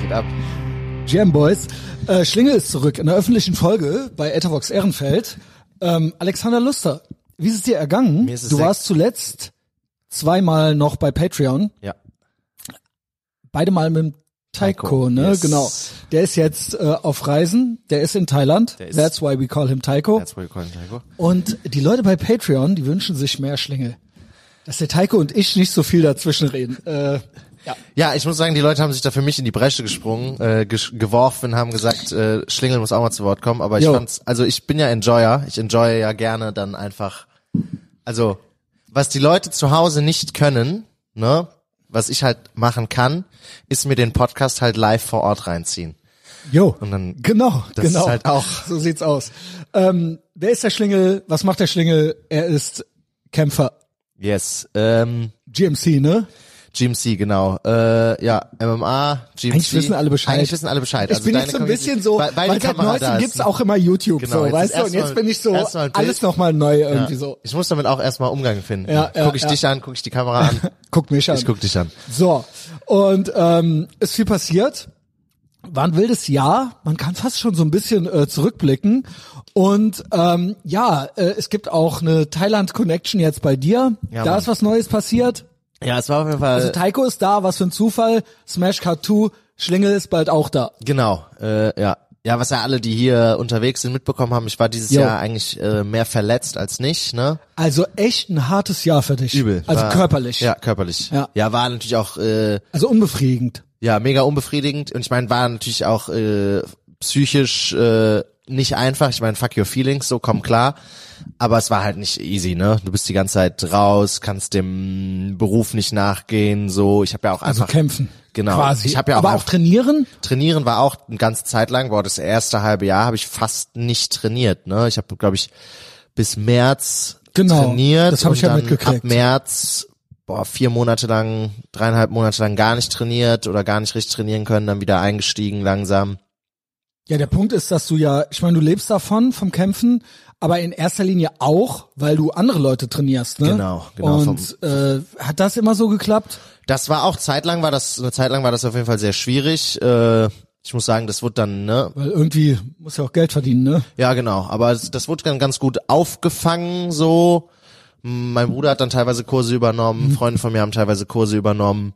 geht ab. GM Boys. Äh, Schlingel ist zurück in der öffentlichen Folge bei Etavox Ehrenfeld. Ähm, Alexander Luster, wie ist es dir ergangen? Mir ist es du sehr- warst zuletzt zweimal noch bei Patreon, Ja. beide Mal mit dem Taiko, Taiko, ne? yes. Genau. Der ist jetzt äh, auf Reisen, der ist in Thailand. Der ist- That's why we call him Taiko. That's what you call it, Taiko. Und die Leute bei Patreon, die wünschen sich mehr Schlingel. Dass der Taiko und ich nicht so viel dazwischen reden. Äh, ja. Ja, ich muss sagen, die Leute haben sich da für mich in die Bresche gesprungen, äh, gesch- geworfen, haben gesagt, äh, Schlingel muss auch mal zu Wort kommen. Aber ich Jo. fand's, also ich bin ja Enjoyer, ich enjoye ja gerne dann einfach, also was die Leute zu Hause nicht können, ne, was ich halt machen kann, ist mir den Podcast halt live vor Ort reinziehen. Jo. Und dann- genau, das genau. ist halt auch- So sieht's aus. Ähm, wer ist der Schlingel? Was macht der Schlingel? Er ist Kämpfer. Yes, ähm, GMC, ne? GMC, genau. Äh, ja, MMA, GMC. Eigentlich wissen alle Bescheid. Eigentlich wissen alle Bescheid. Ich also bin deine jetzt so ein Community- bisschen so, weil, weil die weil seit Kamera da neuestem ist. gibt's auch immer YouTube, Genau, jetzt so, ist weißt du? Und erstmal- jetzt bin ich so, erstmal ein Bild. alles nochmal neu irgendwie Ja. so. Ich muss damit auch erstmal umgang finden. Ja, ja, guck ich ja. dich an, guck ich die Kamera an. Guck mich an. Ich guck dich an. So, und ähm, ist viel passiert. War ein wildes Jahr. Man kann fast schon so ein bisschen äh, zurückblicken. Und ähm, ja, äh, es gibt auch eine Thailand-Connection jetzt bei dir. Ja, da Mann. ist was Neues passiert. Ja, es war auf jeden Fall. Also Taiko ist da, was für ein Zufall. Smash Cut 2, Schlingel ist bald auch da. genau, äh, ja. Ja, was ja alle, die hier unterwegs sind, mitbekommen haben, ich war dieses Jo. Jahr eigentlich äh, mehr verletzt als nicht, ne? Also echt ein hartes Jahr für dich. Übel. Also war, körperlich. Ja, körperlich. Ja. ja, war natürlich auch äh, Also unbefriedigend. ja, mega unbefriedigend. Und ich meine, war natürlich auch äh, psychisch äh, nicht einfach. Ich meine, fuck your feelings, so komm klar. Aber es war halt nicht easy, ne? Du bist die ganze Zeit raus, kannst dem Beruf nicht nachgehen, so. Ich habe ja auch Also einfach kämpfen. Genau. Quasi. Ich hab ja auch Aber auch einfach- trainieren. trainieren war auch eine ganze Zeit lang, boah, das erste halbe Jahr habe ich fast nicht trainiert, ne? Ich habe glaube ich bis März Genau, trainiert das hab ich und ja dann ab mitgekriegt. März boah, vier Monate lang, dreieinhalb Monate lang gar nicht trainiert oder gar nicht richtig trainieren können, dann wieder eingestiegen langsam. Ja, der Punkt ist, dass du ja, ich meine, du lebst davon, vom Kämpfen, aber in erster Linie auch, weil du andere Leute trainierst, ne? Genau, genau, Und äh, hat das immer so geklappt? Das war auch zeitlang war das eine Zeit lang war das auf jeden Fall sehr schwierig. Äh, ich muss sagen, das wurde dann ne, Weil irgendwie muss ja auch Geld verdienen, ne? Ja, genau. Aber das, das wurde dann ganz gut aufgefangen, so. M, Mein Bruder hat dann teilweise Kurse Mhm. übernommen, Freunde von mir haben teilweise Kurse übernommen,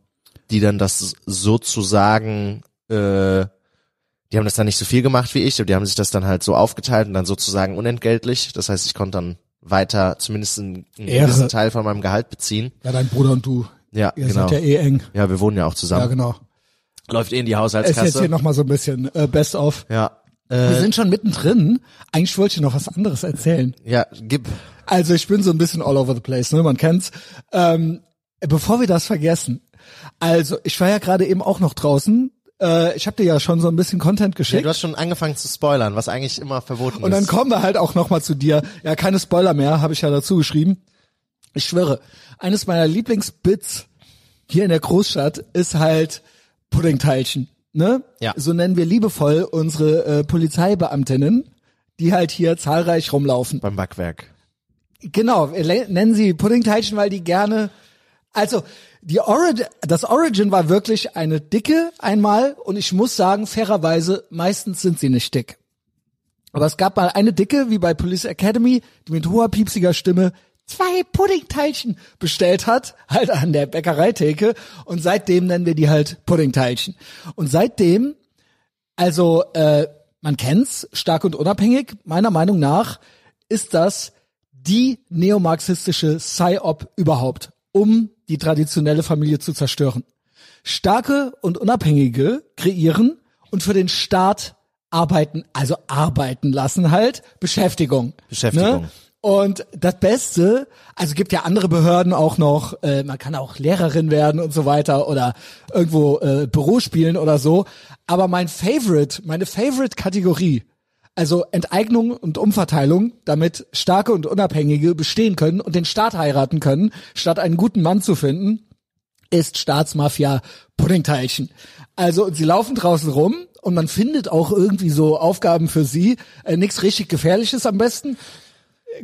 die dann das sozusagen, äh, die haben das dann nicht so viel gemacht wie ich, aber die haben sich das dann halt so aufgeteilt und dann sozusagen unentgeltlich. Das heißt, ich konnte dann weiter zumindest einen, einen Ehre. gewissen Teil von meinem Gehalt beziehen. Ja, dein Bruder und du, Ja, ihr genau. seid ja eh eng. ja, wir wohnen ja auch zusammen. Ja, genau. Läuft eh in die Ist jetzt hier Haushaltskasse. noch mal so ein bisschen äh, best of. Ja. Wir Äh, sind schon mittendrin. Eigentlich wollte ich noch was anderes erzählen. ja, gib. Also ich bin so ein bisschen all over the place, ne? Man kennt's. Ähm, bevor wir das vergessen, also ich war ja gerade eben auch noch draußen. Äh, ich habe dir ja schon so ein bisschen Content geschickt. Du hast schon angefangen zu spoilern, was eigentlich immer verboten Und ist. dann kommen wir halt auch nochmal zu dir. Ja, keine Spoiler mehr, habe ich ja dazu geschrieben. Ich schwöre, eines meiner Lieblingsbits hier in der Großstadt ist halt Puddingteilchen. Ne? Ja. So nennen wir liebevoll unsere äh, Polizeibeamtinnen, die halt hier zahlreich rumlaufen. beim Backwerk. Genau, wir le- nennen sie Puddingteilchen, weil die gerne. Also, die Origin, das Origin war wirklich eine dicke einmal und ich muss sagen, fairerweise, meistens sind sie nicht dick. Aber es gab mal eine dicke, wie bei Police Academy, die mit hoher piepsiger Stimme zwei Puddingteilchen bestellt hat, halt an der Bäckereitheke und seitdem nennen wir die halt Puddingteilchen. Und seitdem also, äh, man kennt's, stark und unabhängig. Meiner Meinung nach ist das die neomarxistische Psy-Op überhaupt, um die traditionelle Familie zu zerstören. Starke und Unabhängige kreieren und für den Staat arbeiten, also arbeiten lassen halt, Beschäftigung. Beschäftigung. Ne? Und das Beste, also gibt ja andere Behörden auch noch, äh, man kann auch Lehrerin werden und so weiter oder irgendwo äh, Büro spielen oder so. Aber mein Favorite, meine Favorite-Kategorie, also Enteignung und Umverteilung, damit starke und Unabhängige bestehen können und den Staat heiraten können, statt einen guten Mann zu finden, ist Staatsmafia Puddingteilchen. Also und sie laufen draußen rum und man findet auch irgendwie so Aufgaben für sie, äh, nichts richtig gefährliches am besten.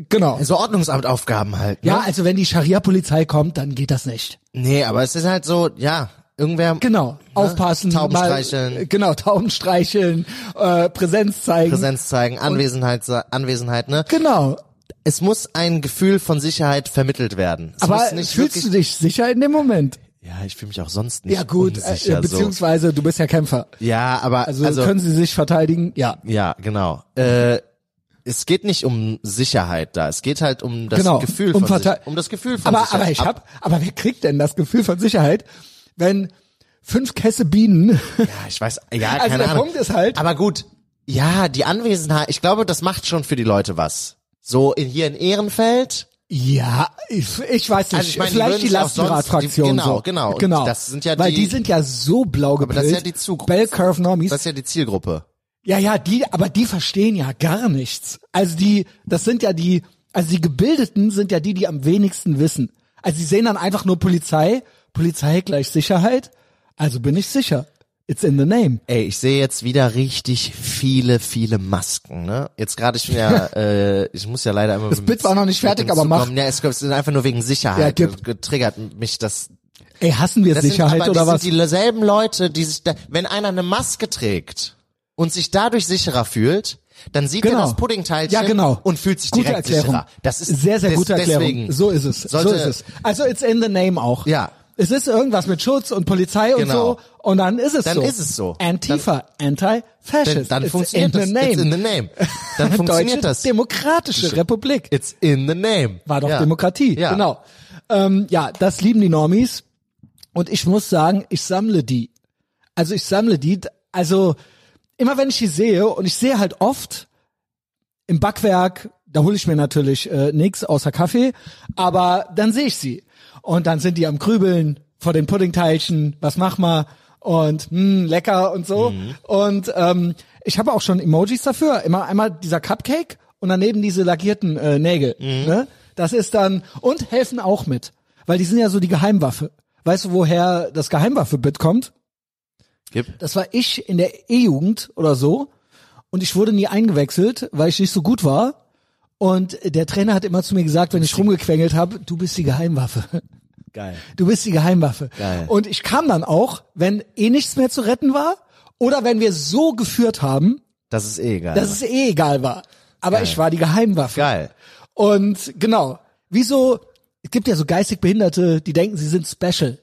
Genau. So Ordnungsamtaufgaben Also halt. Ne? Ja, also wenn die Scharia-Polizei kommt, dann geht das nicht. Nee, aber es ist halt so, ja, irgendwer Genau, aufpassen. Tauben mal- streicheln. Genau, Tauben streicheln, äh, Präsenz zeigen. Präsenz zeigen, Anwesenheit, sa- Anwesenheit, ne? Genau. Es muss ein Gefühl von Sicherheit vermittelt werden. Es Aber muss nicht fühlst wirklich, du dich sicher in dem Moment? Ja, ich fühle mich auch sonst nicht Ja gut, unsicher äh, beziehungsweise du bist ja Kämpfer. so. Ja, aber Also, also, können sie sich verteidigen? Ja. ja, genau. Äh, es geht nicht um Sicherheit da. Es geht halt um das Genau, Gefühl um von Verte- sich, um das Gefühl von Aber, Sicherheit. aber ich hab, aber wer kriegt denn das Gefühl von Sicherheit, wenn fünf Kässe Bienen? Ja, ich weiß, ja, Also Ah, keine der Ahnung. Punkt ist halt- Aber gut, ja, die Anwesenheit, ich glaube, das macht schon für die Leute was. So in, hier in Ehrenfeld. Ja, ich, ich weiß nicht. Also ich meine, die Vielleicht die, würden es auch sonst- Lastenradfraktion. die- genau, so. genau. Und genau. das sind ja Weil die- die sind ja so blau gepillt. das ist ja die Zug- Bell Curve Normies. Das ist ja die Zielgruppe. Ja, ja, die, aber die verstehen ja gar nichts. Also die, das sind ja die, also die Gebildeten sind ja die, die am wenigsten wissen. Also sie sehen dann einfach nur Polizei, Polizei gleich Sicherheit, also bin ich sicher. It's in the name. Ey, ich sehe jetzt wieder richtig viele, viele Masken, ne? Jetzt gerade, ich bin ja, äh, ich muss ja leider immer. Das Bit war noch nicht fertig, aber mach. Ja, es es sind einfach nur wegen Ja, Sicherheit. gib. getriggert mich das. Ey, hassen wir das sind, Sicherheit aber oder das was? sind dieselben Leute, die sich da, wenn einer eine Maske trägt und sich dadurch sicherer fühlt, dann sieht Genau. er das Puddingteilchen Ja, genau. und fühlt sich gute direkt Erklärung. sicherer. Das ist sehr, sehr des- gute Erklärung. Deswegen, so ist es. So sollte- ist es. Also it's in the name auch. Ja. Es ist irgendwas mit Schutz und Polizei und Genau. so. Und dann ist es Dann so. ist es so. Antifa, Anti-Fascist. Denn dann it's funktioniert in das. the name. It's in the name. Dann Deutsche funktioniert das. Demokratische Republik. It's in the name. War doch Ja. Demokratie. Ja. Genau. Ähm, ja, das lieben die Normis. Und ich muss sagen, ich sammle die. Also ich sammle die. Also immer wenn ich die sehe, und ich sehe halt oft im Backwerk, da hole ich mir natürlich äh, nichts außer Kaffee, aber dann sehe ich sie. Und dann sind die am Krübeln vor den Puddingteilchen, was mach mal? Und hm, lecker und so. Und ähm, ich habe auch schon Emojis dafür. Immer einmal dieser Cupcake und daneben diese lackierten äh, Nägel. Ne? Das ist dann, und helfen auch mit. Weil die sind ja so die Geheimwaffe. Weißt du, woher das Geheimwaffe-Bit kommt? Gib. Das war ich in der E-Jugend oder so. Und ich wurde nie eingewechselt, weil ich nicht so gut war. Und der Trainer hat immer zu mir gesagt, wenn ich rumgequengelt habe, du bist die Geheimwaffe. Geil. Du bist die Geheimwaffe. Geil. Und ich kam dann auch, wenn eh nichts mehr zu retten war oder wenn wir so geführt haben, Das ist eh geil. dass es eh egal war. Aber ich war die Geheimwaffe. geil. Und genau, wieso, es gibt ja so geistig Behinderte, die denken, sie sind special.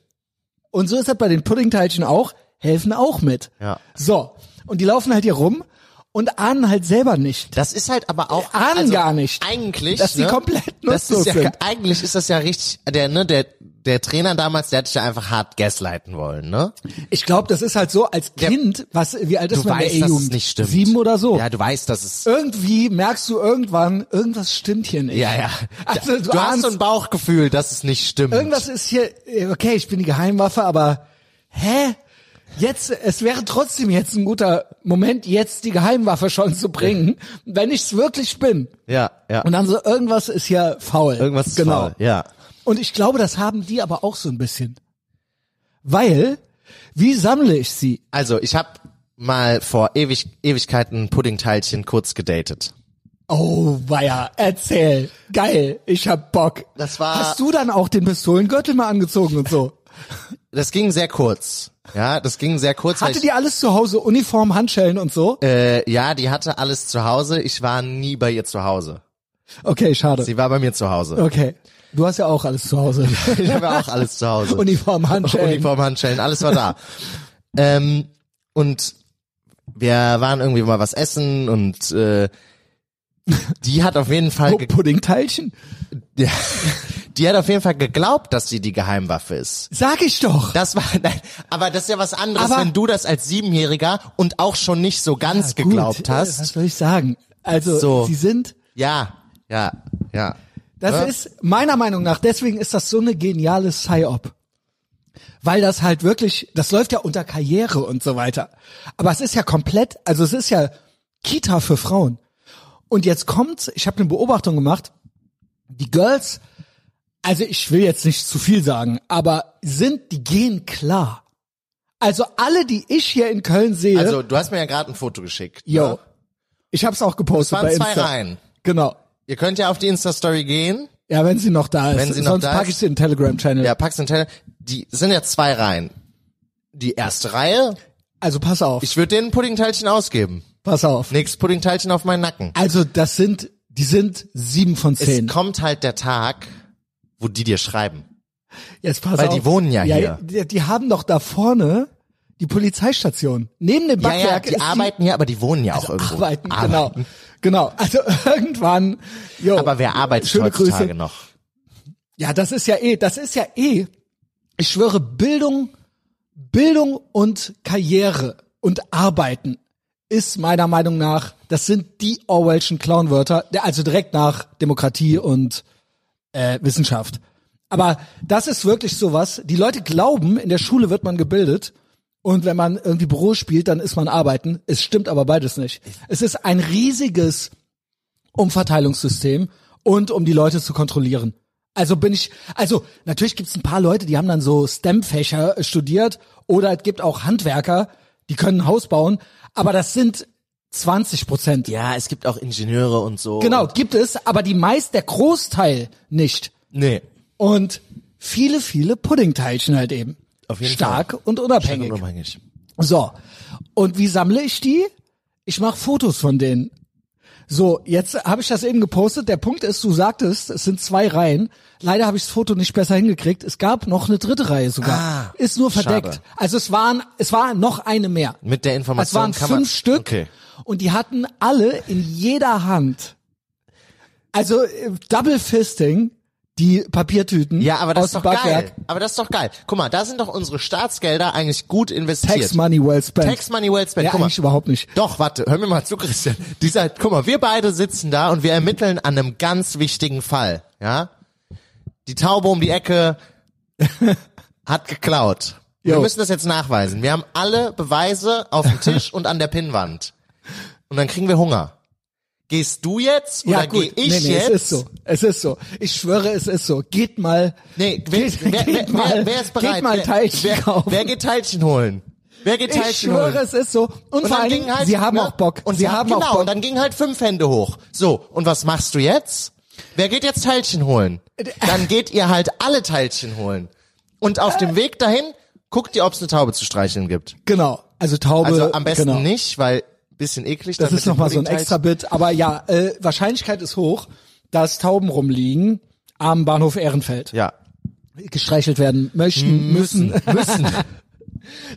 Und so ist das bei den Puddingteilchen auch, helfen auch mit. Ja. So, und die laufen halt hier rum und ahnen halt selber nicht. Das ist halt aber auch Äh, Ahnen gar nicht. Eigentlich, Dass die ne, komplett das ist nutzlos ja, sind. Eigentlich ist das ja richtig. Der ne, der der Trainer damals, der hat dich ja einfach hart gaslighten wollen, ne? Ich glaube, das ist halt so als Ja. Kind, was, wie alt ist Du man in weißt, der dass E-Jugend? es nicht stimmt. Sieben oder so. Äh, Ja, du weißt, dass es. Irgendwie merkst du irgendwann, irgendwas stimmt hier nicht. Ja, ja. Also, du du hast ahnst- so ein Bauchgefühl, dass es nicht stimmt. Irgendwas ist hier, äh, okay, ich bin die Geheimwaffe, aber hä? Jetzt, es wäre trotzdem jetzt ein guter Moment, jetzt die Geheimwaffe schon zu bringen, wenn ich es wirklich bin. Ja, ja. Und dann so, irgendwas ist hier faul. Irgendwas ist genau. faul, Ja. Und ich glaube, das haben die aber auch so ein bisschen. Weil, wie sammle ich sie? Also ich habe mal vor ewig Ewigkeiten Puddingteilchen kurz gedatet. Oh, weia, erzähl. Geil, ich hab Bock. Das war- Hast du dann auch den Pistolengürtel mal angezogen und so? Das ging sehr kurz. Ja, das ging sehr kurz. weil Hatte die alles zu Hause, Uniform, Handschellen und so? Äh, ja, die hatte alles zu Hause. Ich war nie bei ihr zu Hause. Okay, schade. Sie war bei mir zu Hause. Okay. Du hast ja auch alles zu Hause. Ich habe ja auch alles zu Hause. Uniform, Handschellen. Uniform, Handschellen, alles war da. ähm, und wir waren irgendwie mal was essen und äh, die hat auf jeden Fall Oh, ge Puddingteilchen? ja, die hat auf jeden Fall geglaubt, dass sie die Geheimwaffe ist. Sag ich doch. Das war, nein, aber das ist ja was anderes, Aber- wenn du das als Siebenjähriger und auch schon nicht so ganz Gut, geglaubt äh, hast. Was soll ich sagen? Also, So. sie sind, Ja, ja, ja. das Ja. ist meiner Meinung nach, deswegen ist das so eine geniale Psy-Op. Weil das halt wirklich, das läuft ja unter Karriere und so weiter. Aber es ist ja komplett, also es ist ja Kita für Frauen. Und jetzt kommt, ich habe eine Beobachtung gemacht, die Girls, also ich will jetzt nicht zu viel sagen, aber sind, die gehen klar. Also alle, die ich hier in Köln sehe, Also, du hast mir ja gerade ein Foto geschickt. yo, Ne? ich habe es auch gepostet Es waren bei zwei Insta. Reihen. Genau. Ihr könnt ja auf die Insta-Story gehen. Ja, wenn sie noch da ist. Wenn sie noch Sonst da packe ich ist. sie in den Telegram-Channel. Ja, Pax und Teller. Die sind ja zwei Reihen. die erste Reihe. Also pass auf, Ich würde den Puddingteilchen ausgeben. pass auf. Nächstes Puddingteilchen auf meinen Nacken. Also das sind, die sind sieben von zehn. Es kommt halt der Tag, wo die dir schreiben. Jetzt pass Weil auf. die wohnen ja hier. Die, die haben doch da vorne die Polizeistation. Neben dem Ja, ja, Backwerk die ist arbeiten ja, aber die wohnen ja auch die irgendwo. Also arbeiten, Arbeiten. genau. Genau. Also irgendwann. Jo, Aber wer arbeitet Schöne heutzutage Grüße. noch? Ja, das ist ja eh, das ist ja eh. Ich schwöre, Bildung, Bildung und Karriere und Arbeiten ist meiner Meinung nach, das sind die Orwellschen Clownwörter, der- also direkt nach Demokratie und äh, Wissenschaft. Aber das ist wirklich sowas. Die Leute glauben, in der Schule wird man gebildet und wenn man irgendwie Büro spielt, dann ist man arbeiten. Es stimmt aber beides nicht. Es ist ein riesiges Umverteilungssystem um und um die Leute zu kontrollieren. Also bin ich, also natürlich gibt's ein paar Leute, die haben dann so STEM-Fächer äh, studiert oder es gibt auch Handwerker, die können ein Haus bauen, aber das sind 20 Prozent. Ja, es gibt auch Ingenieure und so. Genau, gibt es, aber die meist, der Großteil nicht. Nee. Und viele, viele Puddingteilchen halt eben. Auf jeden Stark und Stark unabhängig. unabhängig. So. Und wie sammle ich die? Ich mache Fotos von denen. So, jetzt habe ich das eben gepostet. Der Punkt ist, du sagtest, es sind zwei Reihen. Leider habe ich das Foto nicht besser hingekriegt. Es gab noch eine dritte Reihe sogar. Ah, ist nur verdeckt. schade. Also es waren, es war noch eine mehr. Mit der Es Information waren kann fünf man... Stück Okay. und die hatten alle in jeder Hand. Also äh, Double Fisting, die Papiertüten Ja, aber das aus ist doch dem Backwerk. geil. Aber das ist doch geil. Guck mal, da sind doch unsere Staatsgelder eigentlich gut investiert. Tax Money well spent. Tax Money well spent. ja, Guck mal. eigentlich überhaupt nicht. Doch, warte, hör mir mal zu, Christian. Dieser, guck mal, wir beide sitzen da und wir ermitteln an einem ganz wichtigen Fall, ja? Die Taube um die Ecke hat geklaut. Wir Jo. müssen das jetzt nachweisen. Wir haben alle Beweise auf dem Tisch und an der Pinnwand. Und dann kriegen wir Hunger. Gehst du jetzt oder ja, gut. geh ich nee, nee, jetzt? Es ist so. Es ist so. Ich schwöre, es ist so. Geht mal. Nee, wer, geht, wer, geht wer, mal, wer, wer ist bereit? Geht mal Wer- Teilchen wer, kaufen. Wer geht Teilchen holen? Wer geht ich Teilchen holen? schwöre, es ist so. Und, vor dann allen ging Dingen, sie haben ne, auch Bock. Und sie dann- haben genau, auch Bock. und dann ging halt fünf Hände hoch. So, und was machst du jetzt? Wer geht jetzt Teilchen holen? Dann geht ihr halt alle Teilchen holen. Und auf dem Weg dahin guckt ihr, ob es eine Taube zu streicheln gibt. genau. Also Taube. Also am besten genau. nicht, also weil bisschen eklig. Das ist nochmal so ein extra Bit. Aber ja, äh, Wahrscheinlichkeit ist hoch, dass Tauben rumliegen am Bahnhof Ehrenfeld. Ja. Gestreichelt werden möchten, müssen. Müssen.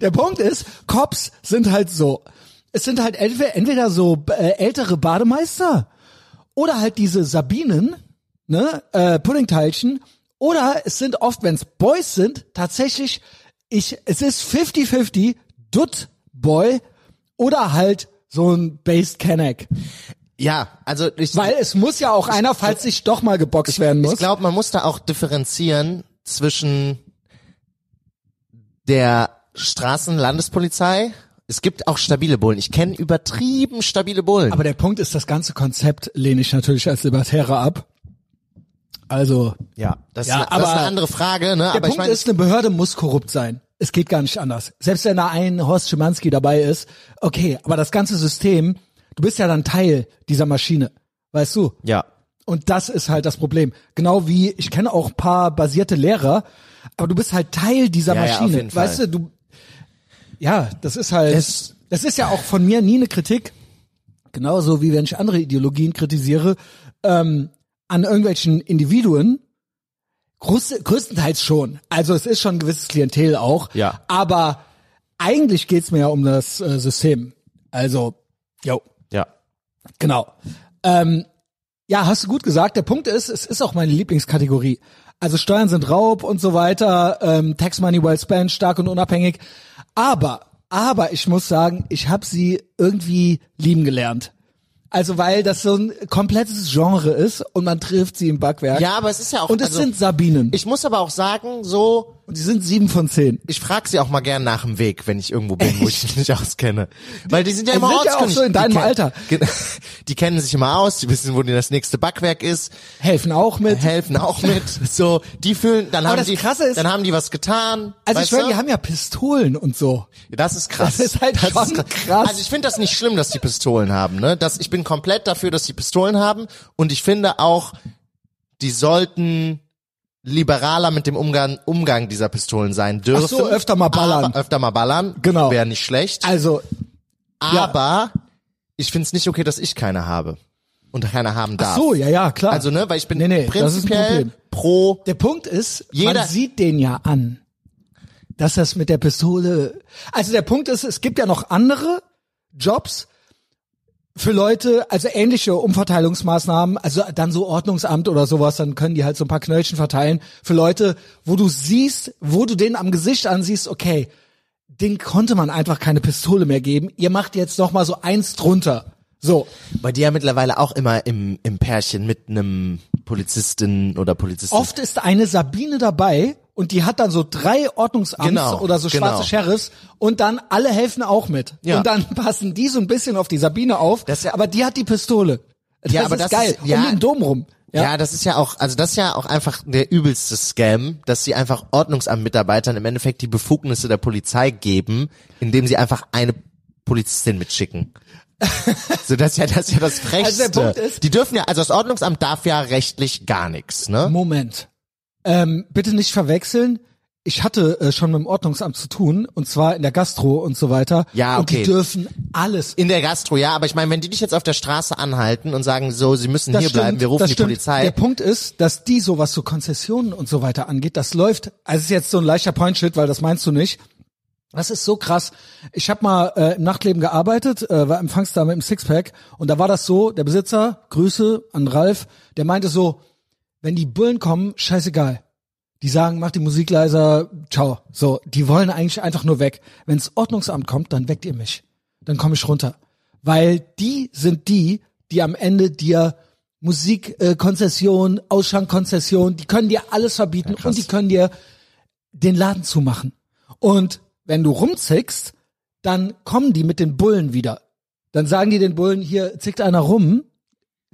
Der Punkt ist, Cops sind halt so. Es sind halt entweder, entweder so äh, ältere Bademeister oder halt diese Sabinen, ne, äh, Puddingteilchen. Oder es sind oft, wenn es Boys sind, tatsächlich, ich, es ist 50-50, Dutt Boy oder halt so ein Based Kenneck. ja, also ich, Weil es muss ja auch einer, falls sich doch mal geboxt werden muss. Ich glaube, man muss da auch differenzieren zwischen der Straßenlandespolizei. Es gibt auch stabile Bullen. Ich kenne übertrieben stabile Bullen. Aber der Punkt ist, das ganze Konzept lehne ich natürlich als Libertärer ab. Also, ja, das, Ja, ist, eine, das ist aber eine andere Frage. Ne? Der Aber ich Punkt meine, ist, eine Behörde muss korrupt sein. Es geht gar nicht anders. Selbst wenn da ein Horst Schimanski dabei ist, okay, aber das ganze System, du bist ja dann Teil dieser Maschine, weißt du? ja, Und das ist halt das Problem. Genau wie, ich kenne auch ein paar basierte Lehrer, aber du bist halt Teil dieser Ja, ja, auf Maschine. jeden weißt Fall. du, du, ja, das ist halt, das, Das- ist ja auch von mir nie eine Kritik. Genauso wie wenn ich andere Ideologien kritisiere, ähm, an irgendwelchen Individuen. Groß, größtenteils schon. Also es ist schon ein gewisses Klientel auch. Ja. Aber eigentlich geht's mir ja um das äh, System. Also, yo. ja. Genau. Ähm, ja, hast du gut gesagt. Der Punkt ist, es ist auch meine Lieblingskategorie. Also Steuern sind Raub und so weiter, ähm, Tax Money well spent, stark und unabhängig. Aber, aber ich muss sagen, ich habe sie irgendwie lieben gelernt. Also weil das so ein komplettes Genre ist und man trifft sie im Backwerk. Ja, aber es ist ja auch. und es also, sind Sabinen. ich muss aber auch sagen, so, und die sind sieben von zehn. ich frage sie auch mal gern nach dem Weg, wenn ich irgendwo bin, wo ich mich nicht auskenne. Weil die sind ja die immer sind ja auch ortskundig. so in Die deinem ken- Alter. Gen- Die kennen sich immer aus, die wissen, wo dir das nächste Backwerk ist. Helfen auch mit. helfen auch mit. So, die fühlen, dann Aber haben das die, Krasse ist- dann haben die was getan. Also ich weißt schwöre, die du? haben ja Pistolen und so. das ist krass. Das ist halt schon krass. Also ich finde das nicht schlimm, dass die Pistolen haben. Ne, das, ich bin komplett dafür, dass die Pistolen haben und ich finde auch, die sollten liberaler mit dem Umgang, Umgang dieser Pistolen sein dürfen. so, öfter mal ballern. Aber, öfter mal ballern. Genau. Wäre nicht schlecht. Also, ja. Aber ich find's nicht okay, dass ich keine habe. Und keine haben darf. so, ja, ja, klar. Also, ne, weil ich bin Nee, nee, das ist ein prinzipiell Problem. pro. Der Punkt ist, Jeder- man sieht den ja an, dass das mit der Pistole. Also der Punkt ist, es gibt ja noch andere Jobs für Leute, also ähnliche Umverteilungsmaßnahmen, also dann so Ordnungsamt oder sowas, dann können die halt so ein paar Knöllchen verteilen für Leute, wo du siehst, wo du denen am Gesicht ansiehst, okay, den konnte man einfach keine Pistole mehr geben. Ihr macht jetzt noch mal so eins drunter. So, Bei dir ja mittlerweile auch immer im, im Pärchen mit einem Polizistin oder Polizisten. Oft ist eine Sabine dabei und die hat dann so drei Ordnungsamts Genau, oder so schwarze genau. Sheriffs und dann alle helfen auch mit. Ja. Und dann passen die so ein bisschen auf die Sabine auf, Das ist ja- aber die hat die Pistole. Das Ja, aber ist das geil. ist- ja. um den Dom rum. Ja. Ja. das ist ja auch, also das ist ja auch einfach der übelste Scam, dass sie einfach Ordnungsamtmitarbeitern im Endeffekt die Befugnisse der Polizei geben, indem sie einfach eine Polizistin mitschicken. so, das ist ja das, ist ja das Frechste. Also der Punkt ist- die dürfen ja, also das Ordnungsamt darf ja rechtlich gar nichts, ne? Moment. Ähm, bitte nicht verwechseln. Ich hatte äh, schon mit dem Ordnungsamt zu tun und zwar in der Gastro und so weiter. Ja, Und okay. die dürfen alles. In der Gastro, ja, aber ich meine, wenn die dich jetzt auf der Straße anhalten und sagen, so, sie müssen Das hier bleiben, stimmt, wir rufen das die stimmt. Der Polizei. Punkt ist, dass die sowas zu Konzessionen und so weiter angeht, das läuft, also ist jetzt so ein leichter Point-Shit, weil das meinst du nicht. Das ist so krass. Ich habe mal äh, im Nachtleben gearbeitet, äh, war Empfangsdame im Sixpack und da war das so, der Besitzer, Grüße an Ralf, der meinte so, wenn die Bullen kommen, scheißegal. Die sagen, mach die Musik leiser, ciao. So, die wollen eigentlich einfach nur weg. Wenns Ordnungsamt kommt, dann weckt ihr mich. Dann komme ich runter. Weil die sind die, die am Ende dir Musikkonzession, äh, Konzession, Ausschankkonzession, die können dir alles verbieten und die können dir den Laden zumachen. Und wenn du rumzickst, dann kommen die mit den Bullen wieder. Dann sagen die den Bullen, hier zickt einer rum,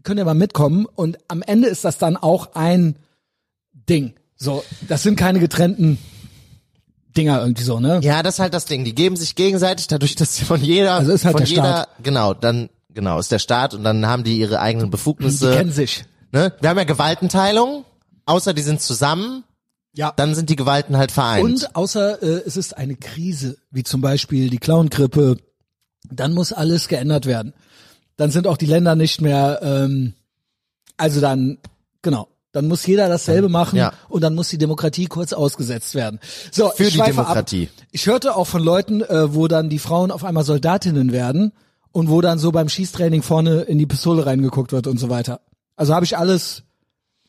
könnt ihr mal mitkommen. Und am Ende ist das dann auch ein Ding. So, das sind keine getrennten Dinger irgendwie so, ne? Ja, das ist halt das Ding. Die geben sich gegenseitig dadurch, dass sie von jeder, Also ist halt von der jeder, Staat. genau, dann, genau, ist der Staat und dann haben die ihre eigenen Die Befugnisse. kennen sich. ne? Wir haben ja Gewaltenteilung, außer die sind zusammen, Ja. dann sind die Gewalten halt vereint. Und außer äh, es ist eine Krise, wie zum Beispiel die Clown-Grippe, dann muss alles geändert werden. Dann sind auch die Länder nicht mehr, ähm, also dann, genau, dann muss jeder dasselbe machen ja. und dann muss die Demokratie kurz ausgesetzt werden. So, Für ich die schweife Demokratie. Ab. Ich hörte auch von Leuten, äh, wo dann die Frauen auf einmal Soldatinnen werden und wo dann so beim Schießtraining vorne in die Pistole reingeguckt wird und so weiter. Also habe ich alles,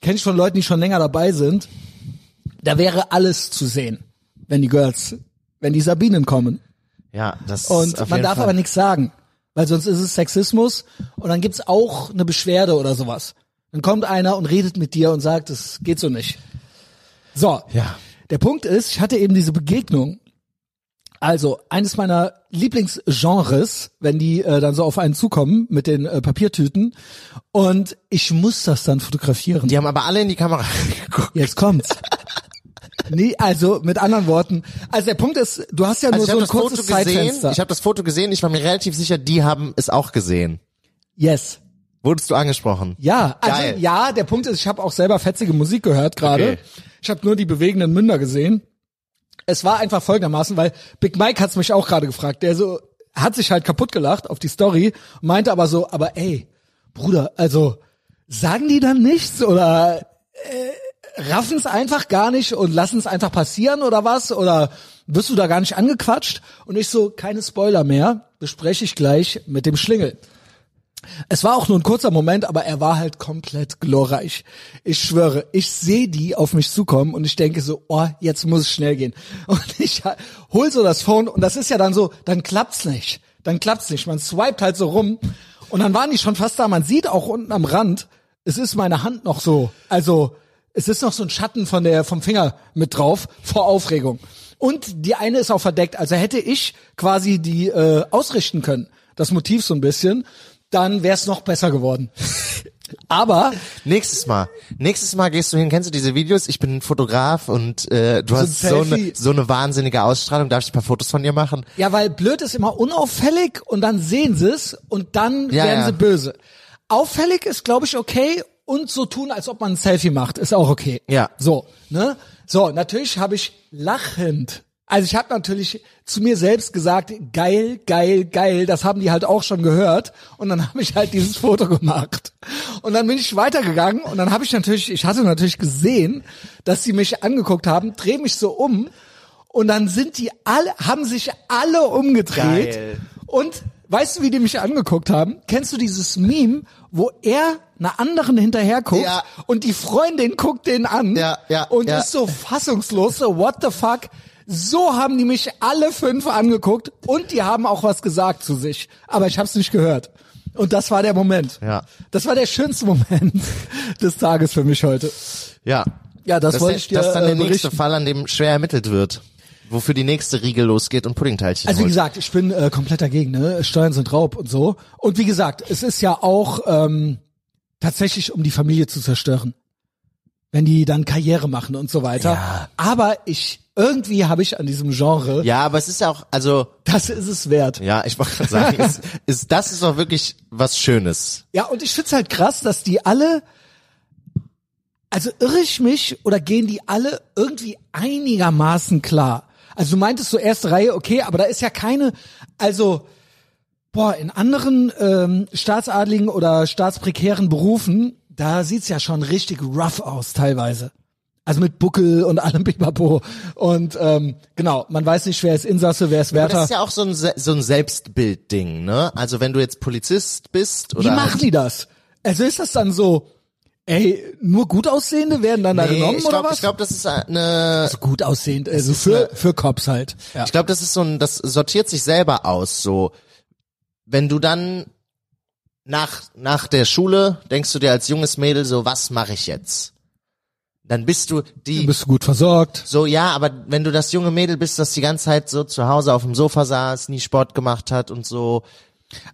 kenne ich von Leuten, die schon länger dabei sind. Da wäre alles zu sehen, wenn die Girls, wenn die Sabinen kommen. ja, das Und auf man jeden darf Fall. aber nichts sagen, weil sonst ist es Sexismus und dann gibt's auch eine Beschwerde oder sowas. Dann kommt einer und redet mit dir und sagt, das geht so nicht. So, Ja. der Punkt ist, ich hatte eben diese Begegnung. Also, eines meiner Lieblingsgenres, wenn die äh, dann so auf einen zukommen mit den äh, Papiertüten und ich muss das dann fotografieren. Die haben aber alle in die Kamera geguckt. Jetzt kommt's. Nee, also mit anderen Worten, also der Punkt ist, du hast ja Also nur ich so habe ein das kurzes Foto gesehen, Zeitfenster. ich habe das Foto gesehen, ich war mir relativ sicher, die haben es auch gesehen. yes. Wurdest du angesprochen? Ja, also Geil. ja, der Punkt ist, ich habe auch selber fetzige Musik gehört gerade. Okay. Ich habe nur die bewegenden Münder gesehen. Es war einfach folgendermaßen, weil Big Mike hat's mich auch gerade gefragt. Der so hat sich halt kaputt gelacht auf die Story, meinte aber so, aber ey, Bruder, also sagen die dann nichts oder äh, raffen's einfach gar nicht und lassen's einfach passieren oder was oder wirst du da gar nicht angequatscht? Und ich so, keine Spoiler mehr, bespreche ich gleich mit dem Schlingel. Es war auch nur ein kurzer Moment, aber er war halt komplett glorreich. Ich schwöre, ich sehe die auf mich zukommen und ich denke so, oh, jetzt muss es schnell gehen. Und ich ha- hol so das Phone und das ist ja dann so, dann klappt's nicht. Dann klappt's nicht. Man swiped halt so rum und dann waren die schon fast da. Man sieht auch unten am Rand, es ist meine Hand noch so, also es ist noch so ein Schatten von der, vom Finger mit drauf vor Aufregung. Und die eine ist auch verdeckt, also hätte ich quasi die äh, ausrichten können, das Motiv so ein bisschen, dann wäre es noch besser geworden. Aber Nächstes Mal. Nächstes Mal gehst du hin, kennst du diese Videos? Ich bin Fotograf und äh, du hast so Selfie. eine, so eine wahnsinnige Ausstrahlung. Darf ich ein paar Fotos von dir machen? ja, weil blöd ist immer unauffällig und dann sehen sie es und dann Ja, werden ja. sie böse. Auffällig ist, glaube ich, okay und so tun, als ob man ein Selfie macht, ist auch okay. Ja. So, ne? So, natürlich habe ich lachend. Also ich habe natürlich zu mir selbst gesagt, geil, geil, geil, das haben die halt auch schon gehört und dann habe ich halt dieses Foto gemacht. Und dann bin ich weitergegangen und dann habe ich natürlich, ich hatte natürlich gesehen, dass sie mich angeguckt haben, drehe mich so um und dann sind die alle, haben sich alle umgedreht. Geil. Und weißt du, wie die mich angeguckt haben? Kennst du dieses Meme, wo er einer anderen hinterherguckt Ja. und die Freundin guckt den an Ja, ja, und ja. ist so fassungslos, so what the fuck? So haben die mich alle fünf angeguckt und die haben auch was gesagt zu sich, aber ich hab's nicht gehört. Und das war der Moment. Ja. Das war der schönste Moment des Tages für mich heute. Ja. Ja, das das wollte ist ich der- dir das ist dann äh, der nächste berichten. Fall, an dem schwer ermittelt wird, wofür die nächste Riegel losgeht und Puddingteilchen Also wie holt. gesagt, ich bin äh, komplett dagegen, ne? Steuern sind Raub und so. Und wie gesagt, es ist ja auch ähm, tatsächlich, um die Familie zu zerstören. Wenn die dann Karriere machen und so weiter. Aber ich, irgendwie habe ich an diesem Genre, Ja, aber es ist ja auch, also das ist es wert. ja, ich wollte gerade sagen, es, ist, das ist doch wirklich was Schönes. Ja, und ich find's halt krass, dass die alle, also irre ich mich oder gehen die alle irgendwie einigermaßen klar? Also du meintest so erste Reihe, okay, aber da ist ja keine, also boah, in anderen ähm, staatsadligen oder staatsprekären Berufen, da sieht's ja schon richtig rough aus teilweise. Also mit Buckel und allem Bibabo. Und ähm, genau, man weiß nicht, wer ist Insasse, wer ist Aber das Wärter. ist ja auch so ein, Se- so ein Selbstbildding, ne? Also wenn du jetzt Polizist bist Wie oder machen die das? Also ist das dann so, ey, nur gut aussehende werden dann da Nee, genommen ich glaub, oder was? Ich glaube, das ist eine. also gut aussehend, also für für Cops halt. Ja. Ich glaube, das ist so ein. Das sortiert sich selber aus. So, wenn du dann nach nach der Schule denkst du dir als junges Mädel so, was mache ich jetzt? Dann bist du die. Bist du gut versorgt? So, ja, aber wenn du das junge Mädel bist, das die ganze Zeit so zu Hause auf dem Sofa saß, nie Sport gemacht hat und so.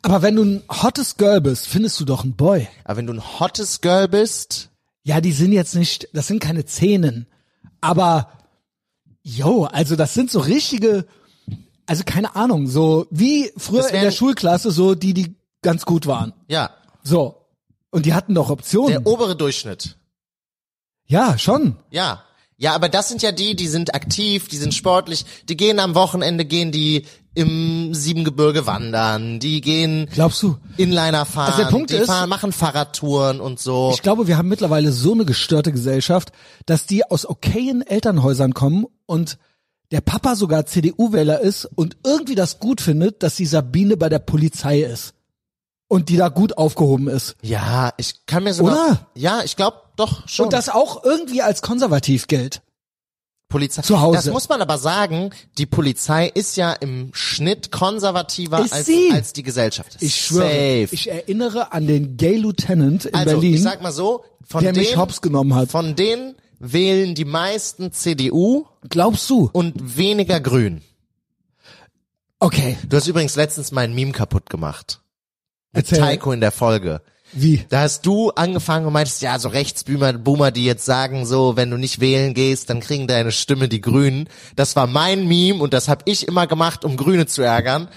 Aber wenn du ein hottes Girl bist, findest du doch einen Boy. Aber wenn du ein hottes Girl bist, Ja, die sind jetzt nicht, das sind keine Zähnen, aber yo, also das sind so richtige, also keine Ahnung, so wie früher Das in der wären- Schulklasse so die, die ganz gut waren. ja, So und die hatten doch Optionen. der obere Durchschnitt. ja, schon. Ja. Ja, aber das sind ja die, die sind aktiv, die sind sportlich, die gehen am Wochenende, gehen die im Siebengebirge wandern, die gehen Glaubst du? Inliner fahren, Also der Punkt die ist- fahren, machen Fahrradtouren und so. Ich glaube, wir haben mittlerweile so eine gestörte Gesellschaft, dass die aus okayen Elternhäusern kommen und der Papa sogar CDU-Wähler ist und irgendwie das gut findet, dass die Sabine bei der Polizei ist und die da gut aufgehoben ist. ja, ich kann mir sogar... Oder? Ja, ich glaube doch schon. Und das auch irgendwie als konservativ gilt. Polizei. zu Hause. Das muss man aber sagen, die Polizei ist ja im Schnitt konservativer Ist als, sie? als die Gesellschaft. Ich schwöre, Safe. ich erinnere an den Gay Lieutenant in also, Berlin, ich sag mal so, von der denen, mich hops genommen hat. von denen wählen die meisten CDU Glaubst du? und weniger Grün. Okay, Du hast übrigens letztens mein Meme kaputt gemacht. erzähl. Taiko in der Folge. Wie? Da hast du angefangen und meintest, ja, so Rechtsboomer, Boomer, die jetzt sagen so, wenn du nicht wählen gehst, dann kriegen deine Stimme die Grünen. Das war mein Meme und das habe ich immer gemacht, um Grüne zu ärgern.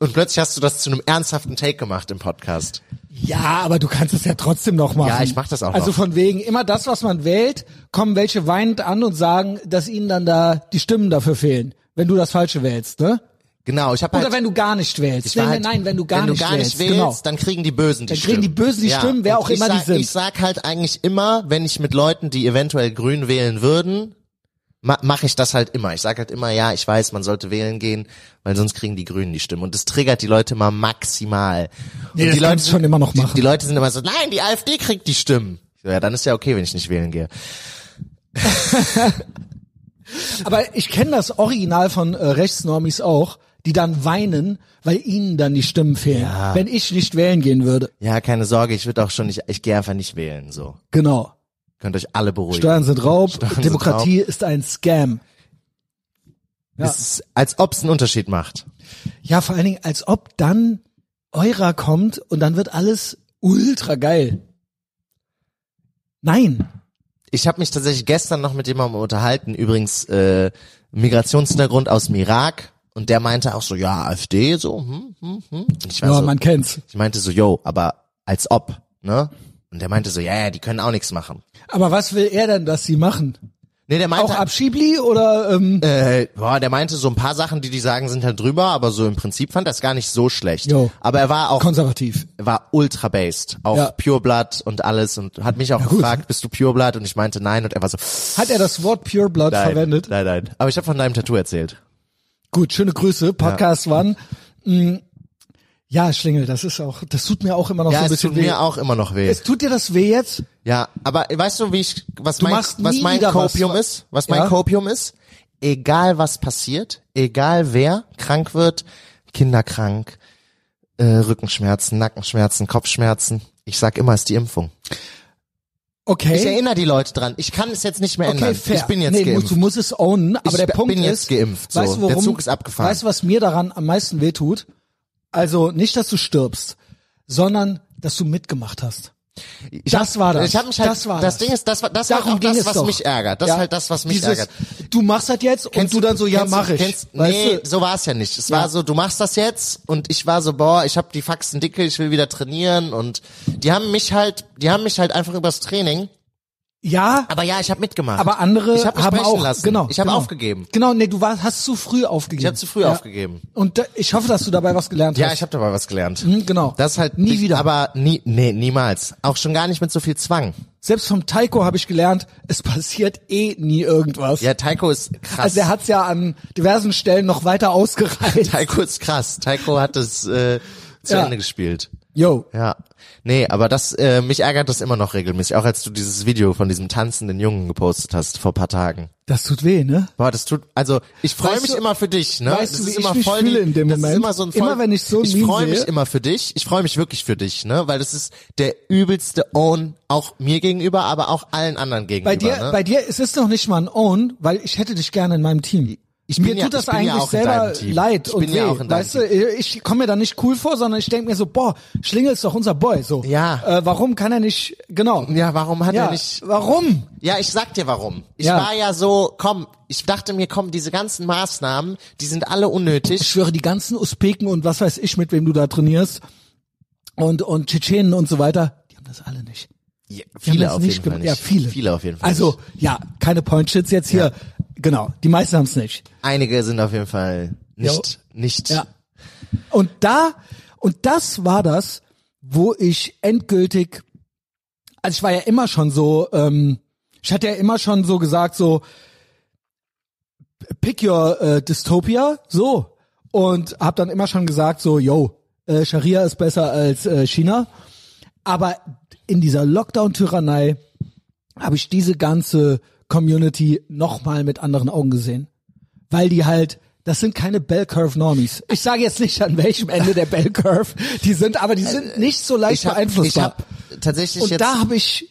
Und plötzlich hast du das zu einem ernsthaften Take gemacht im Podcast. Ja, aber du kannst es ja trotzdem noch machen. Ja, ich mach das auch Also noch. von wegen, immer das, was man wählt, kommen welche weinend an und sagen, dass ihnen dann da die Stimmen dafür fehlen, wenn du das Falsche wählst, ne? Genau, ich habe Oder halt, wenn du gar nicht wählst. war nein, halt, nein, nein, wenn du gar, wenn nicht, du gar nicht wählst. Genau. dann kriegen die Bösen die Dann Stimmen. kriegen die Bösen die Stimmen, wer und auch ich immer die sag, sind. Ich sag halt eigentlich immer, wenn ich mit Leuten, die eventuell grün wählen würden, ma mache ich das halt immer. Ich sag halt immer, ja, ich weiß, man sollte wählen gehen, weil sonst kriegen die Grünen die Stimmen. Und das triggert die Leute mal maximal. Nee, und das die kannst du schon immer noch die, machen. Die Leute sind immer so, nein, die AfD kriegt die Stimmen. Ich So, ja, dann ist ja okay, wenn ich nicht wählen gehe. Aber ich kenne das Original von äh, Rechtsnormis auch, die dann weinen, weil ihnen dann die Stimmen fehlen. Wenn ich nicht wählen gehen würde. Ja, keine Sorge, ich würde auch schon nicht, ich gehe einfach nicht wählen. So, Genau. könnt euch alle beruhigen. Steuern sind Raub, sind Demokratie ist ein Scam. ja. Es ist, als ob es einen Unterschied macht. Ja, vor allen Dingen, als ob dann Eurer kommt und dann wird alles ultra geil. Nein. Ich habe mich tatsächlich gestern noch mit jemandem unterhalten, übrigens äh, Migrationshintergrund aus dem Irak. Und der meinte auch so, ja, AfD, so, hm, hm, hm. Und ich, war Ja, so, man kennt's. ich meinte so, yo, aber als ob, ne? Und Und der meinte so, ja, ja, die können auch nichts machen. Aber was will er denn, dass sie machen? Nee, der Auch meinte, halt, Abschiebli oder ähm, äh, boah, der meinte so ein paar Sachen, die die sagen, sind halt drüber, aber so im Prinzip fand das gar nicht so schlecht. Jo. Aber er war auch konservativ? war ultra based auf Ja. Pure Blood und alles und hat mich auch gut. gefragt, bist du Pure Blood? Und ich meinte nein und er war so Hat er das Wort Pure Blood nein, verwendet? nein, nein. Aber ich habe von deinem Tattoo erzählt. Gut, schöne Grüße, Podcast One. Mm, ja, Schlingel, das ist auch, das tut mir auch immer noch Ja, so ein es bisschen tut weh. mir auch immer noch weh. Es tut dir das weh jetzt? ja, aber äh, weißt du, wie ich was mein machst was nie mein wieder was. Copium ist? Was mein Ja. Copium ist? Egal was passiert, egal wer krank wird, Kinder krank, äh, Rückenschmerzen, Nackenschmerzen, Kopfschmerzen. Ich sag immer, es ist die Impfung. Ich Okay. erinnere die Leute dran. Ich kann es jetzt nicht mehr ändern. Okay, fair. Ich bin jetzt nee, geimpft. Du musst es ownen, aber Ich der bin Punkt ist, jetzt geimpft, so. weißt, du, Der worum, Zug ist abgefahren. Weißt du, was mir daran am meisten weh tut? Also nicht, dass du stirbst, sondern dass du mitgemacht hast. Ich hab- Das war das. Ich hab mich halt, Das war das das. Ding ist, das war das war Darum auch ging das, es was doch. mich ärgert. Das ist Ja, halt das, was mich dieses, ärgert. Du machst das jetzt und du dann so, ja, mach ich. Kennst, weißt nee, du? so war es ja nicht. Es war so, du machst das jetzt und ich war so, boah, ich habe die Faxen dicke, ich will wieder trainieren und die haben mich halt, die haben mich halt einfach übers Training. Ja, Aber ja, ich habe mitgemacht. aber andere ich hab mich haben brechen auch, lassen. genau. Ich habe genau. aufgegeben. Genau, nee, du warst, hast zu früh aufgegeben. Ich habe zu früh ja. aufgegeben. Und da, ich hoffe, dass du dabei was gelernt Ja, hast. ich habe dabei was gelernt. Hm, genau. Das halt Nie wieder. Aber nie, nee, niemals. Auch schon gar nicht mit so viel Zwang. Selbst vom Taiko habe ich gelernt, es passiert eh nie irgendwas. Ja, Taiko ist krass. Also er hat's ja an diversen Stellen noch weiter ausgereizt. Taiko ist krass. Taiko hat es äh, zu Ja. Ende gespielt. Yo. Ja. Nee, aber das, äh, mich ärgert das immer noch regelmäßig, auch als du dieses Video von diesem tanzenden Jungen gepostet hast vor paar Tagen. Das tut weh, ne? Boah, das tut, also ich freue Weißt mich du- immer für dich, ne? weißt das du, wie ist ich immer mich voll fühle die, in dem das Ist Moment? immer so ein voll, Immer wenn ich so einen Ich Meme freue mich sehe. immer für dich. Ich freue mich wirklich für dich, ne? Weil das ist der übelste Own auch mir gegenüber, aber auch allen anderen gegenüber. Bei dir, ne? bei dir, es ist noch nicht mal ein Own, weil ich hätte dich gerne in meinem Team. Ich mir bin ja- tut das ich bin ja eigentlich auch in selber deinem Team. leid Ich und bin weh. ja auch in deinem weißt du, ich komme mir da nicht cool vor, sondern ich denke mir so, boah, Schlingel ist doch unser Boy, so. Ja. Äh, warum kann er nicht, genau. ja, warum hat Ja, er nicht warum? Ja, ich sag dir warum. Ich Ja. war ja so, komm, ich dachte mir, komm, diese ganzen Maßnahmen, die sind alle Ich unnötig. schwöre, die ganzen Usbeken und was weiß ich, mit wem du da trainierst und, und Tschetschenen und so weiter, die haben das alle nicht. Ja, Die haben viele das auf nicht jeden Fall gemacht. nicht. Ja, viele. Viele auf jeden Fall. Also, nicht. ja, keine Point-Shits jetzt hier. Genau, die meisten haben's nicht. einige sind auf jeden Fall nicht, nicht. Ja. Und da, und das war das, wo ich endgültig, also ich war ja immer schon so, ähm, ich hatte ja immer schon so gesagt, so, pick your äh, Dystopia, so. Und hab dann immer schon gesagt, so, yo, äh, Scharia ist besser als äh, China. Aber in dieser Lockdown-Tyrannei habe ich diese ganze Community nochmal mit anderen Augen gesehen weil die halt, das sind keine Bell Curve Normies. Ich sage jetzt nicht, an welchem Ende der Bell Curve die sind, aber die sind nicht so leicht Also, Ich hab, ich beeinflussbar. hab tatsächlich Und jetzt, da habe ich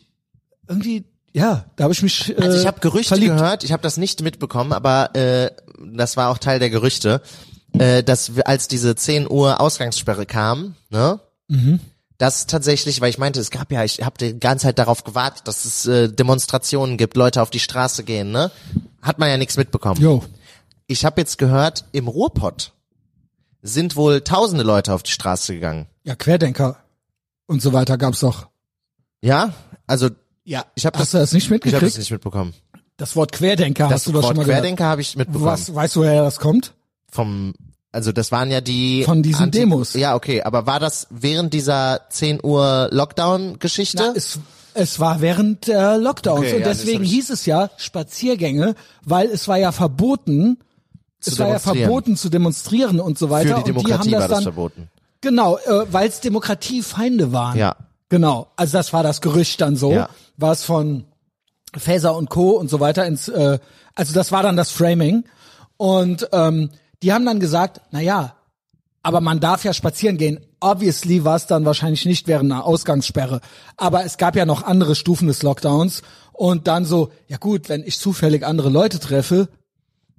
irgendwie, ja, da habe ich mich äh, also ich habe Gerüchte verliebt. gehört, ich habe das nicht mitbekommen, aber äh, das war auch Teil der Gerüchte, äh, dass wir, als diese 10 Uhr Ausgangssperre kam, ne? Mhm. Das tatsächlich, weil ich meinte, es gab ja, ich habe die ganze Zeit darauf gewartet, dass es äh, Demonstrationen gibt, Leute auf die Straße gehen, ne? Hat man ja nichts mitbekommen. Jo, Ich habe jetzt gehört, im Ruhrpott sind wohl tausende Leute auf die Straße gegangen. ja, Querdenker und so weiter gab's doch. Ja? Also Ja, ich habe das, hast du das nicht ich hab das mitgekriegt? nicht mitbekommen. Das Wort Querdenker, hast du das Wort schon mal gehört? Querdenker habe ich mitbekommen. Was, weißt du, woher das kommt? Vom also das waren ja die Von diesen Demos. Ja, okay, aber war das während dieser 10 Uhr Lockdown Geschichte? Es, es war während äh, Lockdowns Okay, und ja, das deswegen hab ich- hieß es ja Spaziergänge, weil es war ja verboten, es war ja demonstrieren. verboten zu demonstrieren und so weiter. Für die und Demokratie die haben war das das dann, verboten. Genau, äh, weil es Demokratiefeinde waren. Ja. Genau, also das war das Gerücht dann so, Ja. was von Faeser und Co. und so weiter ins, äh, also das war dann das Framing. Und ähm, die haben dann gesagt, na ja, aber man darf ja spazieren gehen. Obviously war es dann wahrscheinlich nicht während einer Ausgangssperre. Aber es gab ja noch andere Stufen des Lockdowns. Und dann so, ja gut, wenn ich zufällig andere Leute treffe,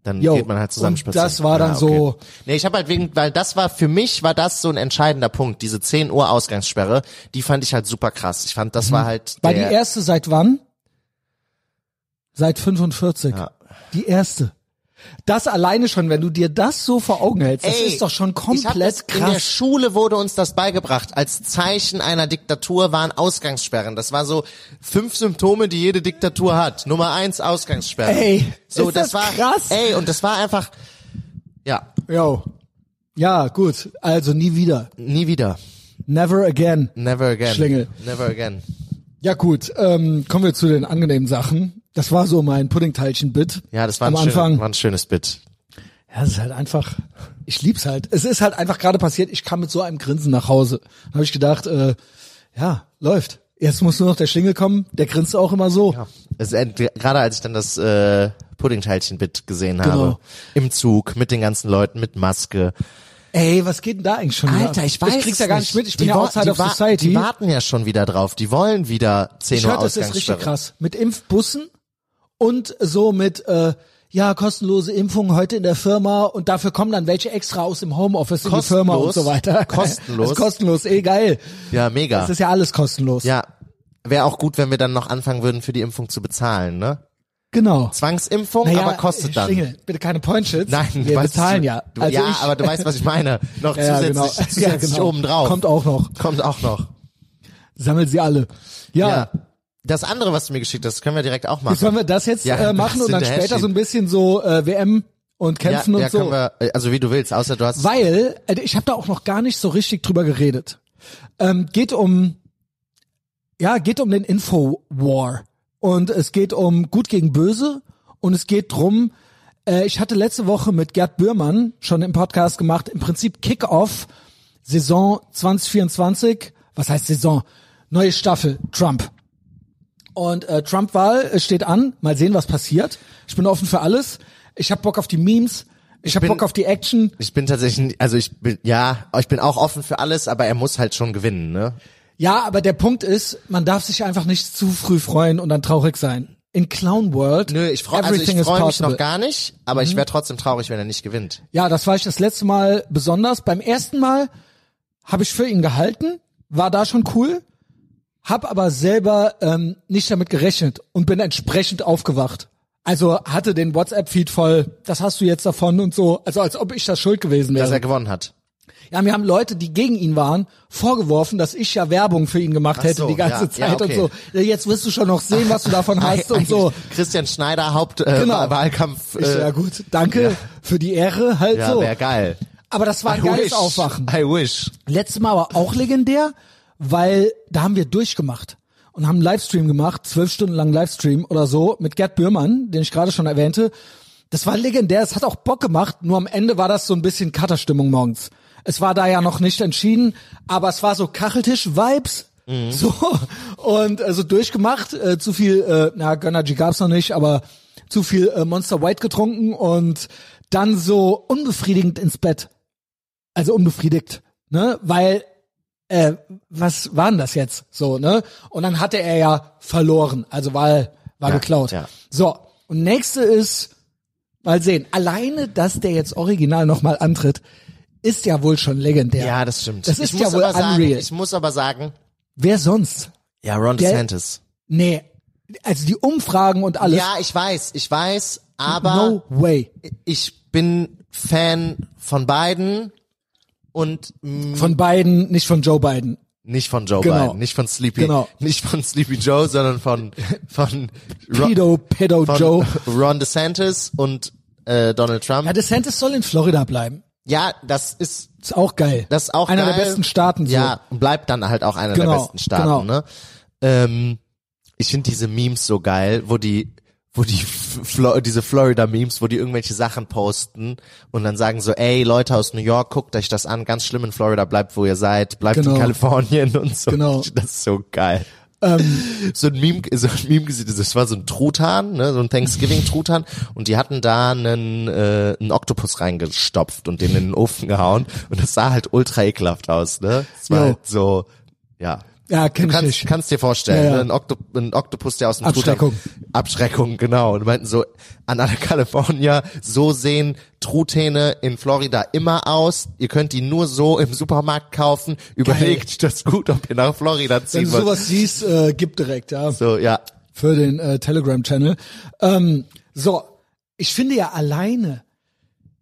Dann Jo, geht man halt zusammen und spazieren. das war dann ja, so- Nee, ich habe halt wegen, weil das war für mich war das so ein entscheidender Punkt, diese 10 Uhr Ausgangssperre, die fand ich halt super krass. Ich fand das war halt War der, Mhm. die erste seit wann? Seit 45. Ja. Die erste. Das alleine schon, wenn du dir das so vor Augen hältst, das Ey, ist doch schon ich hab das- komplett In der krass. Schule wurde uns das beigebracht. Als Zeichen einer Diktatur waren Ausgangssperren. Das war so fünf Symptome, die jede Diktatur hat. Nummer eins Ausgangssperren. Ey, so ist das war krass? Ey, und das war einfach ja, Jo. Ja, gut. Also nie wieder. nie wieder. Never again. Never again. Schlingel. Never again. Ja, gut. Ähm, kommen wir zu den angenehmen Sachen. Das war so mein Puddingteilchen-Bit. Ja, das war am ein, schönes, Anfang. war ein schönes Bit. Ja, es ist halt einfach, ich lieb's halt. Es ist halt einfach gerade passiert, ich kam mit so einem Grinsen nach Hause. Habe ich gedacht, äh, ja, läuft. Jetzt muss nur noch der Schlingel kommen, der grinst auch immer so. Ja. Es ist ent- gerade als ich dann das äh, Puddingteilchen-Bit gesehen habe. Genau. Im Zug, mit den ganzen Leuten, mit Maske. Ey, was geht denn da eigentlich schon? wieder ab? Ich krieg's ja gar nicht mit, ich bin ja wo- outside of wa- society. Die warten ja schon wieder drauf. Die wollen wieder 10 ich Uhr hör, das ist richtig Ausgangssperre. krass. Mit Impfbussen und so mit, äh, ja, kostenlose Impfungen heute in der Firma und dafür kommen dann welche extra aus dem Homeoffice in die Kostenlos. Firma und so weiter. Kostenlos. Das ist kostenlos, eh geil. Ja, mega. Das ist ja alles kostenlos. Ja, wäre auch gut, wenn wir dann noch anfangen würden, für die Impfung zu bezahlen, ne? Genau. Zwangsimpfung, Naja, aber kostet dann. Schlingel, bitte keine Pointshits. Nein, du wir weißt, bezahlen ja. Du, also ja, ich, aber du weißt, was ich meine. Noch ja, ja, zusätzlich, genau. zusätzlich ja, genau. obendrauf. Kommt auch noch. Kommt auch noch. Sammelt sie alle. Ja. Ja. Das andere, was du mir geschickt hast, können wir direkt auch machen. Sollen wir das jetzt Ja, äh, machen das und dann hinterher später so schieben. ein bisschen so äh, WM und ja, kämpfen ja, und so? können wir, äh, also wie du willst, außer du hast Weil äh, ich habe da auch noch gar nicht so richtig drüber geredet. Ähm, geht um ja, geht um den Info-War. Und es geht um Gut gegen Böse. Und es geht drum, äh, ich hatte letzte Woche mit Gerd Bührmann schon im Podcast gemacht, im Prinzip Kick-Off Saison 2024. Was heißt Saison? Neue Staffel, Trump. Und äh, Trump-Wahl äh, steht an. Mal sehen, was passiert. Ich bin offen für alles. Ich habe Bock auf die Memes. Ich habe bin- Bock auf die Action. Ich bin tatsächlich, also ich bin, ja, ich bin auch offen für alles, aber er muss halt schon gewinnen, ne? Ja, aber der Punkt ist, man darf sich einfach nicht zu früh freuen und dann traurig sein. In Clown World, Nö, ich freue also ich everything freu is mich possible. Mhm. noch gar nicht, aber ich wäre trotzdem traurig, wenn er nicht gewinnt. ja, das war ich das letzte Mal besonders. Beim ersten Mal habe ich für ihn gehalten, war da schon cool, hab aber selber ähm, nicht damit gerechnet und bin entsprechend aufgewacht. Also hatte den WhatsApp-Feed voll, das hast du jetzt davon und so. Also als ob ich das schuld gewesen wäre. Dass er gewonnen hat. Ja, mir haben Leute, die gegen ihn waren, vorgeworfen, dass ich ja Werbung für ihn gemacht Ach hätte so, die ganze ja, Zeit ja, okay. und so. Ja, Jetzt wirst du schon noch sehen, was du davon hast und so. Christian Schneider Haupt äh, Genau. Wa- Wahlkampf. Ich, ja Äh, gut, danke für die Ehre, halt ja, so. wäre geil. Aber das war ein geiles Aufwachen. I wish. Letztes Mal war auch legendär, weil da haben wir durchgemacht und haben einen Livestream gemacht, zwölf Stunden lang Livestream oder so mit Gerd Bührmann, den ich gerade schon erwähnte. Das war legendär, es hat auch Bock gemacht, nur am Ende war das so ein bisschen Cutterstimmung morgens. Es war da ja noch nicht entschieden, aber es war so Kacheltisch-Vibes. So, und äh, so durchgemacht, äh, zu viel, äh, na, Gönnergy gab's noch nicht, aber zu viel äh, Monster White getrunken und dann so unbefriedigend ins Bett also unbefriedigt, ne? Weil äh, was waren das jetzt so, ne? Und dann hatte er ja verloren, also war Ja, war geklaut. ja. So, und nächste ist mal sehen, alleine dass der jetzt original nochmal antritt, ist ja wohl schon legendär. Ja, das stimmt. Das ich ist muss ja wohl aber sagen, unreal. ich muss aber sagen, Wer sonst? ja, Ron Der- DeSantis. Nee, also die Umfragen und alles. Ja, ich weiß, ich weiß, aber no way. ich bin Fan von beiden und Von Biden, nicht von Joe Biden. Nicht von Joe Genau. Biden, nicht von Sleepy, Genau. nicht von Sleepy Joe, sondern von von Ron- Pedo, pedo von Joe. Ron DeSantis und äh, Donald Trump. Ja, DeSantis soll in Florida bleiben. Ja, das ist Ist auch geil. das ist auch Einer geil. der besten Staaten. So. Ja, und bleibt dann halt auch einer der Genau, besten Staaten. genau. Ne? Ähm, ich finde diese Memes so geil, wo die wo die F- Flo diese Florida Memes, wo die irgendwelche Sachen posten und dann sagen so, ey Leute aus New York, guckt euch das an, ganz schlimm in Florida, bleibt wo ihr seid, bleibt in Genau. Kalifornien und so. Genau. Das ist so geil. so ein Meme, so ein Meme gesehen, das war so ein Truthahn, ne, so ein Thanksgiving-Truthahn und die hatten da einen, äh, einen Oktopus reingestopft und den in den Ofen gehauen und das sah halt ultra ekelhaft aus, ne? Das war Jo. halt so, ja. Ja, Du kenn ich kannst, nicht. kannst dir vorstellen, Ja, ja. ne, Ein, Okto ein Oktopus, der aus dem Abschreckung. Truthahn... Abschreckung, genau. Und die meinten so, an alle California, so sehen Truthähne in Florida immer aus. Ihr könnt die nur so im Supermarkt kaufen. Überlegt das gut, ob ihr nach Florida Wenn ziehen du wollt. sowas siehst, äh, gib direkt, ja. So, ja. Für den äh, Telegram-Channel. Ähm, so, ich finde ja alleine,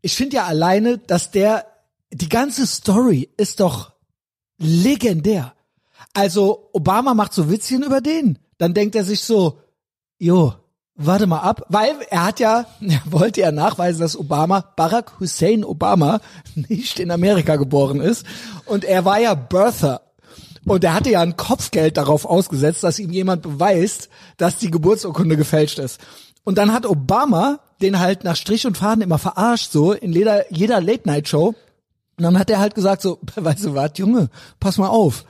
ich finde ja alleine, dass der, die ganze Story ist doch legendär. Also Obama macht so Witzchen über den. Dann denkt er sich so, jo, warte mal ab, weil er hat ja, er wollte ja nachweisen, dass Obama, Barack Hussein Obama, nicht in Amerika geboren ist. Und er war ja Birther. Und er hatte ja ein Kopfgeld darauf ausgesetzt, dass ihm jemand beweist, dass die Geburtsurkunde gefälscht ist. Und dann hat Obama den halt nach Strich und Faden immer verarscht, so in jeder, jeder Late-Night-Show. Und dann hat er halt gesagt so, weißt du was, Junge, pass mal auf,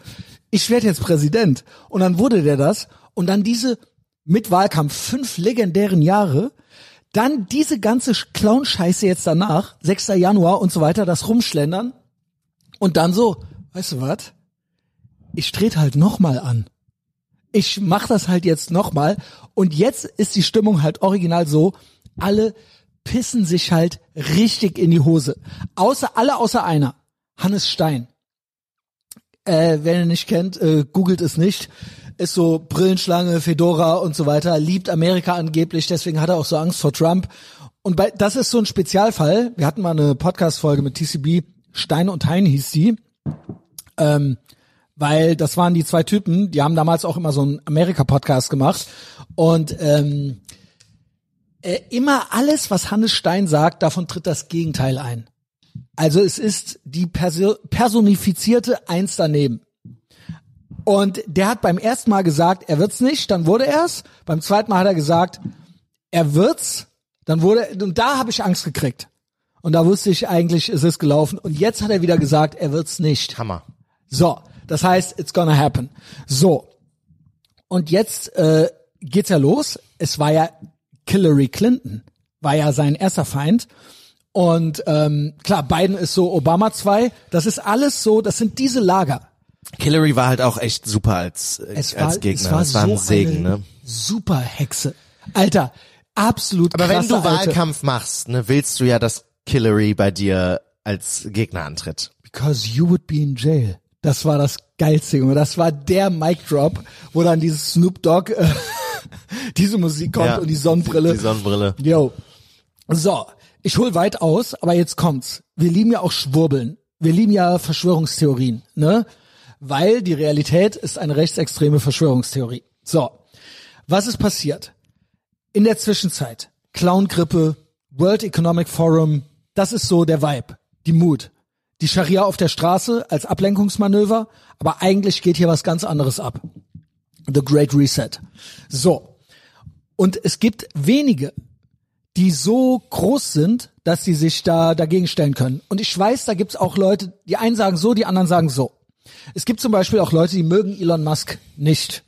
ich werde jetzt Präsident. Und dann wurde der das. Und dann diese mit Wahlkampf fünf legendären Jahre. Dann diese ganze Clown-Scheiße jetzt danach, 6. Januar und so weiter, das Rumschlendern. Und dann so, weißt du was, ich trete halt nochmal an. Ich mach das halt jetzt nochmal. Und jetzt ist die Stimmung halt original so, alle pissen sich halt richtig in die Hose. Außer alle außer einer. Hannes Stein. Äh, wenn ihr nicht kennt, äh, googelt es nicht. Ist so Brillenschlange, Fedora und so weiter, liebt Amerika angeblich, deswegen hat er auch so Angst vor Trump. Und bei, das ist so ein Spezialfall. Wir hatten mal eine Podcast-Folge mit TCB, Stein und Hein hieß die. Ähm, weil das waren die zwei Typen, die haben damals auch immer so einen Amerika-Podcast gemacht. Und ähm, äh, immer alles, was Hannes Stein sagt, davon tritt das Gegenteil ein. Also es ist die perso personifizierte Eins daneben. Und der hat beim ersten Mal gesagt, er wird's nicht, dann wurde er's. Beim zweiten Mal hat er gesagt, er wird's, dann wurde und da habe ich Angst gekriegt. Und da wusste ich eigentlich, es ist gelaufen. Und jetzt hat er wieder gesagt, er wird's nicht. Hammer. So, das heißt, it's gonna happen. So. Und jetzt äh, geht's ja los. Es war ja Hillary Clinton, war ja sein erster Feind. Und ähm, klar, Biden ist so Obama 2. Das ist alles so, das sind diese Lager. Hillary war halt auch echt super als, äh, Es war, als Gegner. es war, das war so ein Segen, eine ne? super Hexe. Alter, absolut Aber wenn krasse du Alte. Wahlkampf machst, ne, willst du ja, dass Hillary bei dir als Gegner antritt. Because you would be in jail. Das war das geilste, Junge. Das war der Mic Drop, wo dann dieses Snoop Dogg äh, diese Musik kommt Ja. und die Sonnenbrille. Die Sonnenbrille. Yo. So, ich hol weit aus, aber jetzt kommt's. Wir lieben ja auch Schwurbeln. Wir lieben ja Verschwörungstheorien, ne? Weil die Realität ist eine rechtsextreme Verschwörungstheorie. So, was ist passiert? In der Zwischenzeit, Clown-Grippe, World Economic Forum, das ist so der Vibe, die Mut. Die Scharia auf der Straße als Ablenkungsmanöver, aber eigentlich geht hier was ganz anderes ab. The Great Reset. So. Und es gibt wenige, die so groß sind, dass sie sich da dagegen stellen können. Und ich weiß, da gibt's auch Leute, die einen sagen so, die anderen sagen so. Es gibt zum Beispiel auch Leute, die mögen Elon Musk nicht.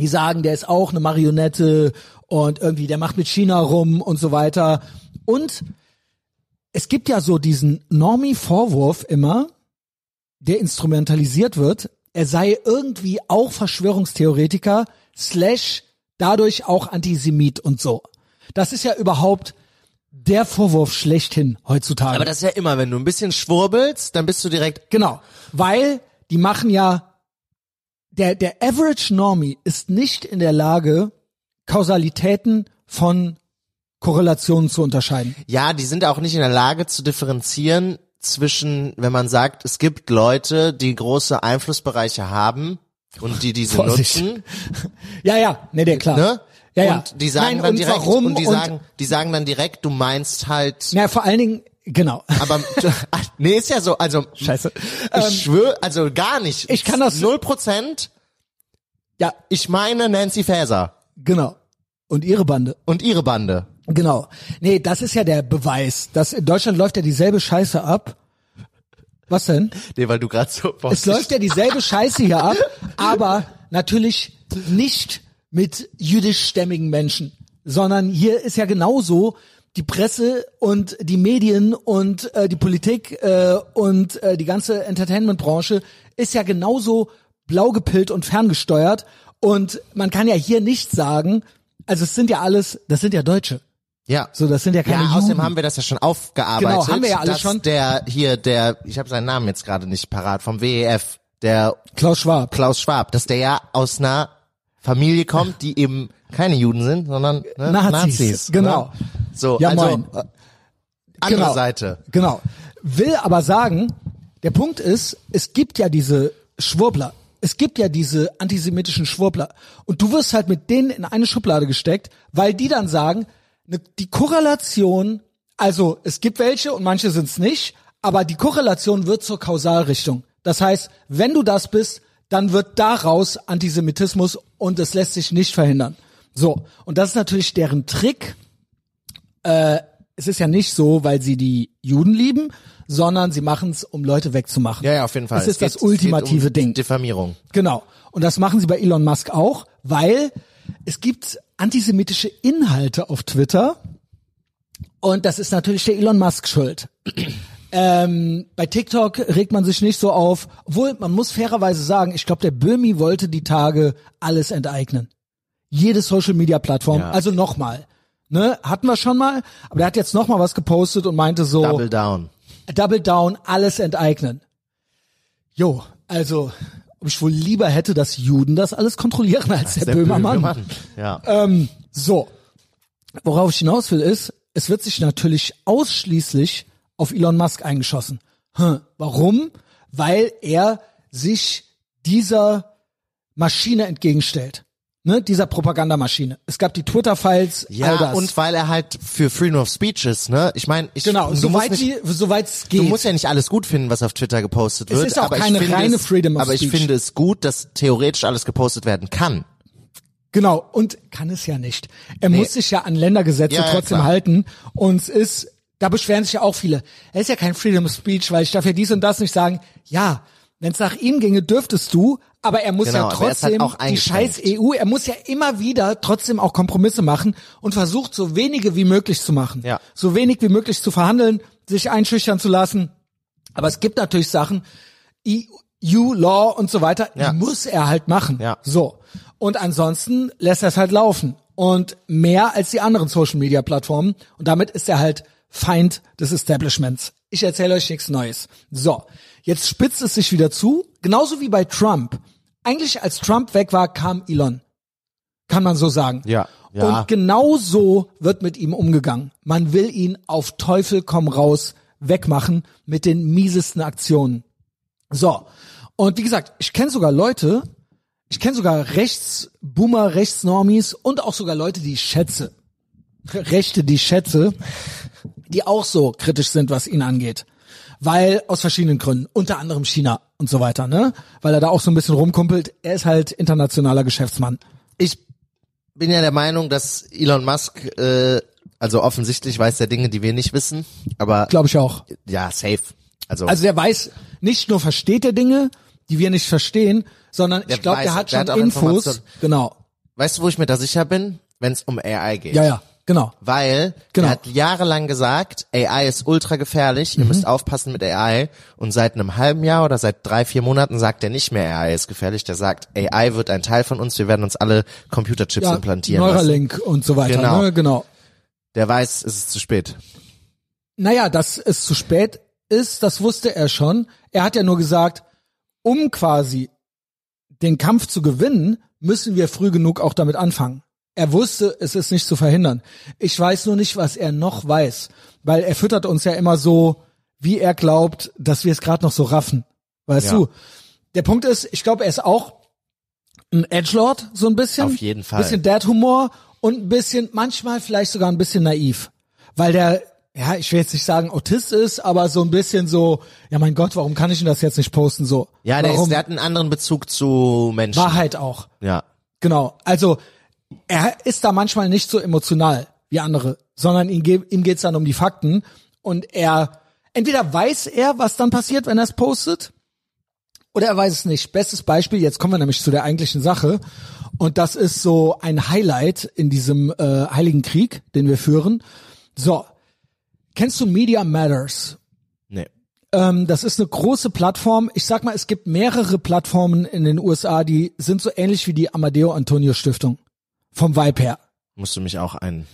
Die sagen, der ist auch eine Marionette und irgendwie, der macht mit China rum und so weiter. Und es gibt ja so diesen Normie-Vorwurf immer, der instrumentalisiert wird, er sei irgendwie auch Verschwörungstheoretiker, slash dadurch auch Antisemit und so. Das ist ja überhaupt der Vorwurf schlechthin heutzutage. Aber das ist ja immer, wenn du ein bisschen schwurbelst, dann bist du direkt Genau, weil die machen ja der der Average Normie ist nicht in der Lage Kausalitäten von Korrelationen zu unterscheiden. Ja, die sind auch nicht in der Lage zu differenzieren zwischen, wenn man sagt, es gibt Leute, die große Einflussbereiche haben und die diese Vorsicht. nutzen, Ja, ja, nee, der klar. ne? Ja, ja. Und die sagen Nein, dann und direkt warum und die und- sagen, die sagen dann direkt, du meinst halt, Na, vor allen Dingen genau. aber nee, ist ja so, also Scheiße. ich schwöre, also gar nicht. Ähm, ich kann das- null Prozent. Ja, Ich meine Nancy Faeser genau. Und ihre Bande. und ihre Bande. Genau. Nee, das ist ja der Beweis, dass in Deutschland läuft ja dieselbe Scheiße ab. Was denn? Nee, weil du gerade so Es läuft ja dieselbe Scheiße hier ab, aber natürlich nicht mit jüdischstämmigen Menschen, sondern hier ist ja genauso die Presse und die Medien und äh, die Politik äh, und äh, die ganze Entertainment-Branche ist ja genauso blau gepillt und ferngesteuert und man kann ja hier nicht sagen, also es sind ja alles, das sind ja Deutsche, Ja. so das sind ja keine Ja, Juden. außerdem haben wir das ja schon aufgearbeitet. Genau, haben wir ja alles dass schon. Der hier, der, ich habe seinen Namen jetzt gerade nicht parat, vom WEF, der Klaus Schwab. Klaus Schwab, dass der ja aus einer Familie kommt, die eben keine Juden sind, sondern ne, Nazis, Nazis. genau. Ne? So, Ja, also moin. äh, andere Genau. Seite. Genau. Will aber sagen, der Punkt ist, es gibt ja diese Schwurbler. Es gibt ja diese antisemitischen Schwurbler. Und du wirst halt mit denen in eine Schublade gesteckt, weil die dann sagen, ne, die Korrelation, also es gibt welche und manche sind es nicht, aber die Korrelation wird zur Kausalrichtung. Das heißt, wenn du das bist, dann wird daraus Antisemitismus und es lässt sich nicht verhindern. So, und das ist natürlich deren Trick, es ist ja nicht so, weil sie die Juden lieben, sondern sie machen es, um Leute wegzumachen. Ja, ja, auf jeden Fall. Das ist das geht- es geht ultimative um Ding. Diffamierung. Genau. Und das machen sie bei Elon Musk auch, weil es gibt antisemitische Inhalte auf Twitter. Und das ist natürlich der Elon Musk schuld. Ähm, bei TikTok regt man sich nicht so auf, obwohl man muss fairerweise sagen, ich glaube, der Böhmi wollte die Tage alles enteignen. Jede Social Media Plattform. Ja. Also nochmal. Ne, hatten wir schon mal, aber der hat jetzt nochmal was gepostet und meinte so. Double down. Double Down, alles enteignen. Jo, also, ob ich wohl lieber hätte, dass Juden das alles kontrollieren als der, Böhmermann. Äh, Böhmermann. Ja. So, worauf ich hinaus will ist, es wird sich natürlich ausschließlich auf Elon Musk eingeschossen. Hm, warum? Weil er sich dieser Maschine entgegenstellt. Ne, dieser Propagandamaschine. Es gab die Twitter-Files, all ja, das. und weil er halt für Freedom of Speech ist, ne? Ich meine, ich genau, du musst soweit nicht, die, soweit es geht. Du musst ja nicht alles gut finden, was auf Twitter gepostet wird. ist auch aber keine ich finde reine es, Freedom of Aber ich Speech. finde es gut, dass theoretisch alles gepostet werden kann. Genau, und kann es ja nicht. Er muss sich ja an Ländergesetze Ja, ja, trotzdem klar. halten. Und es ist, da beschweren sich ja auch viele. Er ist ja kein Freedom of Speech, weil ich darf ja dies und das nicht sagen. Ja, wenn es nach ihm ginge, dürftest du, aber er muss Genau, ja aber er ist halt trotzdem auch die eingeschränkt. scheiß EU, er muss ja immer wieder trotzdem auch Kompromisse machen und versucht, so wenige wie möglich zu machen. Ja. So wenig wie möglich zu verhandeln, sich einschüchtern zu lassen. Aber es gibt natürlich Sachen, EU-Law und so weiter, Ja. die muss er halt machen. Ja. So. Und ansonsten lässt er es halt laufen. Und mehr als die anderen Social Media Plattformen. Und damit ist er halt Feind des Establishments. Ich erzähle euch nichts Neues. So. Jetzt spitzt es sich wieder zu. Genauso wie bei Trump. Eigentlich als Trump weg war, kam Elon. Kann man so sagen. Ja. Ja. Und genau so wird mit ihm umgegangen. Man will ihn auf Teufel komm raus wegmachen mit den miesesten Aktionen. So. Und wie gesagt, ich kenne sogar Leute, ich kenne sogar Rechtsboomer, Rechtsnormis und auch sogar Leute, die ich schätze. Rechte, die ich schätze, die auch so kritisch sind, was ihn angeht. Weil aus verschiedenen Gründen, unter anderem China und so weiter, ne? Weil er da auch so ein bisschen rumkumpelt. Er ist halt internationaler Geschäftsmann. Ich bin ja der Meinung, dass Elon Musk, äh, also offensichtlich weiß er Dinge, die wir nicht wissen, aber Glaube ich auch. ja, safe. Also, Also der weiß, nicht nur versteht er Dinge, die wir nicht verstehen, sondern Der ich glaube, weiß- der hat der schon hat auch Infos. Informationen. Genau. weißt du, wo ich mir da sicher bin? Wenn es um AI geht. Ja, ja, genau. Weil Genau. er hat jahrelang gesagt, AI ist ultra gefährlich, Mhm. ihr müsst aufpassen mit AI. Und seit einem halben Jahr oder seit drei, vier Monaten sagt er nicht mehr, AI ist gefährlich. Der sagt, AI wird ein Teil von uns, wir werden uns alle Computerchips Ja, implantieren lassen. Neuralink und so weiter. Genau. Ne? genau. Der weiß, es ist zu spät. Naja, dass es zu spät ist, das wusste er schon. Er hat ja nur gesagt, um quasi den Kampf zu gewinnen, müssen wir früh genug auch damit anfangen. Er wusste, es ist nicht zu verhindern. Ich weiß nur nicht, was er noch weiß, weil er füttert uns ja immer so, wie er glaubt, dass wir es gerade noch so raffen. Weißt Ja. du? Der Punkt ist, ich glaube, er ist auch ein Edgelord, so ein bisschen. Auf jeden Fall. Bisschen Dad-Humor und ein bisschen, manchmal vielleicht sogar ein bisschen naiv. Weil der, ja, ich will jetzt nicht sagen Autist ist, aber so ein bisschen so, ja mein Gott, warum kann ich denn das jetzt nicht posten so? Ja, der, warum? ist, der hat einen anderen Bezug zu Menschen. Wahrheit auch. Ja. Genau. Also er ist da manchmal nicht so emotional wie andere, sondern ihm, ge ihm geht's dann um die Fakten und er entweder weiß er, was dann passiert, wenn er es postet, oder er weiß es nicht. Bestes Beispiel, jetzt kommen wir nämlich zu der eigentlichen Sache und das ist so ein Highlight in diesem äh, heiligen Krieg, den wir führen. So, kennst du Media Matters? Nee. Ähm, das ist eine große Plattform. Ich sag mal, es gibt mehrere Plattformen in den USA, die sind so ähnlich wie die Amadeo Antonio Stiftung. Vom Vibe her. Musst du mich auch ein.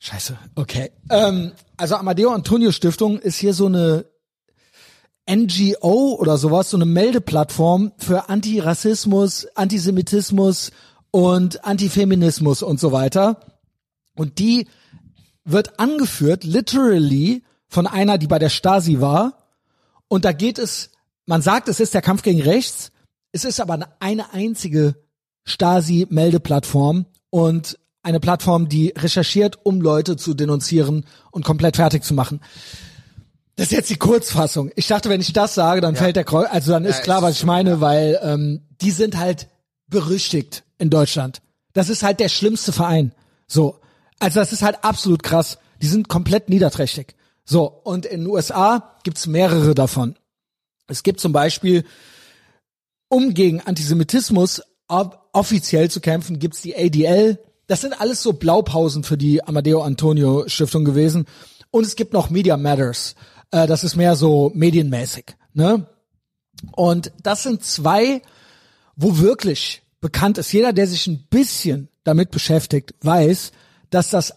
Scheiße. Okay. Ähm, also Amadeo Antonio Stiftung ist hier so eine NGO oder sowas, so eine Meldeplattform für Antirassismus, Antisemitismus und Antifeminismus und so weiter. Und die wird angeführt, literally, von einer, die bei der Stasi war. Und da geht es, man sagt, es ist der Kampf gegen rechts. Es ist aber eine einzige Stasi-Meldeplattform und eine Plattform, die recherchiert, um Leute zu denunzieren und komplett fertig zu machen. Das ist jetzt die Kurzfassung. Ich dachte, wenn ich das sage, dann fällt der Kreuz, also dann ist Ja, klar, ist was ich so, meine, weil ähm, die sind halt berüchtigt in Deutschland. Das ist halt der schlimmste Verein. So. Also das ist halt absolut krass. Die sind komplett niederträchtig. So, und in den USA gibt's mehrere davon. Es gibt zum Beispiel, um gegen Antisemitismus ob, offiziell zu kämpfen, gibt's die ADL. Das sind alles so Blaupausen für die Amadeo Antonio Stiftung gewesen. Und es gibt noch Media Matters. Äh, das ist mehr so medienmäßig. Ne? Und das sind zwei, wo wirklich bekannt ist. Jeder, der sich ein bisschen damit beschäftigt, weiß, dass das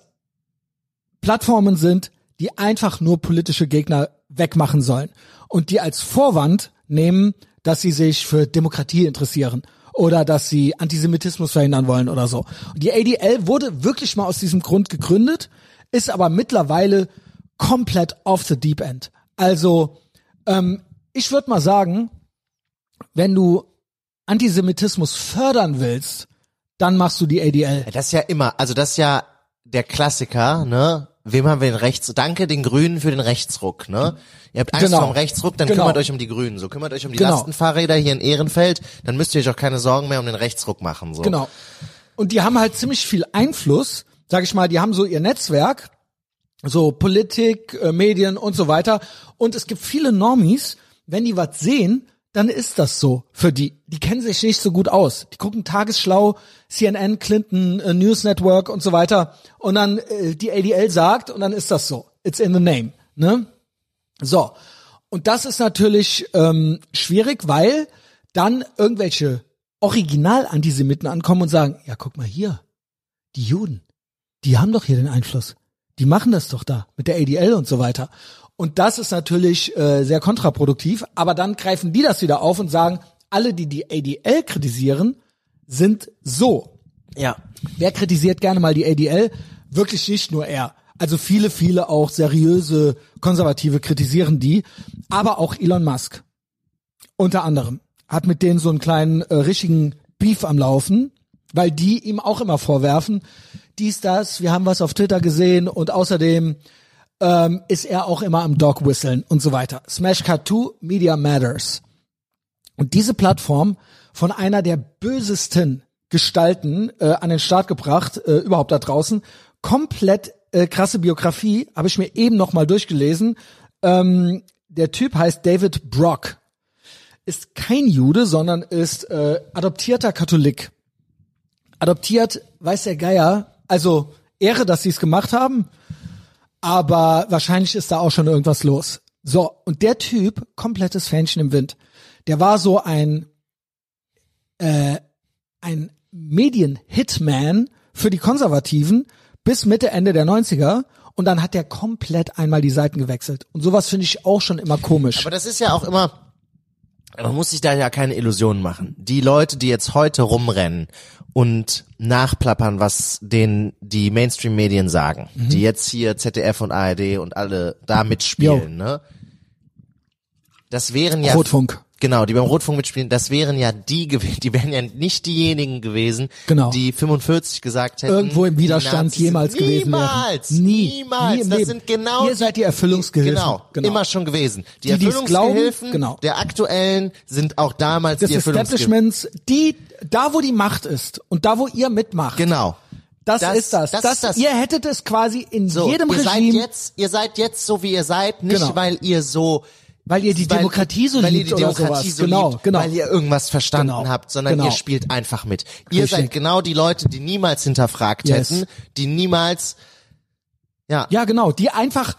Plattformen sind, die einfach nur politische Gegner wegmachen sollen und die als Vorwand nehmen, dass sie sich für Demokratie interessieren oder dass sie Antisemitismus verhindern wollen oder so. Und die ADL wurde wirklich mal aus diesem Grund gegründet, ist aber mittlerweile komplett off the deep end. Also ähm, ich würde mal sagen, wenn du Antisemitismus fördern willst, dann machst du die ADL. Ja, Das ist ja immer, also das ist ja der Klassiker, ne? Wem haben wir den Rechts? Danke den Grünen für den Rechtsruck, ne? Ihr habt Angst Genau. vor dem Rechtsruck, dann Genau. kümmert euch um die Grünen. So kümmert euch um die Genau. Lastenfahrräder hier in Ehrenfeld, dann müsst ihr euch auch keine Sorgen mehr um den Rechtsruck machen. So. Genau. Und die haben halt ziemlich viel Einfluss, sag ich mal, die haben so ihr Netzwerk, so Politik, äh, Medien und so weiter. Und es gibt viele Normies, wenn die was sehen, dann ist das so für die. Die kennen sich nicht so gut aus. Die gucken Tagesschlau, CNN, Clinton, äh, News Network und so weiter. Und dann äh, die ADL sagt und dann ist das so. It's in the name. Ne? So. Und das ist natürlich ähm, schwierig, weil dann irgendwelche Original-Antisemiten ankommen und sagen, ja, guck mal hier, die Juden, die haben doch hier den Einfluss. Die machen das doch da mit der ADL und so weiter. Und das ist natürlich äh, sehr kontraproduktiv, aber dann greifen die das wieder auf und sagen, alle, die die ADL kritisieren, sind so. Ja. Wer kritisiert gerne mal die ADL? Wirklich nicht nur er. Also viele, viele auch seriöse Konservative kritisieren die, aber auch Elon Musk unter anderem hat mit denen so einen kleinen äh, richtigen Beef am Laufen, weil die ihm auch immer vorwerfen, dies, das, wir haben was auf Twitter gesehen und außerdem ähm, ist er auch immer am Dog Whistlen und so weiter. Smash Cut 2, Media Matters. Und diese Plattform von einer der bösesten Gestalten äh, an den Start gebracht, äh, überhaupt da draußen. Komplett äh, krasse Biografie, habe ich mir eben nochmal durchgelesen. Ähm, der Typ heißt David Brock, ist kein Jude, sondern ist äh, adoptierter Katholik. Adoptiert, weiß der Geier, also Ehre, dass sie es gemacht haben, aber wahrscheinlich ist da auch schon irgendwas los. So, und der Typ, komplettes Fähnchen im Wind, der war so ein, äh, ein Medien-Hitman für die Konservativen bis Mitte, Ende der 90er und dann hat der komplett einmal die Seiten gewechselt. Und sowas finde ich auch schon immer komisch. Aber das ist ja auch immer, man muss sich da ja keine Illusionen machen. Die Leute, die jetzt heute rumrennen und nachplappern, was denen die Mainstream-Medien sagen, Mhm. die jetzt hier ZDF und ARD und alle da mitspielen, ne? Das wären ja Rotfunk. Genau, die beim Rotfunk mitspielen, das wären ja die gewesen, die wären ja nicht diejenigen gewesen, Genau. die 45 gesagt hätten. irgendwo im die Widerstand Nazis sind jemals gewesen wären. Niemals, Nie, niemals. nie im das Leben. sind genau Ihr seid die Erfüllungsgehilfen. Genau, Genau. immer schon gewesen. Die, Die, die's Erfüllungsgehilfen glauben, genau. der aktuellen sind auch damals des die Erfüllungsgehilfen. Establishments, die, da wo die Macht ist und da wo ihr mitmacht, Genau. das, das- ist das. das ist das. Ihr hättet es quasi in So, jedem ihr seid Regime, jetzt, ihr seid jetzt so wie ihr seid, nicht Genau. weil ihr so weil ihr die weil- Demokratie so weil liebt ihr die oder Demokratie sowas. so genau, liebt, genau. weil ihr irgendwas verstanden Genau, habt, sondern genau. ihr spielt einfach mit. Ihr Richtig. seid genau die Leute, die niemals hinterfragt Yes. hätten, die niemals ja, ja, genau, die einfach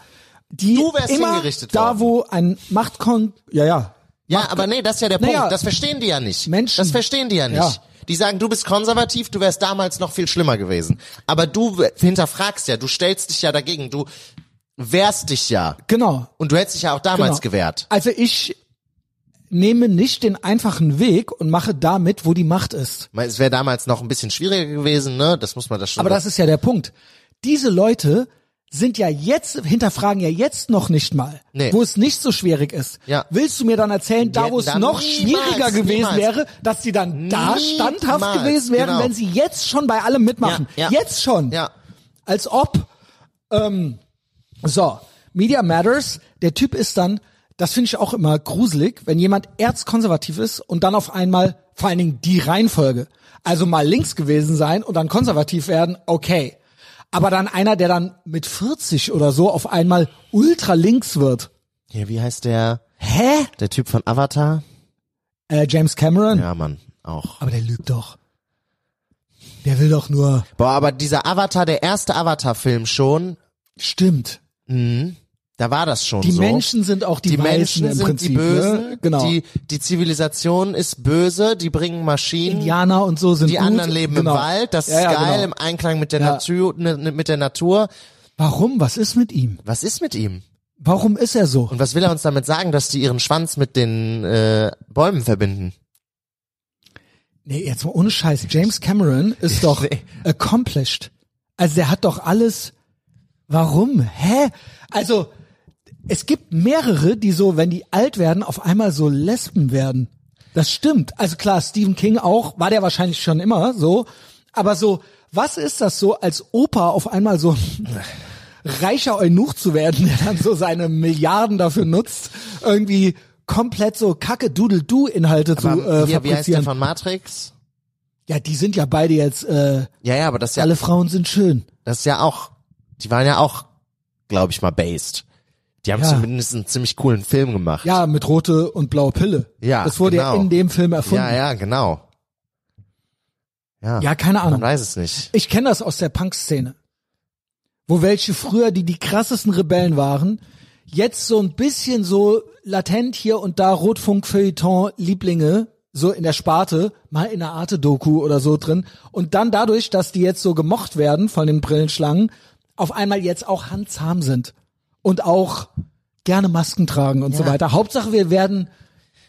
die Du wärst immer hingerichtet worden. da wo ein Machtkon ja, ja. Ja, aber nee, das ist ja der Punkt. Naja, das verstehen die ja nicht. Menschen. Das verstehen die ja nicht. Ja. Die sagen, du bist konservativ, du wärst damals noch viel schlimmer gewesen. Aber du w- hinterfragst ja, du stellst dich ja dagegen, du wehrst dich ja. Genau. Und du hättest dich ja auch damals Genau. gewehrt. Also ich nehme nicht den einfachen Weg und mache damit, wo die Macht ist. Ich meine, Es wäre damals noch ein bisschen schwieriger gewesen, ne? Das muss man das schon. Aber das ist ja der Punkt. Diese Leute sind ja jetzt, hinterfragen ja jetzt noch nicht mal, Nee. wo es nicht so schwierig ist. Ja. Willst du mir dann erzählen, da hätten wo es dann noch niemals, schwieriger gewesen niemals. wäre, dass sie dann da Niemals, standhaft gewesen wären, genau. wenn sie jetzt schon bei allem mitmachen? Ja, ja. Jetzt schon. ja. Als ob. Ähm, so, Media Matters, der Typ ist dann, das finde ich auch immer gruselig, wenn jemand erzkonservativ ist und dann auf einmal, vor allen Dingen die Reihenfolge, also mal links gewesen sein und dann konservativ werden, okay. Aber dann einer, der dann mit 40 oder so auf einmal ultra links wird. Hier, wie heißt der? Hä? Der Typ von Avatar? Äh, James Cameron? Ja, Mann, auch. Aber der lügt doch. Der will doch nur. Boah, aber dieser Avatar, der erste Avatar-Film schon, Stimmt. da war das schon Die so. Menschen sind auch die, die Weißen Menschen im sind Prinzip. die Bösen, ne? Genau. die, die Zivilisation ist böse, die bringen Maschinen, Indianer und so sind die gut. anderen leben genau. im Wald, das ja, ist ja, geil, Genau. im Einklang mit der, Ja. Natur, ne, ne- mit der Natur. Warum? Was ist mit ihm? Was ist mit ihm? Warum ist er so? Und was will er uns damit sagen, dass die ihren Schwanz mit den äh, Bäumen verbinden? Nee, jetzt mal ohne Scheiß. James Cameron ist doch Nee. accomplished. Also der hat doch alles. Warum? Hä? Also es gibt mehrere, die so, wenn die alt werden, auf einmal so Lesben werden. Das stimmt. Also klar, Stephen King auch, war der wahrscheinlich schon immer so. Aber so, was ist das so, als Opa auf einmal so reicher Eunuch zu werden, der dann so seine Milliarden dafür nutzt, irgendwie komplett so kacke Doodle-Doo-Inhalte zu äh, hier, wie heißt der fabrizieren. von Matrix? Ja, die sind ja beide jetzt, äh, Ja, ja, aber das ist ja, alle Frauen sind schön. das ist ja auch, die waren ja auch, glaube ich mal, based. Die haben Ja. zumindest einen ziemlich coolen Film gemacht. Ja, mit rote und blaue Pille. Ja, Das wurde ja genau. in dem Film erfunden. ja, ja, genau. Ja, Ja, genau. keine man Ahnung. weiß es nicht. Ich kenne das aus der Punk-Szene. Wo welche früher, die die krassesten Rebellen waren, jetzt so ein bisschen so latent hier und da Rotfunk, Feuilleton, Lieblinge, so in der Sparte, mal in einer Arte-Doku oder so drin. Und dann dadurch, dass die jetzt so gemocht werden von den Brillenschlangen, auf einmal jetzt auch handzahm sind. Und auch gerne Masken tragen und so weiter. Hauptsache, wir werden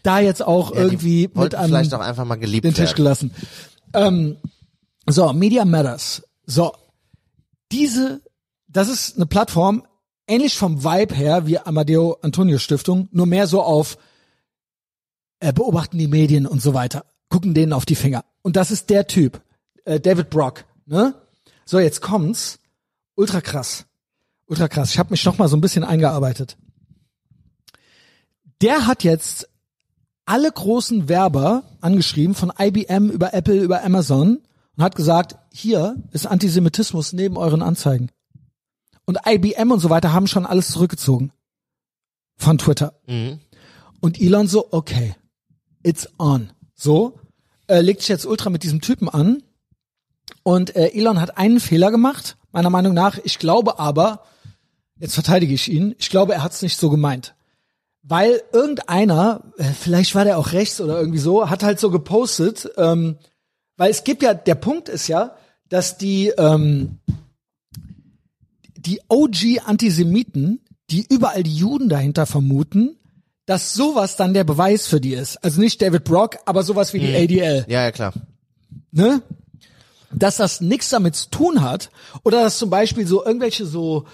da jetzt auch Ja, irgendwie die mit wollten einem vielleicht auch einfach mal geliebt den Tisch werden. gelassen. Ähm, so, Media Matters. So, diese, das ist eine Plattform, ähnlich vom Vibe her wie Amadeo Antonio Stiftung, nur mehr so auf äh, beobachten die Medien und so weiter, gucken denen auf die Finger. Und das ist der Typ, äh, David Brock. Ne? So, jetzt kommt's. Ultra krass. Ultra krass. Ich habe mich noch mal so ein bisschen eingearbeitet. Der hat jetzt alle großen Werber angeschrieben, von IBM über Apple über Amazon und hat gesagt, hier ist Antisemitismus neben euren Anzeigen. Und IBM und so weiter haben schon alles zurückgezogen von Twitter. Und Elon so, okay, it's on. So, äh, legt sich jetzt ultra mit diesem Typen an. Und äh, Elon hat einen Fehler gemacht, meiner Meinung nach. Ich glaube aber, jetzt verteidige ich ihn, ich glaube, er hat es nicht so gemeint weil irgendeiner, äh, vielleicht war der auch rechts oder irgendwie so, hat halt so gepostet, ähm, weil es gibt ja, der Punkt ist ja, dass die, ähm, die OG-Antisemiten, die überall die Juden dahinter vermuten, dass sowas dann der Beweis für die ist. Also nicht David Brock, aber sowas wie die ADL Ja, ja, klar. ne? Dass das nichts damit zu tun hat oder dass zum Beispiel so irgendwelche so,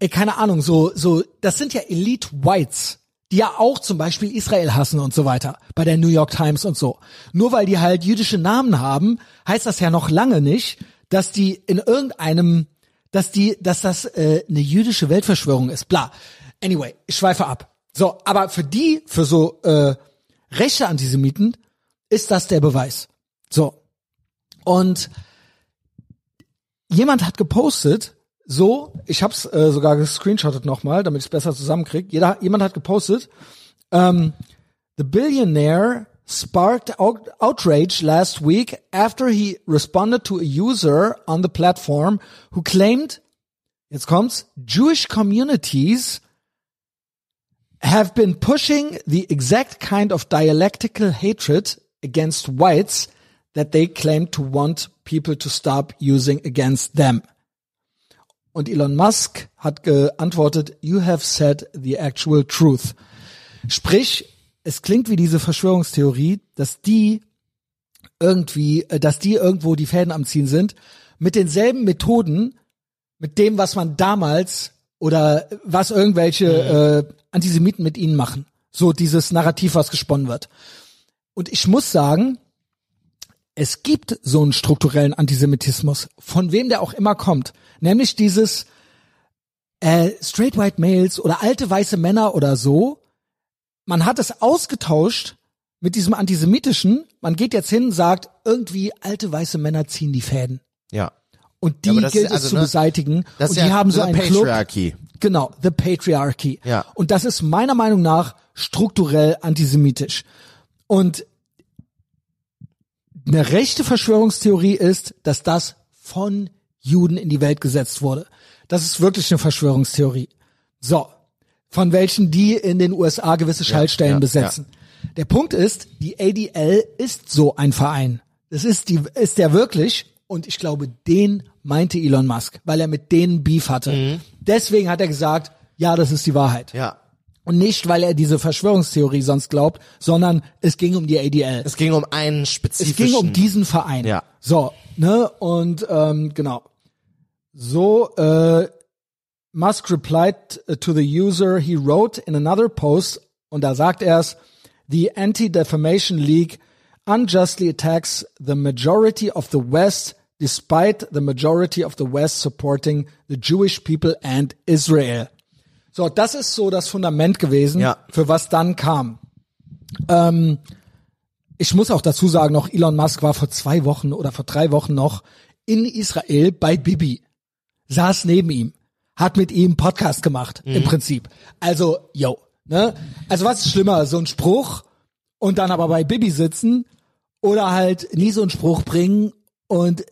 ey, keine Ahnung, so, so, das sind ja Elite Whites, die ja auch zum Beispiel Israel hassen und so weiter, bei der New York Times und so. Nur weil die halt jüdische Namen haben, heißt das ja noch lange nicht, dass die in irgendeinem, dass die, dass das äh, eine jüdische Weltverschwörung ist, bla. Anyway, ich schweife ab. So, aber für die, für so äh, rechte Antisemiten, ist das der Beweis. So, und jemand hat gepostet, so, ich hab's äh, sogar gescreenshottet nochmal, damit ich's besser zusammenkrieg. Jeder, jemand hat gepostet, ähm, The billionaire sparked out- outrage last week after he responded to a user on the platform who claimed, jetzt kommt's, Jewish communities have been pushing the exact kind of dialectical hatred against whites that they claim to want people to stop using against them. Und Elon Musk hat geantwortet, you have said the actual truth. Sprich, es klingt wie diese Verschwörungstheorie, dass die irgendwie, äh, dass die irgendwo die Fäden am Ziehen sind, mit denselben Methoden, mit dem, was man damals oder was irgendwelche äh, Antisemiten mit ihnen machen. So dieses Narrativ, was gesponnen wird. Und ich muss sagen, es gibt so einen strukturellen Antisemitismus, von wem der auch immer kommt. Nämlich dieses äh, straight white males oder alte weiße Männer oder so. Man hat es ausgetauscht mit diesem antisemitischen. Man geht jetzt hin und sagt, irgendwie alte weiße Männer ziehen die Fäden. Ja. Und die aber das gilt ist es also, zu ne, beseitigen. Das und ist ja die haben so the einen Club. Patriarchy. Genau, The Patriarchy. Ja. Und das ist meiner Meinung nach strukturell antisemitisch. Und eine rechte Verschwörungstheorie ist, dass das von Juden in die Welt gesetzt wurde. Das ist wirklich eine Verschwörungstheorie. So, von welchen die in den USA gewisse Schaltstellen ja, besetzen. Der Punkt ist, die ADL ist so ein Verein. Das ist die, ist der wirklich. Und ich glaube, den meinte Elon Musk, weil er mit denen Beef hatte. Mhm. Deswegen hat er gesagt, ja, das ist die Wahrheit. Ja. Und nicht, weil er diese Verschwörungstheorie sonst glaubt, sondern es ging um die ADL. Es ging um einen spezifischen. Es ging um diesen Verein. Ja. So, ne? Und ähm, genau. So, äh, Musk replied uh, to the user he wrote in another post, und da sagt er es, the Anti-Defamation League unjustly attacks the majority of the West, despite the majority of the West supporting the Jewish people and Israel. So, das ist so das Fundament gewesen, Ja. für was dann kam. Ähm, ich muss auch dazu sagen, noch Elon Musk war vor zwei Wochen oder vor drei Wochen noch in Israel bei Bibi, saß neben ihm, hat mit ihm Podcast gemacht, im Mhm. Prinzip. Also, yo, ne? Also was ist schlimmer, so ein Spruch und dann aber bei Bibi sitzen oder halt nie so einen Spruch bringen und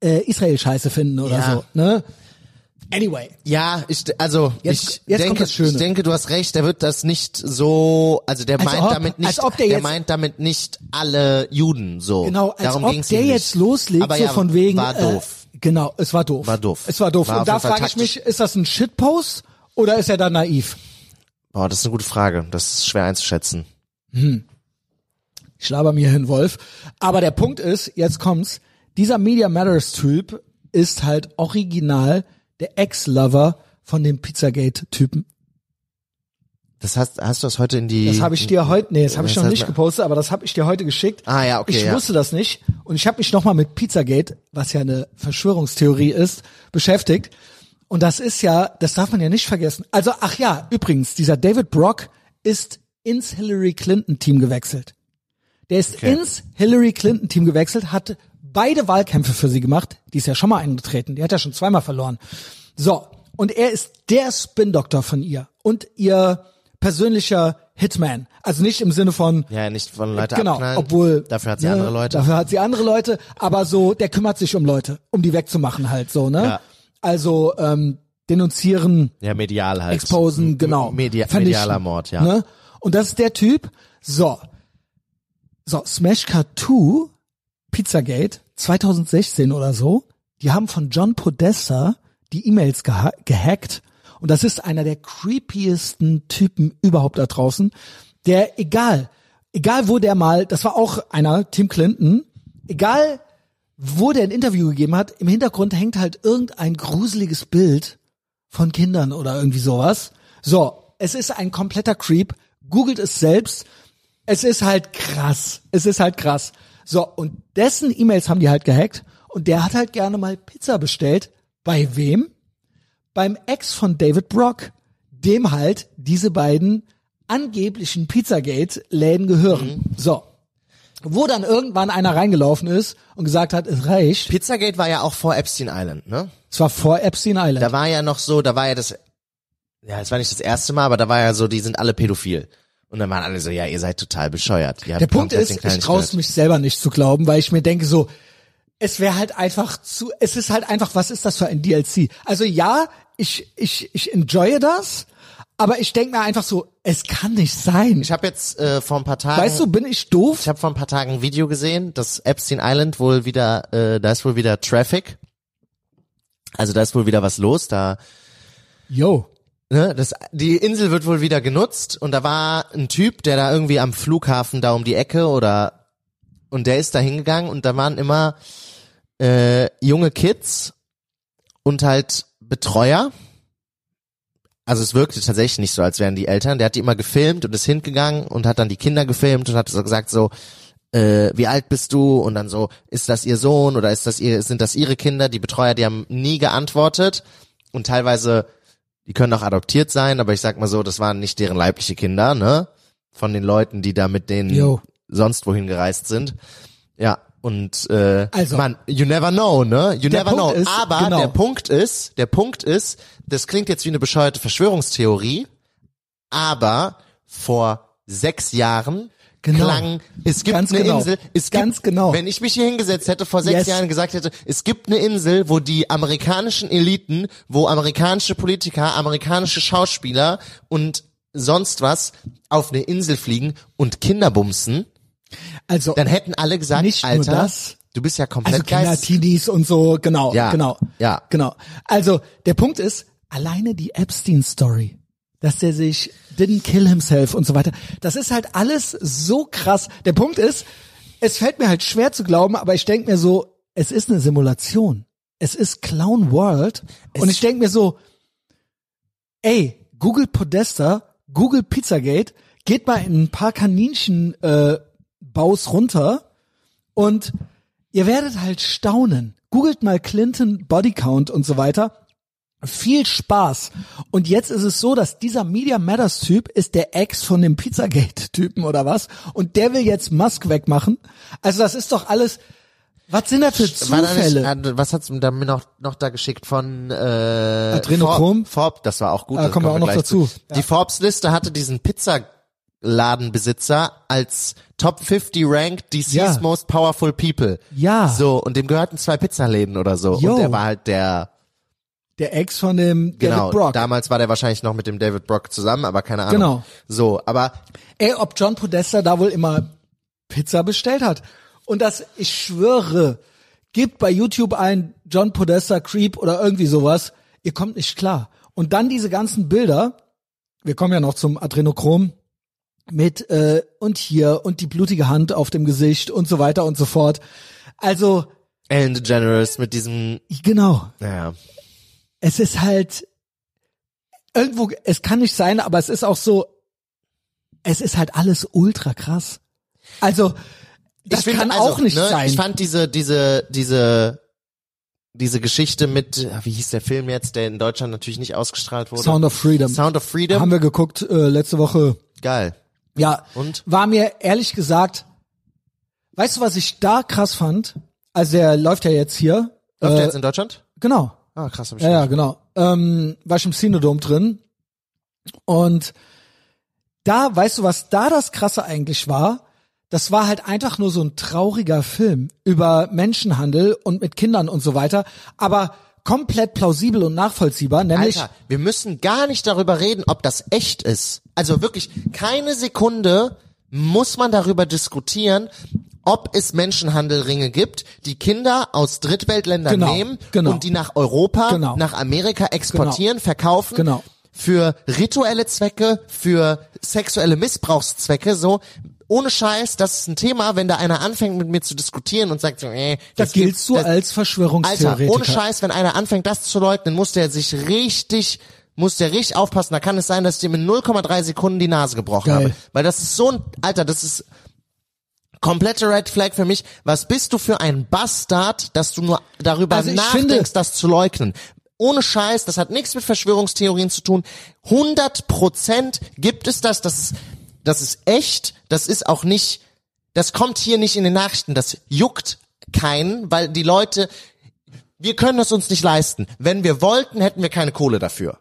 äh, Israel scheiße finden oder Ja. so, ne? Anyway, Ja, ich, also, Jetzt- ich, jetzt kommt denke, das Schöne. ich denke, du hast recht, der wird das nicht so, also der Als meint ob- damit nicht, als ob der jetzt- meint damit nicht alle Juden so. Genau, als Darum ob ging's der ihm nicht. jetzt loslegt, Aber so ja, von wegen. War doof. Äh, genau, es war doof. War doof. Es war doof. War auf Und da jeden Fall frage ich taktisch. mich, ist das ein Shitpost oder ist er da naiv? Boah, das ist eine gute Frage. Das ist schwer einzuschätzen. Ich laber mir hin, Wolf. Aber der Punkt ist, jetzt kommt's, dieser Media Matters Typ ist halt original der Ex-Lover von dem Pizzagate-Typen. Das hast, hast du das heute in die. Das habe ich dir heute, nee, das habe ich Das noch hat nicht mir- gepostet, aber das habe ich dir heute geschickt. Ah, ja, okay, Ich ja. wusste das nicht und ich habe mich nochmal mit Pizzagate, was ja eine Verschwörungstheorie ist, beschäftigt. Und das ist ja, das darf man ja nicht vergessen. Also, ach ja, übrigens, dieser David Brock ist ins Hillary Clinton Team gewechselt. Der ist Okay. ins Hillary Clinton Team gewechselt, hat beide Wahlkämpfe für sie gemacht. Die ist ja schon mal eingetreten. Die hat ja schon zweimal verloren. So. Und er ist der Spin-Doktor von ihr und ihr persönlicher Hitman. Also nicht im Sinne von, Ja, nicht von Leute genau, abknallen. obwohl, Dafür hat sie ne, andere Leute. Dafür hat sie andere Leute, aber so, der kümmert sich um Leute, um die wegzumachen halt so, ne? Ja. Also, ähm, denunzieren, ja, medial halt. exposen, genau. Media, vernichten, medialer Mord, ja. Ne? Und das ist der Typ. So. So, Smash Cut 2, Pizzagate, 2016 oder so, die haben von John Podesta die E-Mails geha gehackt. Und das ist einer der creepiesten Typen überhaupt da draußen, der egal, egal wo der mal, das war auch einer, Tim Clinton, egal wo der ein Interview gegeben hat, im Hintergrund hängt halt irgendein gruseliges Bild von Kindern oder irgendwie sowas. So, es ist ein kompletter Creep. Googelt es selbst. Es ist halt krass. Es ist halt krass. So, und dessen E-Mails haben die halt gehackt. Und der hat halt gerne mal Pizza bestellt. Bei wem? Beim Ex von David Brock, dem halt diese beiden angeblichen Pizzagate-Läden gehören. So. Wo dann irgendwann einer reingelaufen ist und gesagt hat, es reicht. Pizzagate war ja auch vor Epstein Island, ne? Es war vor Epstein Island. Da war ja noch so, da war ja das, ja, das war nicht das erste Mal, aber da war ja so, die sind alle pädophil. Und dann waren alle so, ja, ihr seid total bescheuert. Ihr habt Der Punkt komplett ist, den Kleinen ich traue gehört. mich selber nicht zu glauben, weil ich mir denke so, es wäre halt einfach zu, es ist halt einfach, was ist das für ein DLC? Also ja, ich, ich, ich enjoye das, aber ich denke mir einfach so, es kann nicht sein. Ich habe jetzt äh, vor ein paar Tagen, Weißt du, bin ich doof? ich habe vor ein paar Tagen ein Video gesehen, dass Epstein Island wohl wieder, äh, da ist wohl wieder Traffic. Also da ist wohl wieder was los, da Yo. ne, das, die Insel wird wohl wieder genutzt und da war ein Typ, der da irgendwie am Flughafen da um die Ecke oder und der ist da hingegangen und da waren immer äh, junge Kids und halt Betreuer. Also es wirkte tatsächlich nicht so, als wären die Eltern. Der hat die immer gefilmt und ist hingegangen und hat dann die Kinder gefilmt und hat so gesagt so, äh, wie alt bist du? Und dann so, ist das ihr Sohn oder ist das ihr, sind das ihre Kinder? Die Betreuer, die haben nie geantwortet und teilweise, die können auch adoptiert sein, aber ich sag mal so, das waren nicht deren leibliche Kinder, ne? Von den Leuten, die da mit denen Jo. sonst wohin gereist sind. Ja, und äh, Also- man, you never know, ne? You Der never Punkt know. ist, aber genau. der Punkt ist, der Punkt ist, das klingt jetzt wie eine bescheuerte Verschwörungstheorie, aber vor sechs Jahren Genau. klang, es gibt Ganz eine genau. Insel, es gibt, Ganz genau. wenn ich mich hier hingesetzt hätte vor sechs Yes. Jahren gesagt hätte, es gibt eine Insel, wo die amerikanischen Eliten, wo amerikanische Politiker, amerikanische Schauspieler und sonst was auf eine Insel fliegen und Kinder bumsen, Also, dann hätten alle gesagt, Nicht nur Alter, das. du bist ja komplett also Kinder, geistig. Teenies und so, genau, Ja, genau, ja. genau. Also, der Punkt ist, alleine die Epstein-Story, dass der sich didn't kill himself und so weiter, das ist halt alles so krass. Der Punkt ist, es fällt mir halt schwer zu glauben, aber ich denke mir so, es ist eine Simulation. Es ist Clown World. und ich denke mir so, ey, Google Podesta, Google Pizzagate, geht mal in ein paar Kaninchen äh, Baus runter und ihr werdet halt staunen. Googelt mal Clinton Bodycount und so weiter. Viel Spaß. Und jetzt ist es so, dass dieser Media Matters Typ ist der Ex von dem Pizzagate Typen oder was? Und der will jetzt Musk wegmachen. Also das ist doch alles, was sind das für War da nicht, Zufälle? äh, was hat's da mir noch, noch da geschickt von äh, Adrenochrom? Forbes, Forb, das war auch gut. Ah, das kommen wir auch noch gleich dazu. Die Forbes-Liste hatte diesen Pizzaladenbesitzer als Top 50 ranked DC's Ja. most powerful people. Ja. So, und dem gehörten zwei Pizzaläden oder so. Yo. Und der war halt der, Der Ex von dem genau, David Brock. damals war der wahrscheinlich noch mit dem David Brock zusammen, aber keine Ahnung. Genau. So, aber Ey, ob John Podesta da wohl immer Pizza bestellt hat. Und das, ich schwöre, gebt bei YouTube ein John Podesta Creep oder irgendwie sowas, ihr kommt nicht klar. Und dann diese ganzen Bilder, wir kommen ja noch zum Adrenochrom, mit äh, und hier und die blutige Hand auf dem Gesicht und so weiter und so fort. Also, Ellen DeGeneres mit diesem, genau, naja, es ist halt irgendwo, es kann nicht sein, aber es ist auch so, es ist halt alles ultra krass. Also, das ich find, kann also, auch nicht ne, sein. Ich fand diese, diese, diese, diese Geschichte mit, äh, wie hieß der Film jetzt, der in Deutschland natürlich nicht ausgestrahlt wurde? Sound of Freedom. Sound of Freedom. Haben wir geguckt äh, letzte Woche. Geil. Ja, Und? war mir ehrlich gesagt, weißt du, was ich da krass fand? Also der läuft ja jetzt hier. Läuft äh, der jetzt in Deutschland? Genau. Ah, krass, hab ich Ja, ja, nicht. genau. Ähm, war ich im Cinedom drin. Und da, weißt du, was da das Krasse eigentlich war? Das war halt einfach nur so ein trauriger Film über Menschenhandel und mit Kindern und so weiter, aber komplett plausibel und nachvollziehbar, nämlich Alter, wir müssen gar nicht darüber reden, ob das echt ist. Also wirklich, keine Sekunde muss man darüber diskutieren, ob es Menschenhandelringe gibt, die Kinder aus Drittweltländern Genau, nehmen genau. und die nach Europa, Genau. nach Amerika exportieren, verkaufen. Genau. Für rituelle Zwecke, für sexuelle Missbrauchszwecke, so. Ohne Scheiß, das ist ein Thema, wenn da einer anfängt mit mir zu diskutieren und sagt, so, äh, da das gibt- giltst du das- als Alter, Verschwörungstheoretiker. ohne Scheiß, wenn einer anfängt, das zu leugnen, muss der sich richtig, muss der richtig aufpassen. Da kann es sein, dass ich ihm in 0,3 Sekunden die Nase gebrochen Geil. habe. Weil das ist so ein, Alter, das ist komplette Red Flag für mich. Was bist du für ein Bastard, dass du nur darüber Also ich nachdenkst, finde- das zu leugnen? Ohne Scheiß, das hat nichts mit Verschwörungstheorien zu tun. 100 Prozent gibt es das, das ist, das ist echt, das ist auch nicht, das kommt hier nicht in den Nachrichten, das juckt keinen, weil die Leute, wir können es uns nicht leisten. Wenn wir wollten, hätten wir keine Kohle dafür.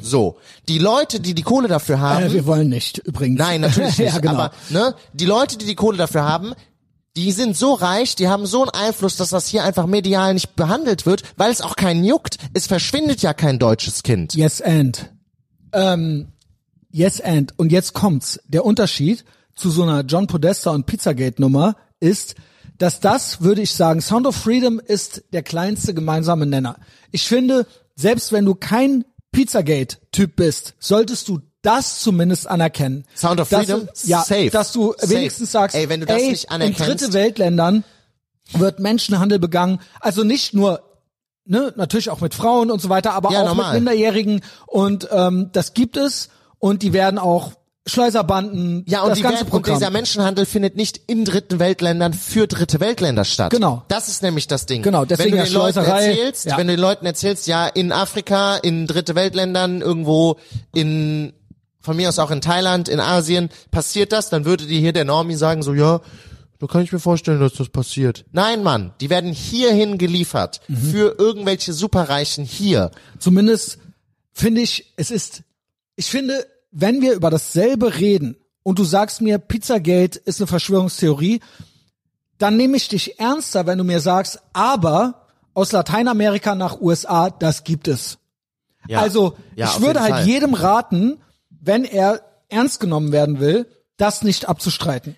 So. Die Leute, die die Kohle dafür haben, Mhm. Äh, wir wollen nicht, übrigens. Nein, natürlich nicht. ja, genau. Aber ne, die Leute, die die Kohle dafür haben, die sind so reich, die haben so einen Einfluss, dass das hier einfach medial nicht behandelt wird, weil es auch keinen juckt. Es verschwindet ja kein deutsches Kind. Yes and. Ähm, yes and. Und jetzt kommt's. Der Unterschied zu so einer John Podesta und Pizzagate Nummer ist, dass das, würde ich sagen, Sound of Freedom ist der kleinste gemeinsame Nenner. Ich finde, selbst wenn du kein Pizzagate-Typ bist, solltest du das zumindest anerkennen. Sound of Dass Freedom? du- ja, Safe. dass du Safe. wenigstens sagst, Ey, wenn du das nicht anerkennst- in dritte Weltländern wird Menschenhandel begangen. Also nicht nur, ne, natürlich auch mit Frauen und so weiter, aber Ja, auch normal. mit Minderjährigen. Und ähm, das gibt es. Und die werden auch Schleuserbanden, Ja, und, das die ganze Welt, und Programm. dieser Menschenhandel findet nicht in dritten Weltländern für dritte Weltländer statt. Genau. Das ist nämlich das Ding. Genau, deswegen wenn du ja den Leuten Schleuserei. erzählst, Ja. wenn du den Leuten erzählst, ja, in Afrika, in dritte Weltländern, irgendwo in von mir aus auch in Thailand, in Asien, passiert das, dann würde dir hier der Normie sagen, so, ja, da kann ich mir vorstellen, dass das passiert. Nein, Mann, die werden hierhin geliefert. Mhm. Für irgendwelche Superreichen hier. zumindest finde ich, es ist, ich finde, wenn wir über dasselbe reden und du sagst mir, Pizzagate ist eine Verschwörungstheorie, dann nehme ich dich ernster, wenn du mir sagst, aber aus Lateinamerika nach USA, das gibt es. Ja. Also, Ja, auf ich würde jeden halt Fall. jedem raten, wenn er ernst genommen werden will, das nicht abzustreiten.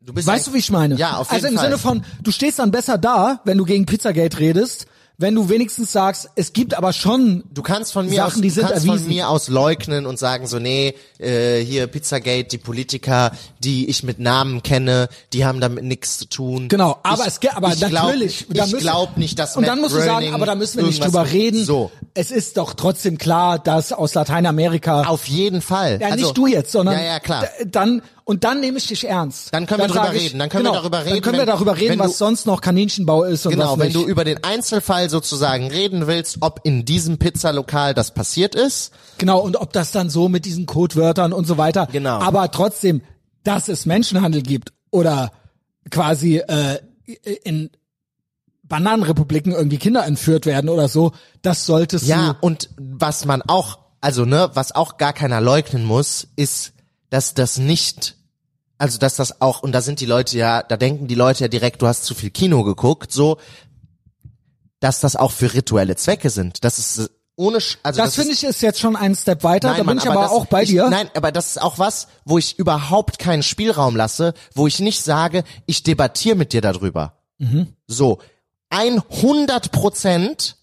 Du bist Weißt ein- du, wie ich meine? Ja, auf also jeden Fall. Also im Sinne von, du stehst dann besser da, wenn du gegen Pizzagate redest, wenn du wenigstens sagst, es gibt aber schon Du kannst von mir Sachen, aus, du die sind kannst von erwiesen. mir aus leugnen und sagen so, nee, äh, hier Pizzagate, die Politiker, die ich mit Namen kenne, die haben damit nichts zu tun. Genau, aber ich, es ge- aber ich glaub- natürlich, da ich müssen- glaube nicht, dass Und Matt dann musst du sagen, Groening aber da müssen wir nicht irgendwas- drüber reden. So, Es ist doch trotzdem klar, dass aus Lateinamerika, auf jeden Fall. ja also, nicht du jetzt, sondern ja, ja, klar. d- dann und dann nehme ich dich ernst. Dann können wir drüber sag ich, reden, dann können wir genau, darüber reden, Dann können wenn- wir darüber wenn reden, du- was sonst noch Kaninchenbau ist und Genau, was wenn nicht. du über den Einzelfall sozusagen reden willst, ob in diesem Pizzalokal das passiert ist, genau und ob das dann so mit diesen Codewörtern und so weiter. Genau. Aber trotzdem, dass es Menschenhandel gibt oder quasi äh, in Bananenrepubliken irgendwie Kinder entführt werden oder so, das solltest Ja, oh, du und was man auch, also ne, was auch gar keiner leugnen muss, ist, dass das nicht, also dass das auch, und da sind die Leute ja, da denken die Leute ja direkt, du hast zu viel Kino geguckt, so, dass das auch für rituelle Zwecke sind. Das ist ohne, Sch- also Das, das finde ich ist jetzt schon ein Step weiter. da bin Mann, ich aber, das, auch bei ich, dir. Nein, aber das ist auch was, wo ich überhaupt keinen Spielraum lasse, wo ich nicht sage, ich debattiere mit dir darüber. Mhm. So, 100 Prozent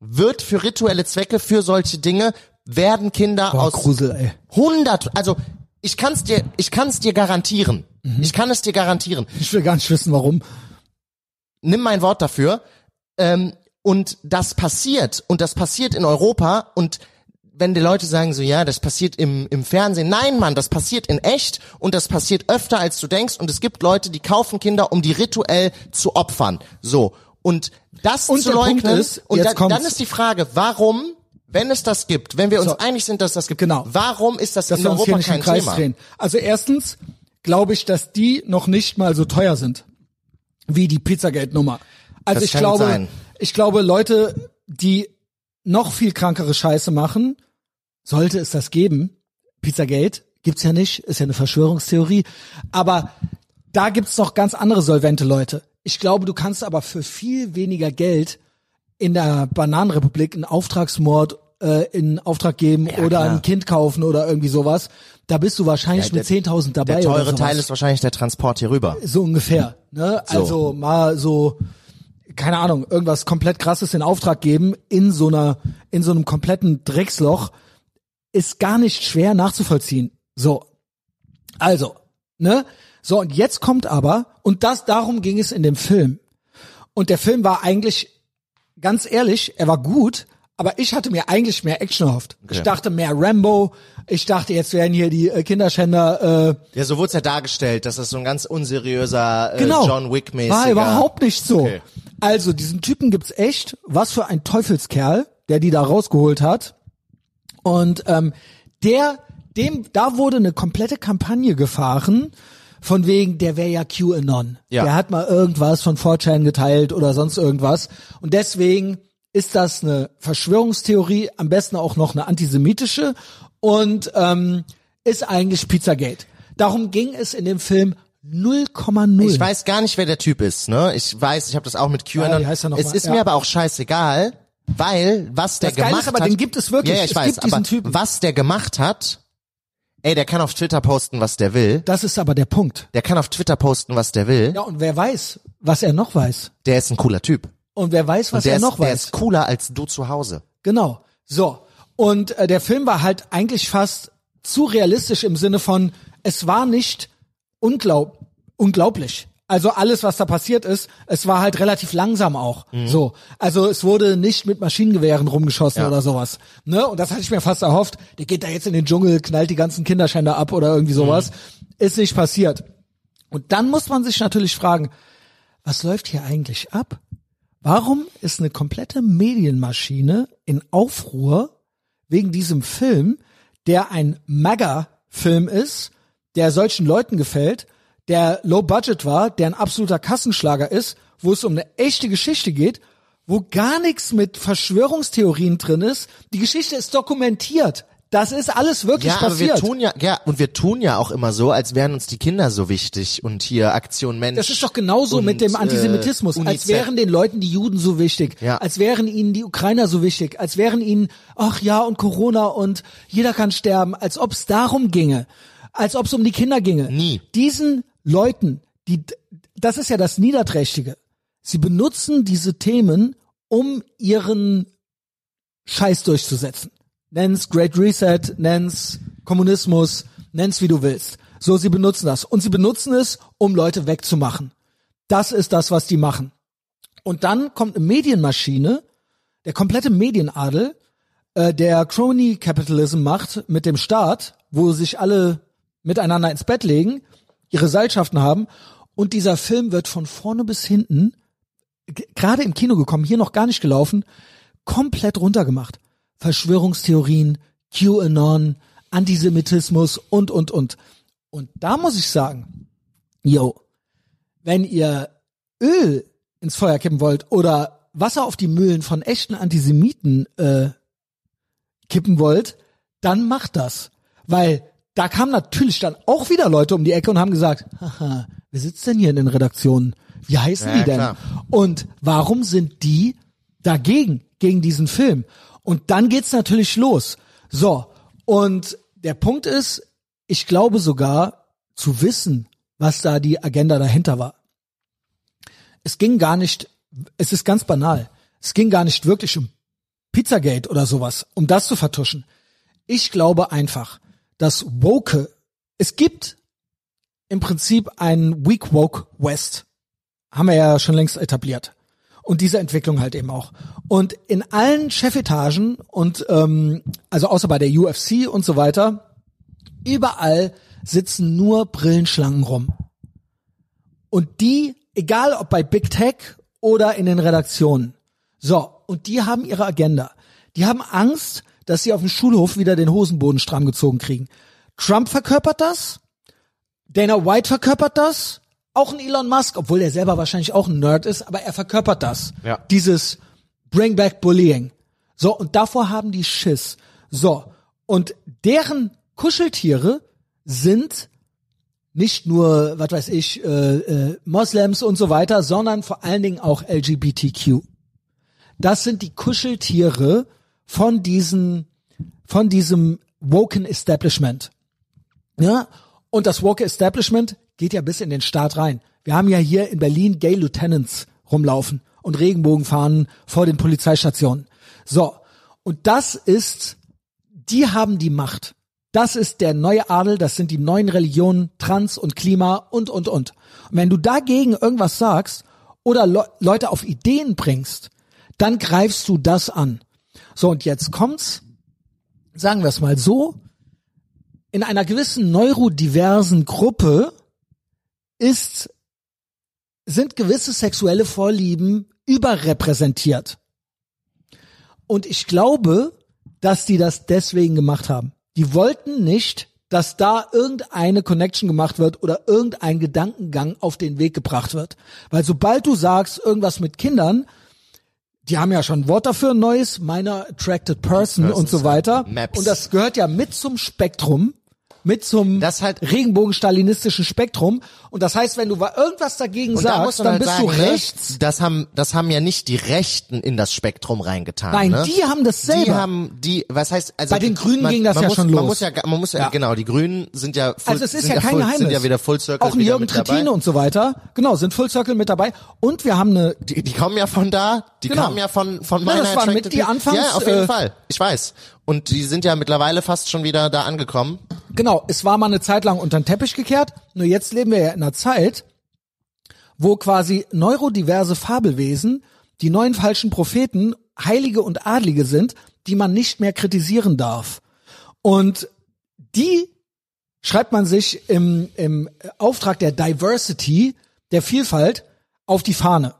wird für rituelle Zwecke, für solche Dinge, werden Kinder Boah, aus Oh, Grusel, ey. 100, also ich kann es dir, ich kann es dir garantieren. Mhm. Ich kann es dir garantieren Ich will gar nicht wissen, warum. nimm mein Wort dafür. Ähm, und das passiert und das passiert in Europa und wenn die Leute sagen so, ja, das passiert im, im Fernsehen. Nein, Mann, das passiert in echt und das passiert öfter, als du denkst. Und es gibt Leute, die kaufen Kinder, um die rituell zu opfern. So. Und das Und zu der leugnen. Punkt ist, und jetzt dann- kommt's. dann ist die Frage, warum, wenn es das gibt, wenn wir uns So. einig sind, dass das gibt, Genau. warum ist das Dass in wir uns Europa hier nicht kein im Kreis Thema? drehen. Also erstens glaube ich, dass die noch nicht mal so teuer sind wie die Pizzagate-Nummer. Also Das ich kann glaube, sein. ich glaube, Leute, die noch viel krankere Scheiße machen, sollte es das geben. Pizzagate gibt's ja nicht, ist ja eine Verschwörungstheorie. Aber da gibt's noch ganz andere solvente Leute. Ich glaube, du kannst aber für viel weniger Geld in der Bananenrepublik einen Auftragsmord äh, in Auftrag geben oder klar. ein Kind kaufen oder irgendwie sowas. Da bist du wahrscheinlich Ja, mit 10.000 dabei. Der oder teure sowas. Teil ist wahrscheinlich der Transport hier rüber. so ungefähr. Ne? So. Also mal so, keine Ahnung, irgendwas komplett krasses in Auftrag geben in so einer, in so einem kompletten Drecksloch ist gar nicht schwer nachzuvollziehen. So. Also, ne? So, und jetzt kommt aber, und das darum ging es in dem Film. Und der Film war eigentlich, ganz ehrlich, er war gut, aber ich hatte mir eigentlich mehr Action erhofft. Ich dachte mehr Rambo, ich dachte, jetzt werden hier die äh, Kinderschänder äh, Ja, so wurde es ja dargestellt, dass das so ein ganz unseriöser äh, genau. John Wick-mäßiger... War überhaupt nicht so. Okay. Also, diesen Typen gibt's echt. Was für ein Teufelskerl, der die da rausgeholt hat. Und ähm, der, dem, da wurde eine komplette Kampagne gefahren, von wegen, der wäre ja QAnon. Ja. Der hat mal irgendwas von 4chan geteilt oder sonst irgendwas. Und deswegen ist das eine Verschwörungstheorie, am besten auch noch eine antisemitische und ähm, ist eigentlich Pizzagate. Darum ging es in dem Film 0,0. Ich weiß gar nicht, wer der Typ ist, ne? Ich weiß, ich habe das auch mit QAnon. Ja, wie heißt er noch es mal? ist Ja. mir aber auch scheißegal, weil was der Das Geile gemacht ist aber, hat. den gibt es wirklich. Ja, ja ich Es weiß, gibt diesen aber Typen. was der gemacht hat, ey, der kann auf Twitter posten, was der will. Das ist aber der Punkt. Der kann auf Twitter posten, was der will. Ja, und wer weiß, was er noch weiß. Der ist ein cooler Typ. Und wer weiß, was der er ist, noch der weiß. ist cooler als du zu Hause. Genau. So. Und äh, der Film war halt eigentlich fast zu realistisch im Sinne von, es war nicht unglaub unglaublich. Also alles, was da passiert ist, es war halt relativ langsam auch. Mhm. So, also es wurde nicht mit Maschinengewehren rumgeschossen Ja. oder sowas. Ne, und das hatte ich mir fast erhofft. Der geht da jetzt in den Dschungel, knallt die ganzen Kinderschänder ab oder irgendwie sowas. Mhm. Ist nicht passiert. Und dann muss man sich natürlich fragen, was läuft hier eigentlich ab? Warum ist eine komplette Medienmaschine in Aufruhr wegen diesem Film, der ein MAGA-Film ist, der solchen Leuten gefällt, der low budget war, der ein absoluter Kassenschlager ist, wo es um eine echte Geschichte geht, wo gar nichts mit Verschwörungstheorien drin ist. Die Geschichte ist dokumentiert. Das ist alles wirklich Ja, aber passiert. wir tun ja, ja, und wir tun ja auch immer so, als wären uns die Kinder so wichtig und hier Aktion Mensch. Das ist doch genauso und, mit dem Antisemitismus, äh, als UNICEF. wären den Leuten die Juden so wichtig, Ja. als wären ihnen die Ukrainer so wichtig, als wären ihnen, ach ja, und Corona und jeder kann sterben, als ob es darum ginge, als ob es um die Kinder ginge. Nie. Diesen Leuten, die, das ist ja das Niederträchtige. Sie benutzen diese Themen, um ihren Scheiß durchzusetzen. Nenn's Great Reset, nenn's Kommunismus, nenn's wie du willst. So, sie benutzen das. Und sie benutzen es, um Leute wegzumachen. Das ist das, was die machen. Und dann kommt eine Medienmaschine, der komplette Medienadel, äh, der Crony Capitalism macht mit dem Staat, wo sich alle miteinander ins Bett legen, ihre Seilschaften haben und dieser Film wird von vorne bis hinten, g- gerade im Kino gekommen, hier noch gar nicht gelaufen, komplett runtergemacht. Verschwörungstheorien, QAnon, Antisemitismus und, und, und. Und da muss ich sagen, yo, wenn ihr Öl ins Feuer kippen wollt oder Wasser auf die Mühlen von echten Antisemiten äh, kippen wollt, dann macht das. Weil da kamen natürlich dann auch wieder Leute um die Ecke und haben gesagt, haha, wer sitzt denn hier in den Redaktionen? Wie heißen Ja, die denn? klar. Und warum sind die dagegen, gegen diesen Film? Und dann geht's natürlich los. So, und der Punkt ist, ich glaube sogar zu wissen, was da die Agenda dahinter war es ging gar nicht, es ist ganz banal, es ging gar nicht wirklich um Pizzagate oder sowas, um das zu vertuschen. Ich glaube einfach, dass Woke, es gibt im Prinzip einen Weak Woke West. Haben wir ja schon längst etabliert. Und diese Entwicklung halt eben auch. Und in allen Chefetagen und ähm, also außer bei der UFC und so weiter, überall sitzen nur Brillenschlangen rum. Und die, egal ob bei Big Tech oder in den Redaktionen. So, und die haben ihre Agenda. Die haben Angst, dass sie auf dem Schulhof wieder den Hosenboden stramm gezogen kriegen. Trump verkörpert das, Dana White verkörpert das, auch ein Elon Musk, obwohl er selber wahrscheinlich auch ein Nerd ist, aber er verkörpert das. Ja. Dieses Bring Back Bullying. So, und davor haben die Schiss. So, und deren Kuscheltiere sind nicht nur, was weiß ich, äh, äh, Moslems und so weiter, sondern vor allen Dingen auch LGBTQ. Das sind die Kuscheltiere von diesen, von diesem woken Establishment. Ja? Und das woke Establishment geht ja bis in den Staat rein. Wir haben ja hier in Berlin Gay Lieutenants rumlaufen und Regenbogenfahnen vor den Polizeistationen. So. Und das ist die haben die Macht. Das ist der neue Adel, das sind die neuen Religionen, Trans und Klima und, und, und. Und wenn du dagegen irgendwas sagst oder Le Leute auf Ideen bringst, dann greifst du das an. So, und jetzt kommt's, sagen wir es mal so, in einer gewissen neurodiversen Gruppe ist, sind gewisse sexuelle Vorlieben überrepräsentiert. Und ich glaube, dass die das deswegen gemacht haben. Die wollten nicht, dass da irgendeine Connection gemacht wird oder irgendein Gedankengang auf den Weg gebracht wird. Weil sobald du sagst, irgendwas mit Kindern, die haben ja schon ein Wort dafür, ein neues, meiner attracted person und so weiter. Maps. Und das gehört ja mit zum Spektrum, mit zum Das halt- Regenbogen-stalinistischen Spektrum. Und das heißt, wenn du wa- irgendwas dagegen Und da muss sagst, man dann halt bist sagen, du ne, rechts. Das haben, das haben ja nicht die Rechten in das Spektrum reingetan. Nein, ne? die haben das selber. Die haben die, was heißt, also Bei den Grünen man, ging das man ja muss, schon Man los. muss ja, man muss ja, Ja. genau, die Grünen sind ja, full, Also es ist sind ja kein full, Geheimnis. sind ja wieder Full Circle Auch ein wieder Jürgen mit dabei. Trittine und so weiter. Genau, sind Full Circle mit dabei. Und wir haben eine, die, die kommen ja von da, die Genau. kamen ja von von Ja, meiner das waren mit Attracted die People. Anfangs- Ja, auf jeden äh, Fall. Ich weiß. Und die sind ja mittlerweile fast schon wieder da angekommen. Genau, es war mal eine Zeit lang unter den Teppich gekehrt, nur jetzt leben wir ja in einer Zeit, wo quasi neurodiverse Fabelwesen die neuen falschen Propheten, Heilige und Adlige sind, die man nicht mehr kritisieren darf. Und die schreibt man sich im, im Auftrag der Diversity, der Vielfalt, auf die Fahne.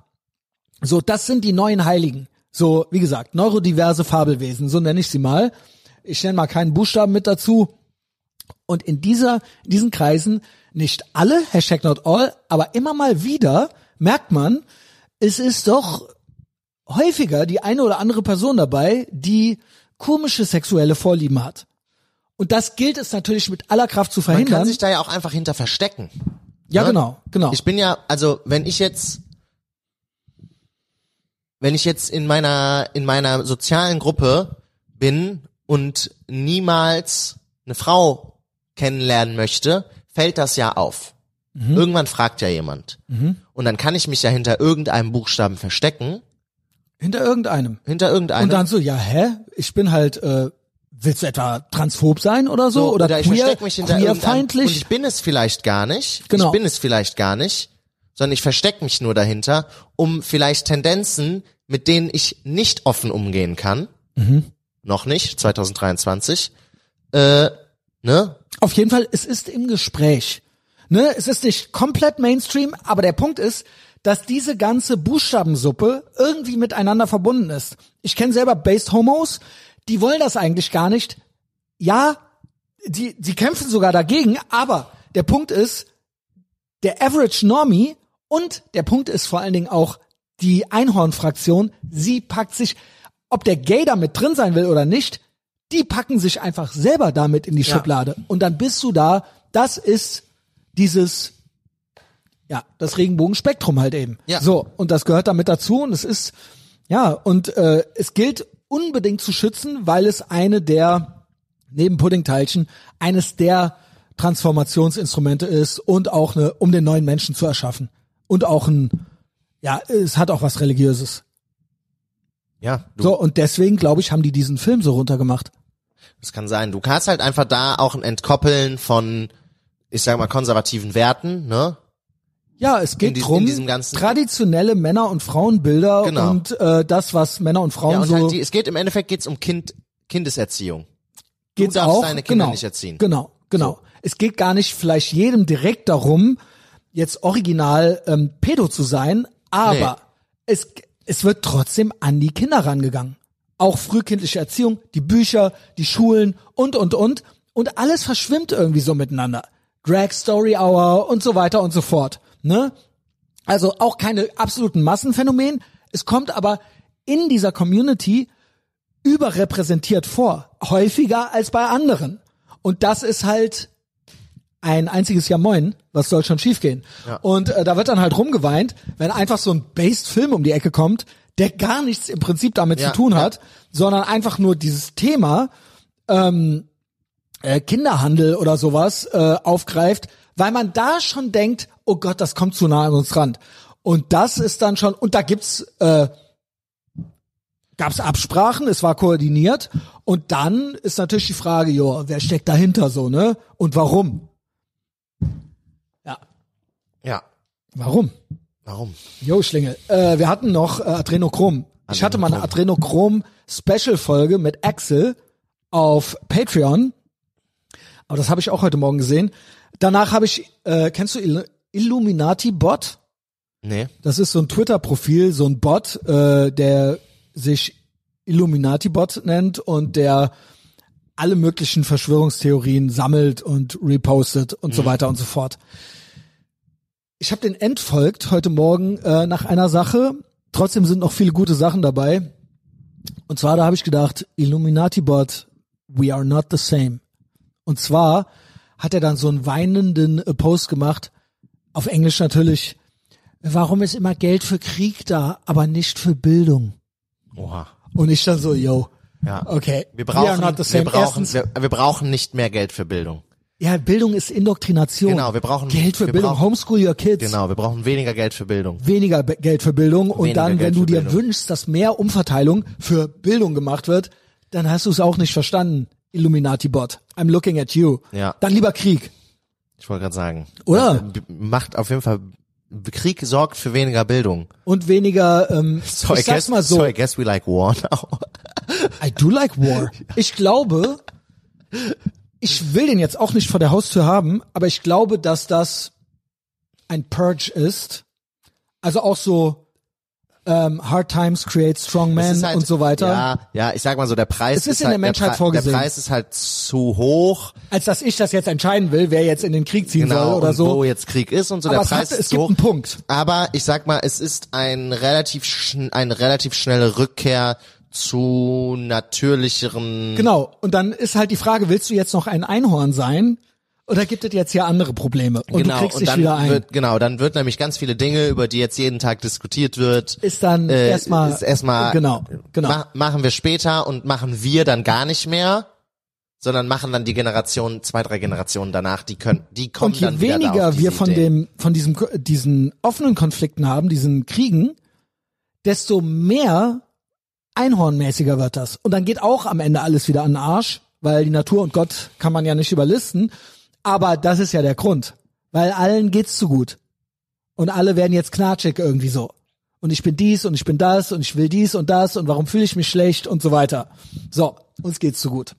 So, das sind die neuen Heiligen. So, wie gesagt, neurodiverse Fabelwesen, so nenne ich sie mal. Ich nenne mal keinen Buchstaben mit dazu. Und in dieser, in diesen Kreisen, nicht alle, Hashtag not all, aber immer mal wieder merkt man, es ist doch häufiger die eine oder andere Person dabei, die komische sexuelle Vorlieben hat. Und das gilt es natürlich mit aller Kraft zu Man verhindern. kann sich da ja auch einfach hinter verstecken. ja, ne? genau, genau. Ich bin ja, also wenn ich jetzt, wenn ich jetzt in meiner in meiner sozialen Gruppe bin und niemals eine Frau kennenlernen möchte, fällt das ja auf. Mhm. Irgendwann fragt ja jemand. Und dann kann ich mich ja hinter irgendeinem Buchstaben verstecken, Hinter irgendeinem. hinter irgendeinem. Und dann so, ja, hä? Ich bin halt, äh, willst du etwa transphob sein oder so? So, oder ich queer, verstecke mich hinter irgendeinem- Und queerfeindlich? ich bin es vielleicht gar nicht. Genau. Ich bin es vielleicht gar nicht, sondern ich verstecke mich nur dahinter, um vielleicht Tendenzen, mit denen ich nicht offen umgehen kann, Mhm. noch nicht, 2023, äh, ne? Auf jeden Fall, es ist im Gespräch. Ne? Es ist nicht komplett Mainstream, aber der Punkt ist, dass diese ganze Buchstabensuppe irgendwie miteinander verbunden ist. Ich kenne selber Based Homos, die wollen das eigentlich gar nicht. Ja, die, die kämpfen sogar dagegen, aber der Punkt ist, der Average Normie und der Punkt ist vor allen Dingen auch die Einhorn-Fraktion, sie packt sich, ob der Gay da mit drin sein will oder nicht, die packen sich einfach selber damit in die Schublade. Und dann bist du da, das ist dieses, ja, das Regenbogenspektrum halt eben. Ja. So, und das gehört damit dazu und es ist, ja, und äh, es gilt unbedingt zu schützen, weil es eine der neben Puddingteilchen eines der Transformationsinstrumente ist und auch eine, um den neuen Menschen zu erschaffen. Und auch ein, ja, es hat auch was Religiöses. Ja, du, So, und deswegen, glaube ich, haben die diesen Film so runtergemacht. das kann sein. Du kannst halt einfach da auch ein Entkoppeln von, ich sag mal, konservativen Werten, ne? Ja, es geht diesem- in drum, diesem ganzen- traditionelle Männer- und Frauenbilder Genau. und äh, das, was Männer und Frauen Ja, und so halt die, es geht im Endeffekt geht's um Kind, Kindeserziehung. geht's darfst auch, deine Kinder genau, nicht erziehen. Genau, genau. Es geht gar nicht vielleicht jedem direkt darum, jetzt original ähm, Pedo zu sein, aber es, es wird trotzdem an die Kinder rangegangen. Auch frühkindliche Erziehung, die Bücher, die Schulen und, und, und. Und alles verschwimmt irgendwie so miteinander. Drag Story Hour und so weiter und so fort. Ne? Also auch keine absoluten Massenphänomen. Es kommt aber in dieser Community überrepräsentiert vor, häufiger als bei anderen. Und das ist halt ein einziges Ja Moin, was soll schon schiefgehen. Und äh, da wird dann halt rumgeweint, wenn einfach so ein Based-Film um die Ecke kommt, der gar nichts im Prinzip damit Ja, zu tun ja. hat, sondern einfach nur dieses Thema ähm, äh, Kinderhandel oder sowas äh, aufgreift, weil man da schon denkt, oh Gott, das kommt zu nah an uns ran. Und das ist dann schon, und da gibt's äh, gab es Absprachen, es war koordiniert und dann ist natürlich die Frage, jo, wer steckt dahinter so, ne? Und warum? Ja, Ja. warum? Warum? Jo, Schlingel, äh, wir hatten noch äh, Adrenochrom. Ich hatte mal eine Adrenochrom-Special-Folge mit Axel auf Patreon, aber das habe ich auch heute Morgen gesehen. Danach habe ich, äh, kennst du Ill Illuminati-Bot? Nee. Das ist so ein Twitter-Profil, so ein Bot, äh, der sich Illuminati-Bot nennt und der alle möglichen Verschwörungstheorien sammelt und repostet und so weiter und so fort. Ich habe den entfolgt heute Morgen äh, nach einer Sache. Trotzdem sind noch viele gute Sachen dabei. Und zwar, da habe ich gedacht, Illuminati-Bot, we are not the same. Und zwar hat er dann so einen weinenden äh, Post gemacht, auf Englisch natürlich, warum ist immer Geld für Krieg da, aber nicht für Bildung? Oha. Und ich dann so, yo, Ja. okay, Wir we are brauchen, not the wir same. brauchen, Erstens, wir, wir brauchen nicht mehr Geld für Bildung. ja, Bildung ist Indoktrination. Genau, wir brauchen- Geld für wir Bildung. brauchen- Homeschool your kids. Genau, wir brauchen weniger Geld für Bildung. Weniger Be Geld für Bildung und Weniger dann, wenn Geld du für dir Bildung. wünschst, dass mehr Umverteilung für Bildung gemacht wird, dann hast du es auch nicht verstanden, Illuminati-Bot. I'm looking at you. Ja. Dann lieber Krieg. Ich wollte gerade sagen. Also, Oder? B- Macht auf jeden Fall, Krieg sorgt für weniger Bildung. Und weniger, ähm, ich I sag's guess, mal so, I guess we like war now. I do like war. Ich glaube, ich will den jetzt auch nicht vor der Haustür haben, aber ich glaube, dass das ein Purge ist. Also auch so ähm, Hard Times create strong Es men ist halt- und so weiter. Ja, ja, ich sag mal so, der Preis Es ist in halt, der Menschheit Pre- vorgesehen. Der Preis ist halt zu hoch, Als dass ich das jetzt entscheiden will, wer jetzt in den Krieg ziehen genau, soll oder und so. wo jetzt Krieg ist und so, Aber der es, hat, Preis es ist gibt zu hoch. einen Punkt. Aber ich sag mal, es ist ein relativ schn eine relativ schnelle Rückkehr zu natürlicheren Genau. Und dann ist halt die Frage, willst du jetzt noch ein Einhorn sein? Oder gibt es jetzt hier andere Probleme? Und genau du kriegst und dich dann wieder ein. wird genau, dann wird nämlich ganz viele Dinge, über die jetzt jeden Tag diskutiert wird, ist dann äh, erstmal ist erstmal genau genau ma machen wir später und machen wir dann gar nicht mehr, sondern machen dann die Generation zwei, drei Generationen danach, die können die kommen und je dann wieder da auf weniger diese wir von Ideen. dem von diesem Ko- diesen offenen Konflikten haben diesen Kriegen desto mehr einhornmäßiger wird das und dann geht auch am Ende alles wieder an den Arsch weil die Natur und Gott kann man ja nicht überlisten aber das ist ja der Grund weil allen geht's zu gut und alle werden jetzt knatschig irgendwie so und ich bin dies und ich bin das und ich will dies und das und warum fühle ich mich schlecht und so weiter so uns geht's zu gut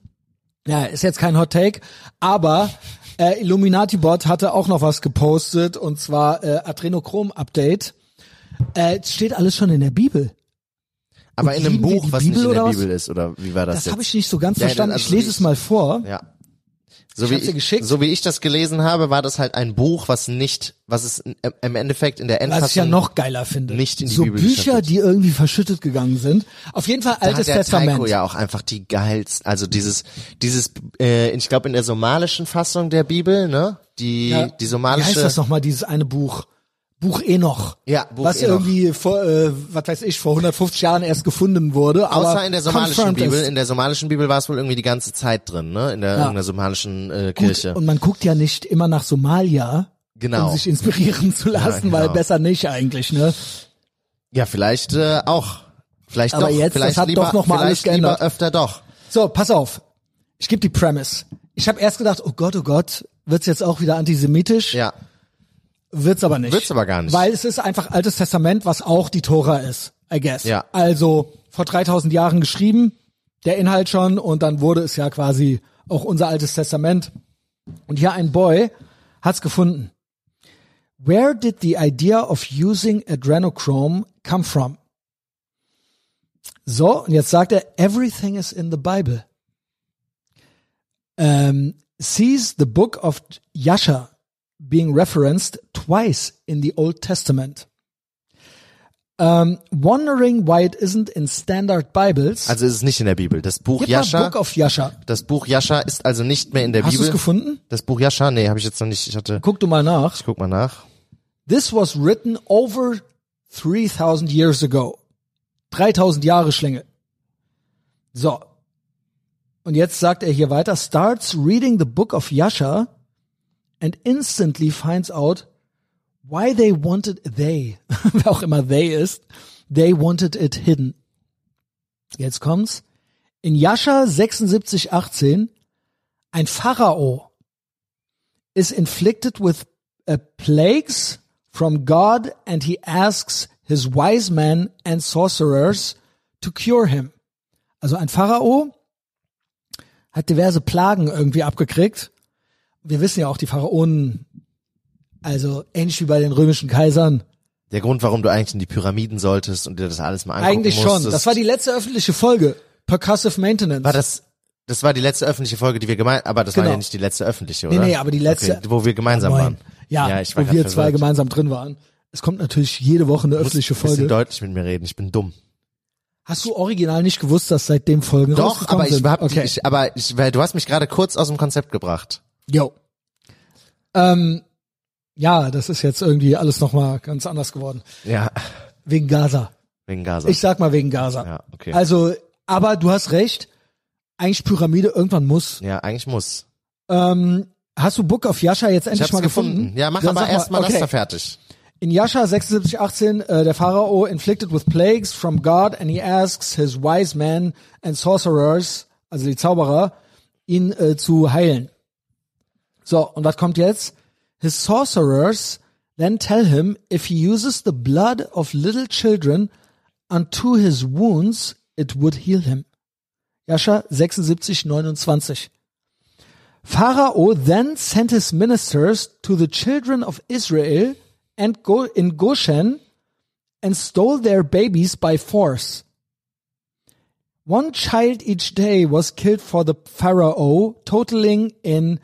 Ja, ist jetzt kein Hot Take, aber äh, Illuminati Bot hatte auch noch was gepostet und zwar äh, Adrenochrom Update. Äh, es steht alles schon in der Bibel. Aber in einem lieben wir Buch, die was Bibel nicht in der oder was? Bibel ist, oder wie war das, Das jetzt? habe ich nicht so ganz Ja, verstanden. also ich lese ich- es mal vor. Ja. So Ich wie hab's dir geschickt. so wie ich das gelesen habe, war das halt ein Buch, was nicht, was es in- im Endeffekt in der Endfassung Was ich ja noch geiler finde. nicht in die so Bibel Bücher, geschüttet. die irgendwie verschüttet gegangen sind. Auf jeden Fall da hat Altes der Testament. Taiko ja auch einfach die geilsten, also dieses, dieses, äh, ich glaube in der somalischen Fassung der Bibel, ne? Die, Ja. die Wie heißt somalische das nochmal, dieses eine Buch? Buch Enoch. Ja, Buch Was Enoch. irgendwie vor, äh, was weiß ich, vor 150 Jahren erst gefunden wurde. Aber Außer in der somalischen confirmed Bibel. ist. In der somalischen Bibel war es wohl irgendwie die ganze Zeit drin, ne? In der, in der somalischen äh, Kirche. Und man guckt ja nicht immer nach Somalia, Genau. um sich inspirieren zu lassen, genau. weil besser nicht eigentlich, ne? ja, vielleicht äh, auch. Vielleicht Aber doch. jetzt, das vielleicht hat lieber, doch noch mal vielleicht alles geändert. lieber öfter doch. So, pass auf. Ich gebe die Premise. Ich habe erst gedacht, oh Gott, oh Gott, wird's jetzt auch wieder antisemitisch? Ja. Wird's aber nicht. Wird's aber gar nicht. Weil es ist einfach altes Testament, was auch die Tora ist, I guess. Ja. Also vor 3000 Jahren geschrieben, der Inhalt schon und dann wurde es ja quasi auch unser altes Testament. Und hier ein Boy hat's gefunden. Where did the idea of using adrenochrome come from? So, und jetzt sagt er, everything is in the Bible. Ähm, sees the book of Yasha being referenced twice in the Old Testament. Um, wondering why it isn't in standard Bibles. Also ist es nicht in der Bibel. Das Buch Gib mal Jascha. Book of Yasha. Das Buch Jascha ist also nicht mehr in der Hast du Bibel. es gefunden? Das Buch Jascha, nee, habe ich jetzt noch nicht. Ich hatte. Guck du mal nach. Ich guck mal nach. This was written over 3000 years ago. 3000 Jahre Schlinge. So. Und jetzt sagt er hier weiter, starts reading the book of Yasha and instantly finds out why they wanted they, wer auch immer they ist, they wanted it hidden. Jetzt kommt's. In Yasha 76, 18, ein Pharao is inflicted with uh, plagues from God and he asks his wise men and sorcerers to cure him. Also ein Pharao hat diverse Plagen irgendwie abgekriegt. Wir wissen ja auch, die Pharaonen, also ähnlich wie bei den römischen Kaisern, Der Grund, warum du eigentlich in die Pyramiden solltest und dir das alles mal angucken eigentlich schon. musstest. Das war die letzte öffentliche Folge. Percussive Maintenance. War das? Das war die letzte öffentliche Folge, die wir gemeint, aber das war Genau. ja nicht die letzte öffentliche, oder? nee, aber die letzte- Okay, wo wir gemeinsam Moin. waren. Ja, ich war wo grad wir zwei verwirrt. gemeinsam drin waren. Es kommt natürlich jede Woche eine öffentliche Muss ein bisschen Folge. deutlich mit mir reden, ich bin dumm. Hast du original nicht gewusst, dass seitdem Folgen Doch, rausgekommen aber ich, sind? hab, okay. ich aber ich, weil du hast mich gerade kurz aus dem Konzept gebracht. Yo. Ähm, ja, das ist jetzt irgendwie alles nochmal ganz anders geworden. Ja, Wegen Gaza. wegen Gaza. Ich sag mal wegen Gaza. ja, okay. Also, aber du hast recht. Eigentlich Pyramide irgendwann muss. ja, eigentlich muss. Ähm, hast du Book of Yasha jetzt Ich endlich hab's mal gefunden. gefunden? Ja, mach Dann aber sag erstmal okay. das da fertig. In Yasha 76,18, äh, der Pharao inflicted with plagues from God and he asks his wise men and sorcerers also die Zauberer, ihn äh, zu heilen. So, und was kommt jetzt? His sorcerers then tell him if he uses the blood of little children unto his wounds, it would heal him. Jascha 76, 29. Pharaoh then sent his ministers to the children of Israel and go in Goshen and stole their babies by force. One child each day was killed for the Pharaoh, totaling in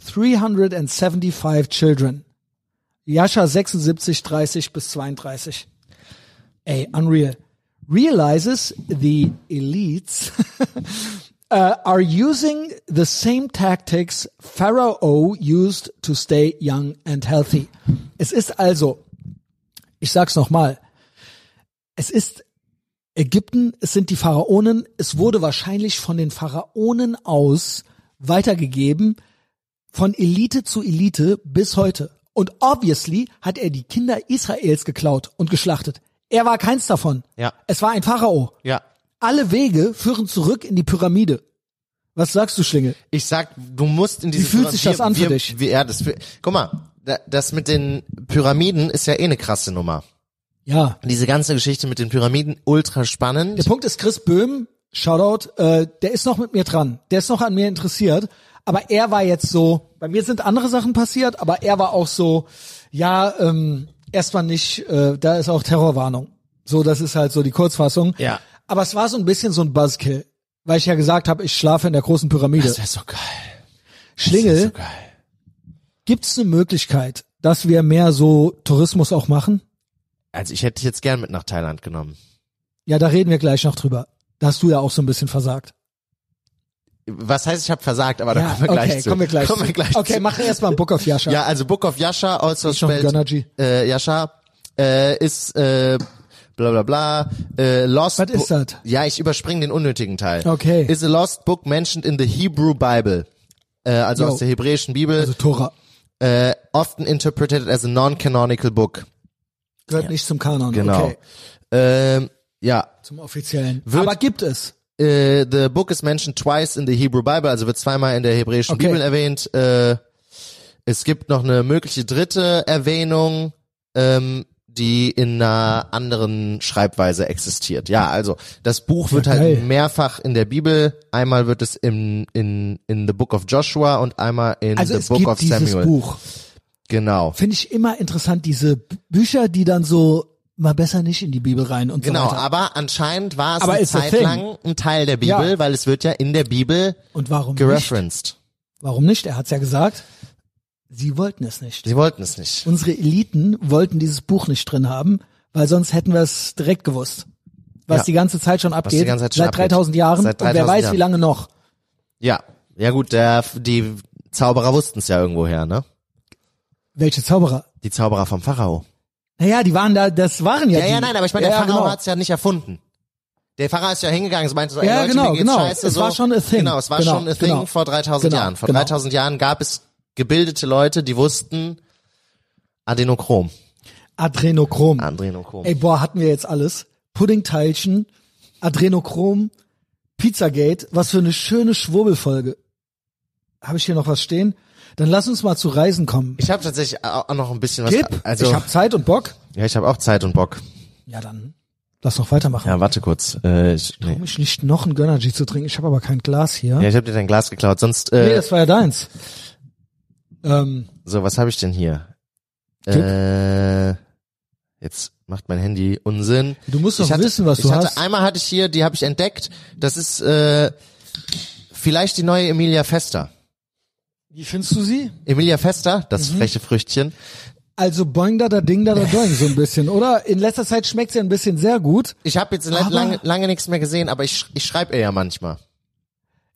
375 children. Jascha 76, 30 bis 32. Ey, unreal. Realizes the elites uh, are using the same tactics Pharaoh used to stay young and healthy. Es ist also, ich sag's nochmal, es ist Ägypten, es sind die Pharaonen, es wurde wahrscheinlich von den Pharaonen aus weitergegeben, von Elite zu Elite bis heute. Und obviously hat er die Kinder Israels geklaut und geschlachtet. Er war keins davon. Ja. Es war ein Pharao. Ja. Alle Wege führen zurück in die Pyramide. Was sagst du, Schlingel? Ich sag, du musst in diese fühlt sich das wir- an für wir, dich? Wir, ja, das, wir- guck mal, da- das mit den Pyramiden ist ja eh eine krasse Nummer. Ja. Diese ganze Geschichte mit den Pyramiden, ultra spannend. Der Punkt ist, Chris Böhm, Shoutout, äh, der ist noch mit mir dran. Der ist noch an mir interessiert. Aber er war jetzt so, bei mir sind andere Sachen passiert, aber er war auch so, ja, ähm, erstmal nicht, äh, da ist auch Terrorwarnung. So, das ist halt so die Kurzfassung. Ja. Aber es war so ein bisschen so ein Buzzkill, weil ich ja gesagt habe, ich schlafe in der großen Pyramide. wär so geil. Schlingel, so geil. gibt's eine Möglichkeit, dass wir mehr so Tourismus auch machen? Also ich hätte dich jetzt gern mit nach Thailand genommen. Ja, da reden wir gleich noch drüber. Da hast du ja auch so ein bisschen versagt. Was heißt, ich habe versagt, aber da Ja, kommen wir okay, gleich zu. kommen wir gleich kommen zu. wir gleich okay, zu. mach erstmal einen Book of Yasha. Ja, also Book of Yasha, also schon spelled, Gönnergy. äh, Yasha, äh, ist äh, bla bla bla, äh, Lost Was ist Bo- das? Ja, ich überspringe den unnötigen Teil. Okay. Is a lost book mentioned in the Hebrew Bible. Äh, also Yo. aus der hebräischen Bibel. Also Tora äh, often interpreted as a non-canonical book. gehört nicht zum Kanon. Genau. Okay. Ähm, ja, Zum offiziellen. Wird- Aber gibt es. äh, the book is mentioned twice in the Hebrew Bible, also wird zweimal in der hebräischen Okay. Bibel erwähnt. Äh, es gibt noch eine mögliche dritte Erwähnung, ähm, die in einer anderen Schreibweise existiert. Ja, also das Buch wird geil. halt mehrfach in der Bibel. Einmal wird es im, in in the Book of Joshua und einmal in Also the es Book gibt of dieses Samuel. Buch. Genau. Finde ich immer interessant, diese B- Bücher, die dann so mal besser nicht in die Bibel rein und Genau, so weiter. aber anscheinend war es Aber eine it's a Zeit thing. lang ein Teil der Bibel, Ja. weil es wird ja in der Bibel Und warum nicht? gereferenced. Warum nicht? Er hat's ja gesagt. Sie wollten es nicht. Sie wollten es nicht. Unsere Eliten wollten dieses Buch nicht drin haben, weil sonst hätten wir es direkt gewusst. Was Ja. die ganze Zeit schon abgeht. ganze Zeit schon seit abgeht. 3000 Jahren. Seit und wer 3000 weiß, Jahren. wie lange noch. Ja, ja gut, der, die Zauberer wussten es ja irgendwoher, ne? Welche Zauberer? Die Zauberer vom Pharao. Naja, die waren da, das waren ja Ja, die. ja, nein, aber ich meine, Ja, der ja, Pharao genau. hat es ja nicht erfunden. Der Pharao ist ja hingegangen, so meinte so, ey, Ja, Leute, genau, mir geht's genau. scheiße. Es so. war schon a thing. Genau, es war Genau, schon a thing genau. vor 3000 Genau, Jahren. Vor genau. 3000 Jahren gab es gebildete Leute, die wussten Adenochrom. Adrenochrom. Ah. Adrenochrom. Ey, boah, hatten wir jetzt alles. Puddingteilchen, Adrenochrom, Pizzagate. Was für eine schöne Schwurbelfolge. Habe ich hier noch was stehen? Dann lass uns mal zu Reisen kommen. Ich habe tatsächlich auch noch ein bisschen was. Gib, Also, ich habe Zeit und Bock. ja, ich habe auch Zeit und Bock. Ja, dann lass doch weitermachen. Ja, warte kurz. Äh, ich, nee. Um mich nicht noch ein Gönnergy zu trinken. Ich habe aber kein Glas hier. Ja, ich habe dir dein Glas geklaut. Sonst, Nee, äh, das war ja deins. Ähm, so, was habe ich denn hier? Tipp? Äh, jetzt macht mein Handy Unsinn. du musst doch ich hatte, wissen, was ich du hatte, hast. Einmal hatte ich hier, die habe ich entdeckt. Das ist äh, vielleicht die neue Emilia Fester. Wie findest du sie? Emilia Fester, das Mhm. freche Früchtchen. Also boing da da ding da da doing so ein bisschen, oder? In letzter Zeit schmeckt sie ein bisschen sehr gut. Ich habe jetzt le- Aber- lange, lange nichts mehr gesehen, aber ich, sch- ich schreibe ihr ja manchmal.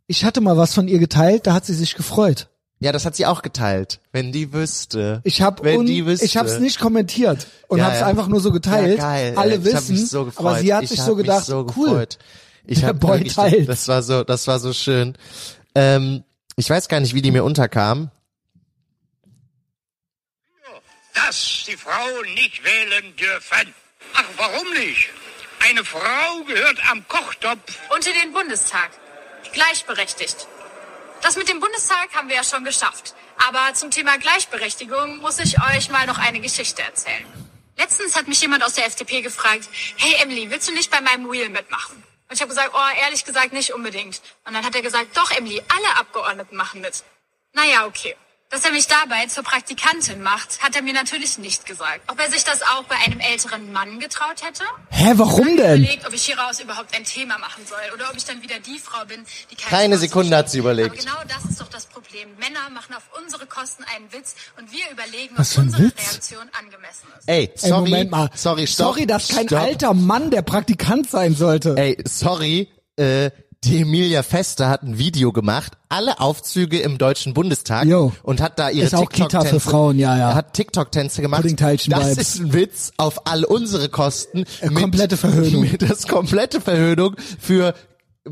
Ich hatte mal was von ihr geteilt, da hat sie sich gefreut. Ja, das hat sie auch geteilt. Wenn die wüsste. Ich habe Wenn die wüsste. ich hab's nicht kommentiert und Ja, hab's ja. einfach nur so geteilt. Ja, geil. Alle ey. ich hab wissen, mich so gefreut. aber sie hat ich sich hab so mich gedacht, so cool. gefreut. Ich Der hab Boy wirklich, teilt. das war so, das war so schön. Ähm, ich weiß gar nicht, wie die mir unterkam. dass die Frauen nicht wählen dürfen. Ach, warum nicht? Eine Frau gehört am Kochtopf. Unter den Bundestag. Gleichberechtigt. Das mit dem Bundestag haben wir ja schon geschafft. Aber zum Thema Gleichberechtigung muss ich euch mal noch eine Geschichte erzählen. Letztens hat mich jemand aus der FDP gefragt, hey Emily, willst du nicht bei meinem Wheel mitmachen? Und ich habe gesagt, oh, ehrlich gesagt nicht unbedingt. Und dann hat er gesagt, doch Emily, alle Abgeordneten machen mit. Naja, okay. Dass er mich dabei zur Praktikantin macht, hat er mir natürlich nicht gesagt. Ob er sich das auch bei einem älteren Mann getraut hätte? Hä, warum denn? überlegt, ob ich hieraus überhaupt ein Thema machen soll oder ob ich dann wieder die Frau bin, die keine, Keine Spaß Sekunde hat sie versteht. überlegt. Aber genau das ist doch das Problem. Männer machen auf unsere Kosten einen Witz und wir überlegen, Was ob für ein unsere Witz? Reaktion angemessen ist. Ey, Ey, sorry, Moment mal. sorry, stopp, sorry, dass kein stopp. alter Mann der Praktikant sein sollte. Ey, sorry, äh, die Emilia Fester hat ein Video gemacht, alle Aufzüge im Deutschen Bundestag Jo. und hat da ihre Ist auch Kita TikTok-Tänze. für Frauen, ja, ja. Hat TikTok-Tänze gemacht. Puddingteilchen Das Vibes. Äh, ist ein Witz auf all unsere Kosten. mit- komplette Verhöhnung. Mit das komplette Verhöhnung für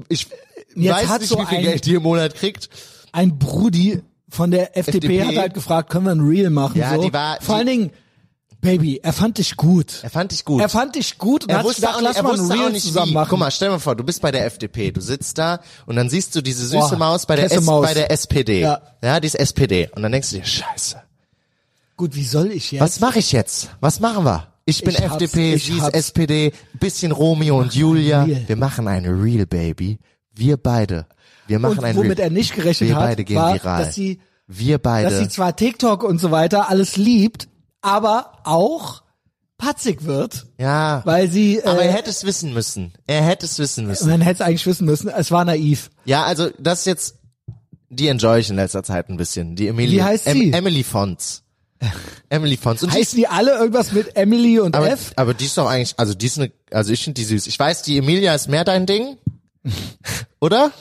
ich Jetzt weiß hat nicht, so wie viel ein- Geld die im Monat kriegt. Ein Brudi von der FDP, FDP. hat halt gefragt, können wir ein Reel machen? Ja, so. die war- Vor allen die- Dingen, Baby, er fand dich gut. Er fand dich gut. Er fand dich gut und Er hat sich wusste gedacht, auch lass nicht, er mal ein wusste auch Reel nicht zusammen wie. machen. Guck mal, stell dir mal vor, du bist bei der FDP, du sitzt da und dann siehst du diese süße Boah, Maus bei der, klasse S Maus. bei der SPD. Ja. Ja. die ist SPD. Und dann denkst du dir, scheiße, Gut, wie soll ich jetzt? was mache ich jetzt? Was machen wir? Ich bin Ich hab's, FDP, ich sie ist hab's. SPD, bisschen Romeo und Julia. Reel. Wir machen eine Real Baby. Wir beide. Wir machen Und ein womit Reel. er nicht gerechnet Wir hat, beide gehen war, viral. dass sie- wir beide. Dass sie zwar TikTok und so weiter alles liebt, aber auch patzig wird, ja. weil sie, äh, aber er hätte es wissen müssen. Er hätte es wissen müssen. man hätte es eigentlich wissen müssen, es war naiv. Ja, also das ist jetzt, die enjoy ich in letzter Zeit ein bisschen. Die Emily. Wie heißt sie? Em Emily Fonts. Emily Fonts. Und die ist, Heißen die alle irgendwas mit Emily und aber, F? aber die ist doch eigentlich, also die ist eine, also ich finde die süß. Ich weiß, die Emilia ist mehr dein Ding. Oder?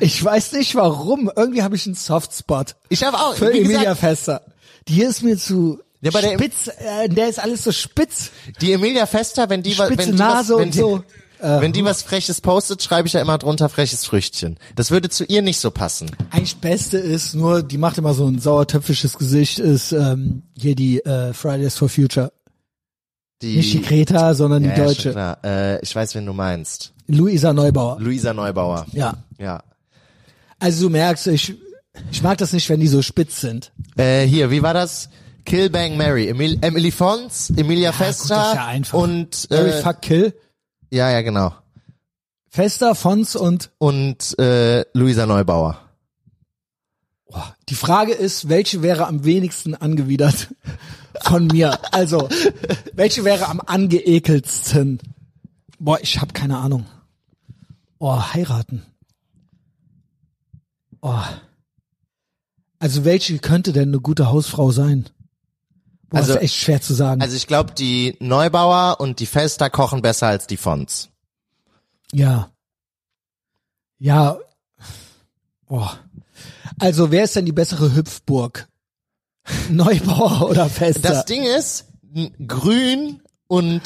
Ich weiß nicht warum, irgendwie habe ich einen Softspot. Ich habe auch, Für wie Emilia gesagt, Fester. Die ist mir zu Ja, bei der- spitz, äh, in der ist alles so spitz. die Emilia Fester, wenn die, wa- Spitze wenn die Nase was, wenn und die, so. Äh. Wenn die was Freches postet, schreibe ich ja immer drunter freches Früchtchen. Das würde zu ihr nicht so passen. Eigentlich Beste ist nur, die macht immer so ein sauertöpfisches Gesicht, ist ähm, hier die äh, Fridays for Future. Die, Nicht die Greta, sondern ja, die ja, Deutsche. schon klar. Äh, ich weiß, wen du meinst. Luisa Neubauer. Luisa Neubauer. Ja. Ja. Also du merkst, ich, ich mag das nicht, wenn die so spitz sind. Äh, hier, wie war das? Kill Bang Mary. Emil Emily Fons, Emilia das Fester ist ja einfach. und Mary äh, fuck kill. ja, ja, genau. Fester, Fons und Und äh, Luisa Neubauer. die Frage ist, welche wäre am wenigsten angewidert von mir? Also, welche wäre am angeekeltsten? Boah, ich habe keine Ahnung. Oh, heiraten. Oh. Also, welche könnte denn eine gute Hausfrau sein? Boah, also, Also- ist echt schwer zu sagen. Also ich glaube, die Neubauer und die Fester kochen besser als die Fons. Ja. Ja. Boah. Also, wer ist denn die bessere Hüpfburg? Neubauer oder Fester? Das Ding ist, n- Grün und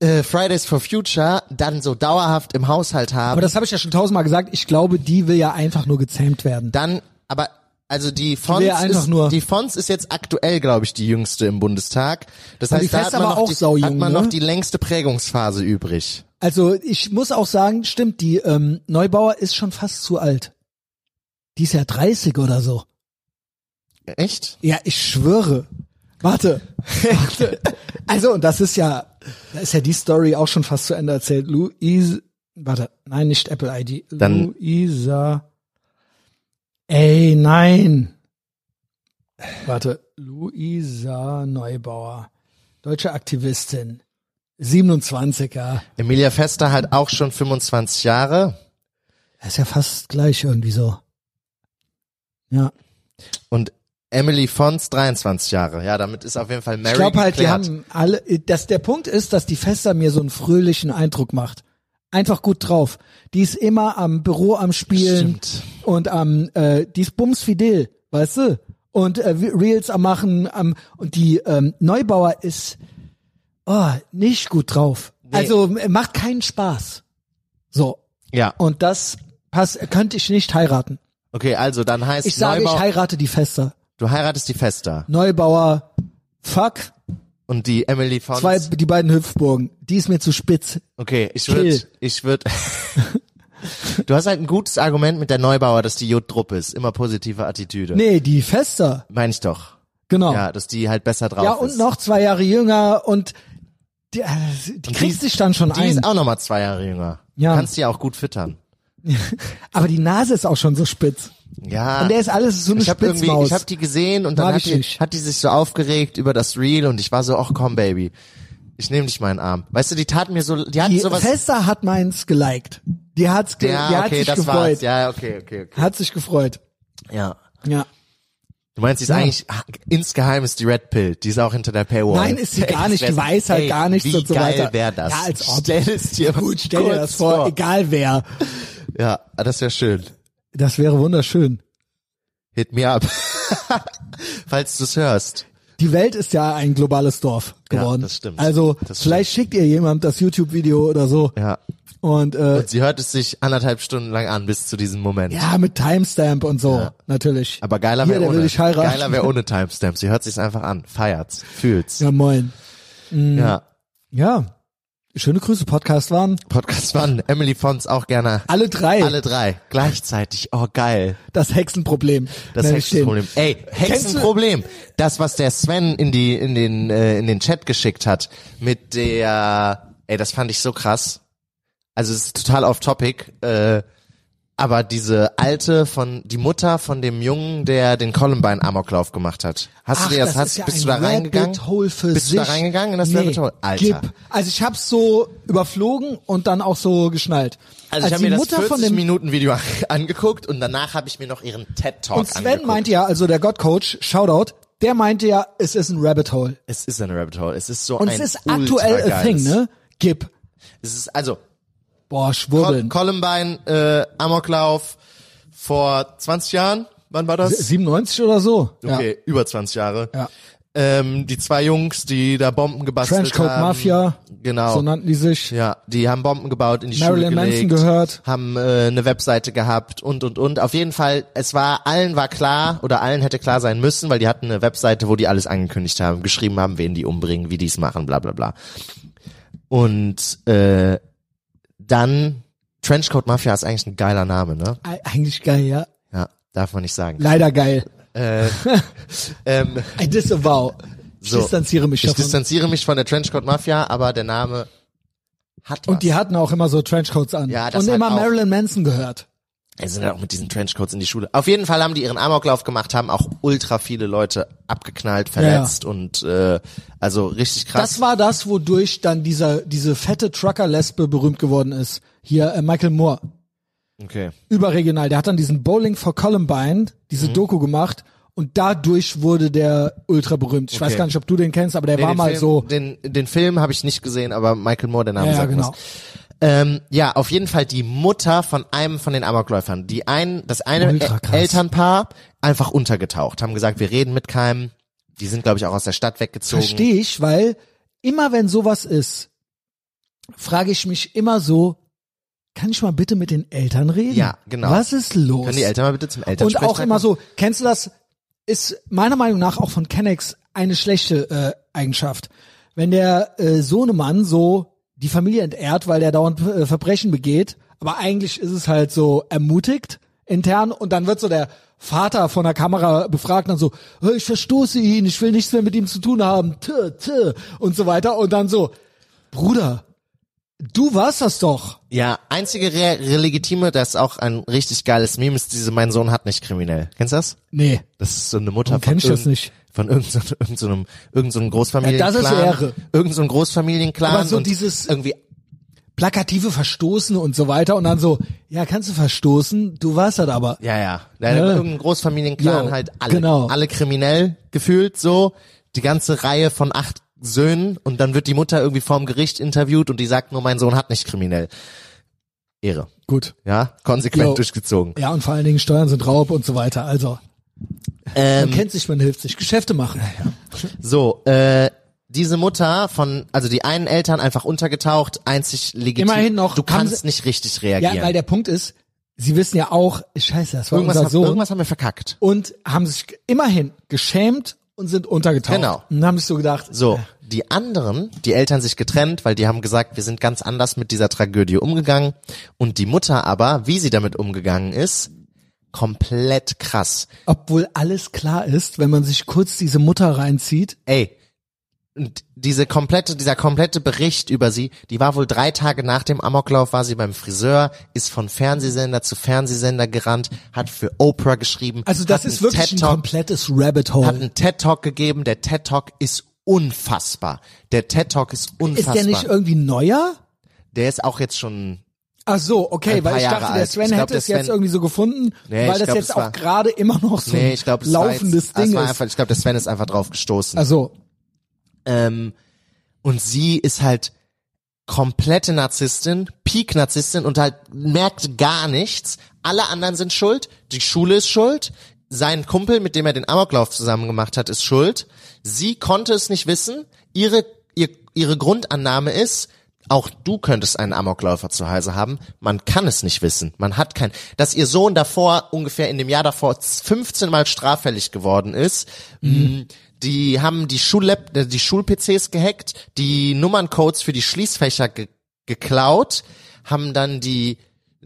äh, Fridays for Future dann so dauerhaft im Haushalt haben. Aber das habe ich ja schon tausendmal gesagt. Ich glaube, die will ja einfach nur gezähmt werden. dann, aber also die Fonts, will ja einfach ist, nur- die Fonts ist jetzt aktuell, glaube ich, die jüngste im Bundestag. Das Aber heißt, die da Fest hat man, aber noch, auch die, saujung, hat man ne? noch die längste Prägungsphase übrig. Also ich muss auch sagen, stimmt, die ähm, Neubauer ist schon fast zu alt. Die ist ja 30 oder so. Echt? Ja, ich schwöre. Warte. Warte. Also, und das ist ja, da ist ja die Story auch schon fast zu Ende erzählt. Luisa, warte, nein, nicht Apple ID. Dann- Luisa. Ey, nein. Warte, Luisa Neubauer, deutsche Aktivistin, 27, ja. Emilia Fester halt auch schon 25 Jahre Das ist ja fast gleich irgendwie so. Ja. und Emily Fons 23 Jahre. Ja, damit ist auf jeden Fall Mary Ich glaube halt, die geklärt. haben alle, dass der Punkt ist, dass die Fester mir so einen fröhlichen Eindruck macht. Einfach gut drauf. Die ist immer am Büro am Spielen Stimmt. und am, äh, die ist bumsfidel, weißt du? Und äh, Reels am machen, am, und die ähm, Neubauer ist oh, nicht gut drauf. Also m- macht keinen Spaß. So. ja. Und das pass, könnte ich nicht heiraten. Okay, also dann heißt Ich sage, Neubau, ich heirate die Fester. du heiratest die Fester Neubauer, fuck, und die Emily Fons. zwei, die beiden Hüpfburgen. Die ist mir zu spitz. okay, ich Kill. würde ich würde Du hast halt ein gutes Argument mit der Neubauer, dass die Jodrupp ist. Immer positive Attitüde. Nee, die Fester. Meine ich doch. Genau. Ja, dass die halt besser drauf Ja, ist. und noch zwei Jahre jünger und die, äh, die kriegt sich dann schon Die ein. ist auch nochmal zwei Jahre jünger. Ja. Kannst die auch gut füttern. Aber die Nase ist auch schon so spitz. Ja. Und der ist alles so eine ich habe irgendwie, Spitzmaus. ich habe die gesehen und dann Mag hat ich die, nicht. hat die sich so aufgeregt über das Reel und ich war so, ach komm Baby, ich nehme dich mal in den Arm. Weißt du, die tat mir so, die hat die sowas. Fester hat meins geliked. Die hat's ge ja, die hat okay, sich das gefreut. war's. Ja, okay, okay, okay. Hat sich gefreut. Ja. Ja. Du meinst, die ist Ja. eigentlich ah, insgeheim ist die Red Pill, die ist auch hinter der Paywall. Nein, ist sie gar nicht. Die wär- weiß halt ey, gar nichts wie und so geil weiter. Wär das. Ja, als ob. Stell es dir Gut, stell dir kurz das vor, egal wer. Ja, ah, das wäre schön. Das wäre wunderschön. Hit me up, falls du's hörst. Die Welt ist ja ein globales Dorf Ja, geworden. das stimmt. Also Das vielleicht schickt ihr jemand das YouTube-Video oder so. Ja. Und, äh, Und sie hört es sich anderthalb Stunden lang an bis zu diesem Moment. ja, mit Timestamp und so, natürlich. Aber geiler Hier, wäre der will ohne. dich heiraten. Geiler wäre ohne Timestamp. Sie hört sich's einfach an, feiert's, fühlt's. Ja. Ja, moin. Mhm. Ja. Schöne Grüße, Podcast waren Podcast One, Emily Fons auch gerne. alle drei Alle drei gleichzeitig. Oh geil. das Hexenproblem. Das nenn ich den. Hexenproblem. Ey, Hexenproblem. Das was der Sven in die in den äh, in den Chat geschickt hat mit der ey, das fand ich so krass. Also es ist total off topic, äh aber diese alte von die Mutter von dem Jungen, der den Columbine Amoklauf gemacht hat. Hast Ach, du dir das, das hast ist ja bist du ein da reingegangen? Also, Rabbit Hole für bist sich. du da reingegangen in das nee, Rabbit Hole? Alter. Gib. Also ich hab's so überflogen und dann auch so geschnallt. Also ich Als habe mir die das Mutter von 40 dem Minuten Video angeguckt und danach habe ich mir noch ihren TED Talk und Sven angeguckt. meinte ja, also der Gottcoach, Shoutout, der meinte ja, es ist ein Rabbit Hole. Es ist ein Rabbit Hole. Es ist so Und ein es ist aktuell a ultrageiles- thing, ne? Gib. Es ist also Boah, Col schwurbeln. Columbine äh, Amoklauf vor 20 Jahren. Wann war das? 97 oder so. Okay, über 20 Jahre. Ja. Ähm, die zwei Jungs, die da Bomben gebastelt Trenchcoat haben. Mafia. Ja. Genau. So nannten die sich. Ja, die haben Bomben gebaut, in die Marilyn Schule gelegt, Manson gehört. haben äh, eine Webseite gehabt und und und. Auf jeden Fall, es war allen war klar oder allen hätte klar sein müssen, weil die hatten eine Webseite, wo die alles angekündigt haben, geschrieben haben, wen die umbringen, wie die es machen, bla bla bla. Und äh, dann Trenchcoat Mafia ist eigentlich ein geiler Name, ne? E- Eigentlich geil, ja. Ja, darf man nicht sagen. Leider geil. Ähm, I disavow. Ich So. distanziere mich ich davon. distanziere mich von der Trenchcoat Mafia, aber der Name hat was. und die hatten auch immer so Trenchcoats an. Ja, das und hat immer auch- Marilyn Manson gehört. Er sind ja auch mit diesen Trenchcoats in die Schule. Auf jeden Fall haben die ihren Amoklauf gemacht, haben auch ultra viele Leute abgeknallt, verletzt und äh, also richtig krass. Das war das, wodurch dann dieser, diese fette Trucker-Lesbe berühmt geworden ist. Hier, äh, Michael Moore. okay. Überregional. Der hat dann diesen Bowling for Columbine, Mhm. diese Doku gemacht. Und dadurch wurde der ultra berühmt. Ich weiß Okay. gar nicht, ob du den kennst, aber der war den mal Film, so. Den, den Film habe ich nicht gesehen, aber Michael Moore, der Name Ja, ja, sagt genau. was. Ähm, ja, auf jeden Fall die Mutter von einem von den Amokläufern. Die ein, das eine Ultra Ä- krass. Elternpaar einfach untergetaucht, haben gesagt, wir reden mit keinem. Die sind, glaube ich, auch aus der Stadt weggezogen. Verstehe ich, weil immer wenn sowas ist, frage ich mich immer so, kann ich mal bitte mit den Eltern reden? Ja, genau. Was ist los? Können die Eltern mal bitte zum Und Elternsprechtag auch immer kommen? so, kennst du das? Ist meiner Meinung nach auch von Kennex eine schlechte äh, Eigenschaft. Wenn der äh, Sohnemann so die Familie entehrt, weil der dauernd äh, Verbrechen begeht, aber eigentlich ist es halt so ermutigt intern und dann wird so der Vater von der Kamera befragt und dann so, "Hey, ich verstoße ihn, ich will nichts mehr mit ihm zu tun haben, tö, tö, und so weiter und dann so, Bruder, du warst das doch. Ja, einzige re re legitime, das ist auch ein richtig geiles Meme, ist diese Mein Sohn hat nicht kriminell. Kennst du das? Nee. Das ist so eine Mutter Warum von kenn ich das irgend- nicht? von irgendeinem irgend so einem- irgend so einem Großfamilienclan. Ja, das ist Ehre. Irgend so ein Großfamilienclan Aber so und dieses- irgendwie plakative Verstoßen und so weiter und dann so, ja, kannst du verstoßen, du warst das aber. ja, ja, da Ja. irgendein Großfamilienclan Jo, halt alle genau. alle kriminell gefühlt so, die ganze Reihe von acht Söhnen und dann wird die Mutter irgendwie vorm Gericht interviewt und die sagt nur mein Sohn hat nicht kriminell. Ehre. Gut. Ja, konsequent Jo. durchgezogen. Ja, und vor allen Dingen Steuern sind Raub und so weiter. Also, Ähm, Mhm. man kennt sich, man hilft sich. Geschäfte machen. So, äh, diese Mutter von, also die einen Eltern einfach untergetaucht, einzig legitim. Immerhin noch Du haben kannst sie- nicht richtig Ja, reagieren. weil der Punkt ist, sie wissen ja auch, scheiße, das war irgendwas, unser haben, Sohn. irgendwas haben wir verkackt. Und haben sich immerhin geschämt und sind untergetaucht. Genau. Und haben sich so gedacht, So, die anderen, die Eltern sich getrennt, weil die haben gesagt, wir sind ganz anders mit dieser Tragödie umgegangen. Und die Mutter aber, wie sie damit umgegangen ist, komplett krass. Obwohl alles klar ist, wenn man sich kurz diese Mutter reinzieht. Ey, und diese komplette, dieser komplette Bericht über sie, die war wohl drei Tage nach dem Amoklauf, war sie beim Friseur, ist von Fernsehsender zu Fernsehsender gerannt, hat für Oprah geschrieben. Also das hat ist wirklich ein TED-Talk komplettes Rabbit hat Hole. einen TED Talk gegeben. Der TED Talk ist unfassbar. Der TED Talk ist Ist unfassbar. der nicht irgendwie neuer? Der ist auch jetzt schon. Ach so, okay, Ein paar weil ich Jahre dachte, der alt. Sven Ich glaub, hätte der es jetzt Sven- irgendwie so gefunden, Nee, weil ich das glaub, jetzt es auch war- gerade immer noch so Nee, ein ich glaube, es laufendes war jetzt, Ding es war ist. Einfach, ich glaube, der Sven ist einfach drauf gestoßen. Also, Ähm, und sie ist halt komplette Narzisstin, Peak-Narzisstin und halt merkt gar nichts. Alle anderen sind schuld. Die Schule ist schuld. Sein Kumpel, mit dem er den Amoklauf zusammen gemacht hat, ist schuld. Sie konnte es nicht wissen. Ihre, ihr, ihre Grundannahme ist, auch du könntest einen Amokläufer zu Hause haben. Man kann es nicht wissen. Man hat kein, dass ihr Sohn davor, ungefähr in dem Jahr davor, 15 mal straffällig geworden ist. mh, Die haben die Schullab, äh, die Schul-PCs gehackt, die Nummerncodes für die Schließfächer ge geklaut, haben dann die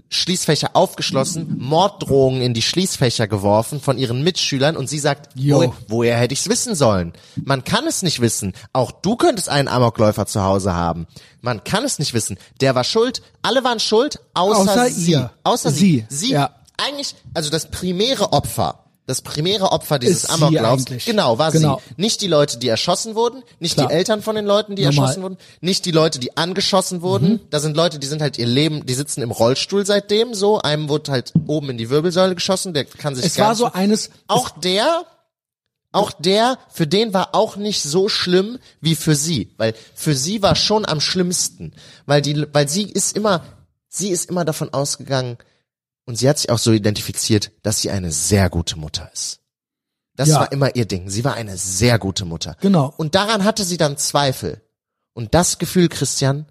Schließfächer aufgeschlossen, Morddrohungen in die Schließfächer geworfen von ihren Mitschülern und sie sagt, Jo. woher, woher hätte ich's wissen sollen? Man kann es nicht wissen. Auch du könntest einen Amokläufer zu Hause haben. Man kann es nicht wissen. Der war schuld, alle waren schuld, außer, Außer sie. ihr. Außer Sie, sie. Sie, ja. eigentlich, also das primäre Opfer, das primäre Opfer dieses Ist sie Amoklaufs, eigentlich. genau, war Genau. sie. Nicht die Leute, die erschossen wurden, nicht Klar. die Eltern von den Leuten, die Normal. Mhm. erschossen wurden, nicht die Leute, die angeschossen wurden. Da sind Leute, die sind halt ihr Leben, die sitzen im Rollstuhl seitdem so. Einem wurde halt oben in die Wirbelsäule geschossen, der kann sich es gar war nicht so eines, auch der, auch der, für den war auch nicht so schlimm wie für sie, weil für sie war schon am schlimmsten, weil die, weil sie ist immer, sie ist immer davon ausgegangen und sie hat sich auch so identifiziert, dass sie eine sehr gute Mutter ist. Das Ja. war immer ihr Ding. Sie war eine sehr gute Mutter. Genau. Und daran hatte sie dann Zweifel. Und das Gefühl, Christian,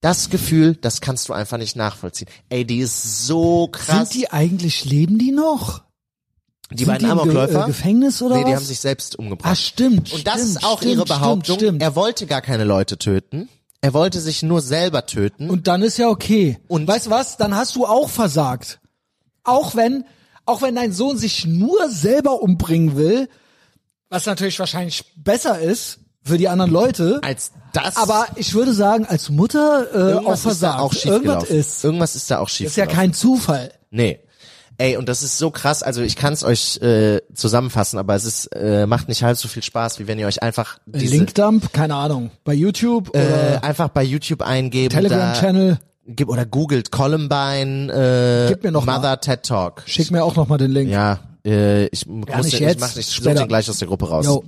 das Gefühl, das kannst du einfach nicht nachvollziehen. Ey, die ist so krass. sind die eigentlich, leben die noch? die sind die im Ge- äh, Gefängnis oder nee, die was? haben sich selbst umgebracht. Ah, stimmt. Und das stimmt, ist auch stimmt, ihre Behauptung. Stimmt, stimmt. Er wollte gar keine Leute töten. Er wollte sich nur selber töten. Und dann ist ja okay. Und Und- weißt du was? Dann hast du auch versagt. Auch wenn, auch wenn dein Sohn sich nur selber umbringen will, was natürlich wahrscheinlich besser ist für die anderen Leute. als das. Aber äh, ich würde sagen, als Mutter äh, auch irgendwas ist da versagt. auch schief Irgendwas ist. Irgendwas ist da auch schief Ist ja kein Zufall. Nee. Ey, und das ist so krass, also ich kann es euch äh, zusammenfassen, aber es ist, äh, macht nicht halb so viel Spaß, wie wenn ihr euch einfach diese, Linkdump, keine Ahnung. Bei YouTube äh, oder einfach bei YouTube eingeben Telegram-Channel. da, oder googelt Columbine äh, Gib mir noch Mother mal. TED Talk. Schick mir auch nochmal den Link. Ja, äh, ich muss nicht den, jetzt, ich mach nicht, ich such später. den gleich aus der Gruppe raus. Yo.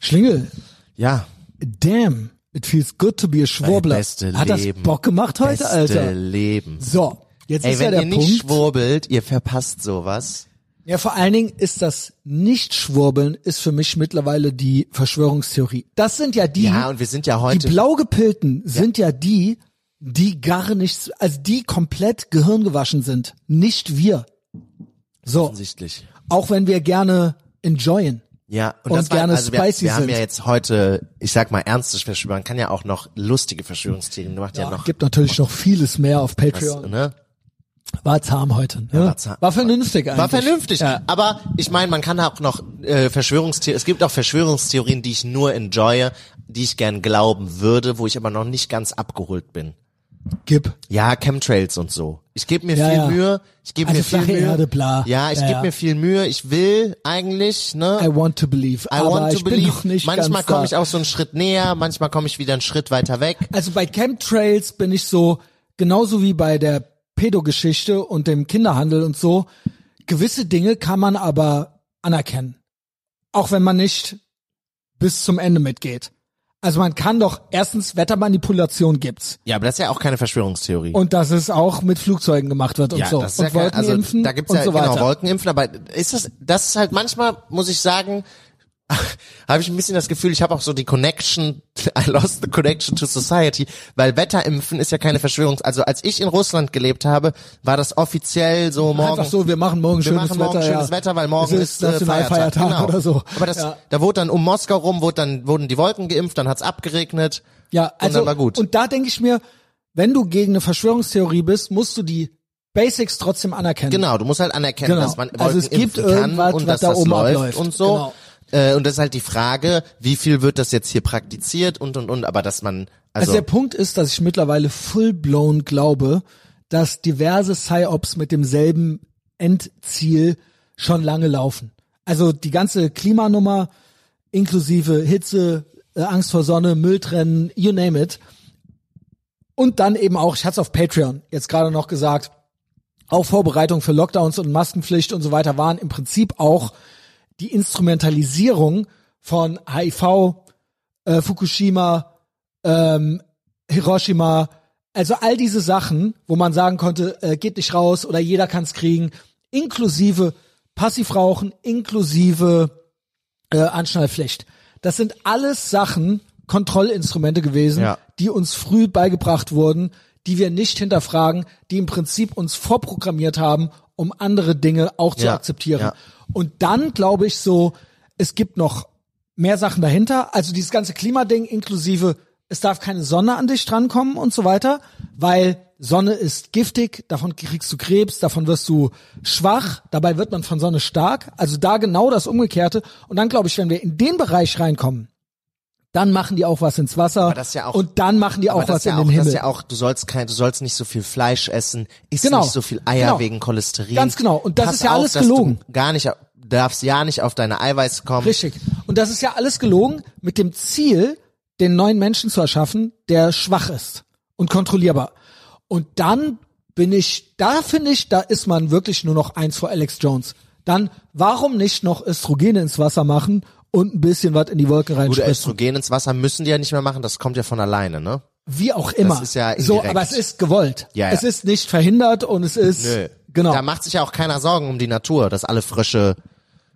Schlingel, Ja, damn, it feels good to be a Schwurbler. Ey, beste Hat das Leben. Bock gemacht heute, beste Alter? Leben. So, jetzt Ey, ist ja wenn der ihr nicht Punkt. schwurbelt, ihr verpasst sowas. Ja, vor allen Dingen ist das Nicht-Schwurbeln ist für mich mittlerweile die Verschwörungstheorie. Das sind ja die, Ja, und wir sind ja die heute. Blaugepilten sind ja die, die gar nichts, also die komplett gehirngewaschen sind. Nicht wir. So, offensichtlich. auch wenn wir gerne enjoyen. Ja, und, Und das war, gerne also wir, spicy wir haben sind. ja jetzt heute, ich sag mal, ernstes Verschwörung. Man kann ja auch noch lustige Verschwörungstheorien. Du machst ja, Ja, noch gibt natürlich noch vieles mehr auf was, Patreon. ne? War zahm heute. Ne? war zahm. war vernünftig eigentlich. War vernünftig. Ja. Aber ich meine, man kann auch noch äh, Verschwörungstheorien. Es gibt auch Verschwörungstheorien, die ich nur enjoye, die ich gern glauben würde, wo ich aber noch nicht ganz abgeholt bin. Gib. Ja, Chemtrails und so. Ich gebe mir Ja, viel ja. Mühe. Ich gebe Also mir viel flache Mühe. Erde, bla. Ja, ich geb Ja, ja. gebe mir viel Mühe. Ich will eigentlich, ne? I want to believe. I aber want to ich believe. bin noch nicht manchmal ganz da. komme ich auch so einen Schritt näher, manchmal komme ich wieder einen Schritt weiter weg. Also bei Chemtrails bin ich so, genauso wie bei der Pädogeschichte und dem Kinderhandel und so, gewisse Dinge kann man aber anerkennen. Auch wenn man nicht bis zum Ende mitgeht. Also man kann doch, erstens, Wettermanipulation gibt's. Ja, aber das ist ja auch keine Verschwörungstheorie. Und dass es auch mit Flugzeugen gemacht wird und ja, so. das ist und ja kein, also Wolkenimpfen da gibt's und ja so weiter. genau Wolkenimpfen, aber ist das das ist halt manchmal muss ich sagen, habe ich ein bisschen das Gefühl, ich habe auch so die Connection, I lost the connection to society, weil Wetterimpfen ist ja keine Verschwörung. Also als ich in Russland gelebt habe, war das offiziell so morgen. Einfach so, wir machen wir morgen schönes machen morgen Wetter. schönes ja. Wetter, weil morgen es ist, äh, Feiertag. Nationalfeiertag Genau. oder so. Aber das, ja. da wurde dann um Moskau rum, wurde dann wurden die Wolken geimpft, dann hat's abgeregnet. Ja, also, und dann war gut. und da denke ich mir, wenn du gegen eine Verschwörungstheorie bist, musst du die Basics trotzdem anerkennen. Genau, du musst halt anerkennen, Genau. dass man Wolken Also es gibt impfen kann irgendwas, und was dass da das oben läuft abläuft. und so. Genau. Äh, und das ist halt die Frage, wie viel wird das jetzt hier praktiziert und und und, aber dass man also, Also der Punkt ist, dass ich mittlerweile full-blown glaube, dass diverse Psyops mit demselben Endziel schon lange laufen. Also die ganze Klimanummer inklusive Hitze, äh, Angst vor Sonne, Mülltrennen, you name it. Und dann eben auch, ich hatte es auf Patreon jetzt gerade noch gesagt, auch Vorbereitungen für Lockdowns und Maskenpflicht und so weiter waren im Prinzip auch die Instrumentalisierung von HIV, äh, Fukushima, ähm, Hiroshima, also all diese Sachen, wo man sagen konnte, äh, geht nicht raus oder jeder kann es kriegen, inklusive Passivrauchen, inklusive äh, Anschnallpflicht. Das sind alles Sachen, Kontrollinstrumente gewesen, Ja. die uns früh beigebracht wurden, die wir nicht hinterfragen, die im Prinzip uns vorprogrammiert haben, um andere Dinge auch zu Ja, akzeptieren. ja. Und dann glaube ich so, es gibt noch mehr Sachen dahinter. Also dieses ganze Klimading inklusive, es darf keine Sonne an dich drankommen und so weiter, weil Sonne ist giftig, davon kriegst du Krebs, davon wirst du schwach, dabei wird man von Sonne stark. Also da genau das Umgekehrte. Und dann glaube ich, wenn wir in den Bereich reinkommen, dann machen die auch was ins Wasser das ist ja auch- und dann machen die aber auch das was ist ja in auch, den das Himmel. ist ja auch, du sollst kein, du sollst nicht so viel Fleisch essen, isst Genau. nicht so viel Eier Genau. wegen Cholesterin. Ganz genau. Und das Pass ist ja auf, alles dass du gelogen. Gar nicht, darfst ja nicht auf deine Eiweiß kommen. Richtig. Und das ist ja alles gelogen mit dem Ziel, den neuen Menschen zu erschaffen, der schwach ist und kontrollierbar. Und dann bin ich, da finde ich, da ist man wirklich nur noch eins vor Alex Jones. Dann, warum nicht noch Östrogene ins Wasser machen und ein bisschen was in die Wolken Gute reinspritzen? Östrogen ins Wasser müssen die ja nicht mehr machen, das kommt ja von alleine, ne? Wie auch immer. ist ja so, indirekt. aber es ist gewollt. Ja, ja. Es ist nicht verhindert und es ist, genau, Da macht sich ja auch keiner Sorgen um die Natur, dass alle Frösche,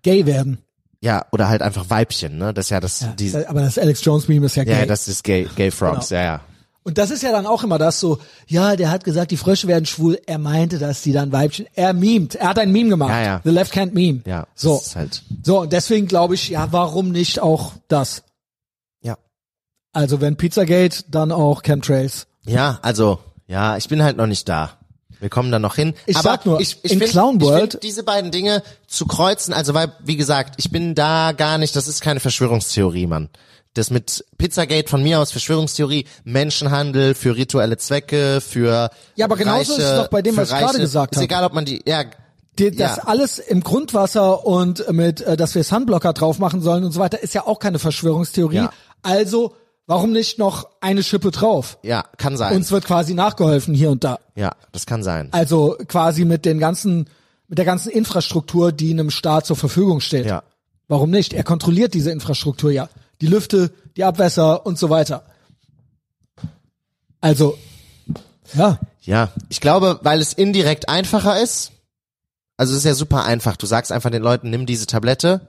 gay werden. ja, oder halt einfach Weibchen, ne? Das ist ja das, Ja, Äh, die, aber das Alex Jones Meme ist ja gay. ja, das ist Gay, Gay Frogs, Genau. ja, ja. Und das ist ja dann auch immer das so, ja, der hat gesagt, die Frösche werden schwul, er meinte, dass die dann Weibchen, er mimt, er hat ein Meme gemacht, Ja, ja. The Left Hand Meme. Ja, das so. ist halt- So, und deswegen glaube ich, ja, warum nicht auch das? Ja. Also wenn Pizzagate, dann auch Chemtrails. Ja, also, ja, ich bin halt noch nicht da. Wir kommen da noch hin. Ich Aber sag nur, ich, ich in find- Clown ich World- find diese beiden Dinge zu kreuzen, also weil, wie gesagt, ich bin da gar nicht, das ist keine Verschwörungstheorie, Mann. Das mit Pizzagate von mir aus Verschwörungstheorie, Menschenhandel für rituelle Zwecke, für Ja, aber genauso Reiche, ist es doch bei dem, für was ich gerade Reiche. gesagt Ist habe. egal, ob man die, ja, Die, das Ja. alles im Grundwasser und mit, äh, dass wir Sunblocker drauf machen sollen und so weiter, ist ja auch keine Verschwörungstheorie. Ja. Also, warum nicht noch eine Schippe drauf? ja, kann sein. Uns wird quasi nachgeholfen hier und da. ja, das kann sein. Also quasi mit den ganzen, mit der ganzen Infrastruktur, die einem Staat zur Verfügung steht. Ja. Warum nicht? Er kontrolliert diese Infrastruktur ja. Die Lüfte, die Abwässer und so weiter. Also, ja, Ja, ich glaube, weil es indirekt einfacher ist. Also es ist ja super einfach. Du sagst einfach den Leuten, nimm diese Tablette,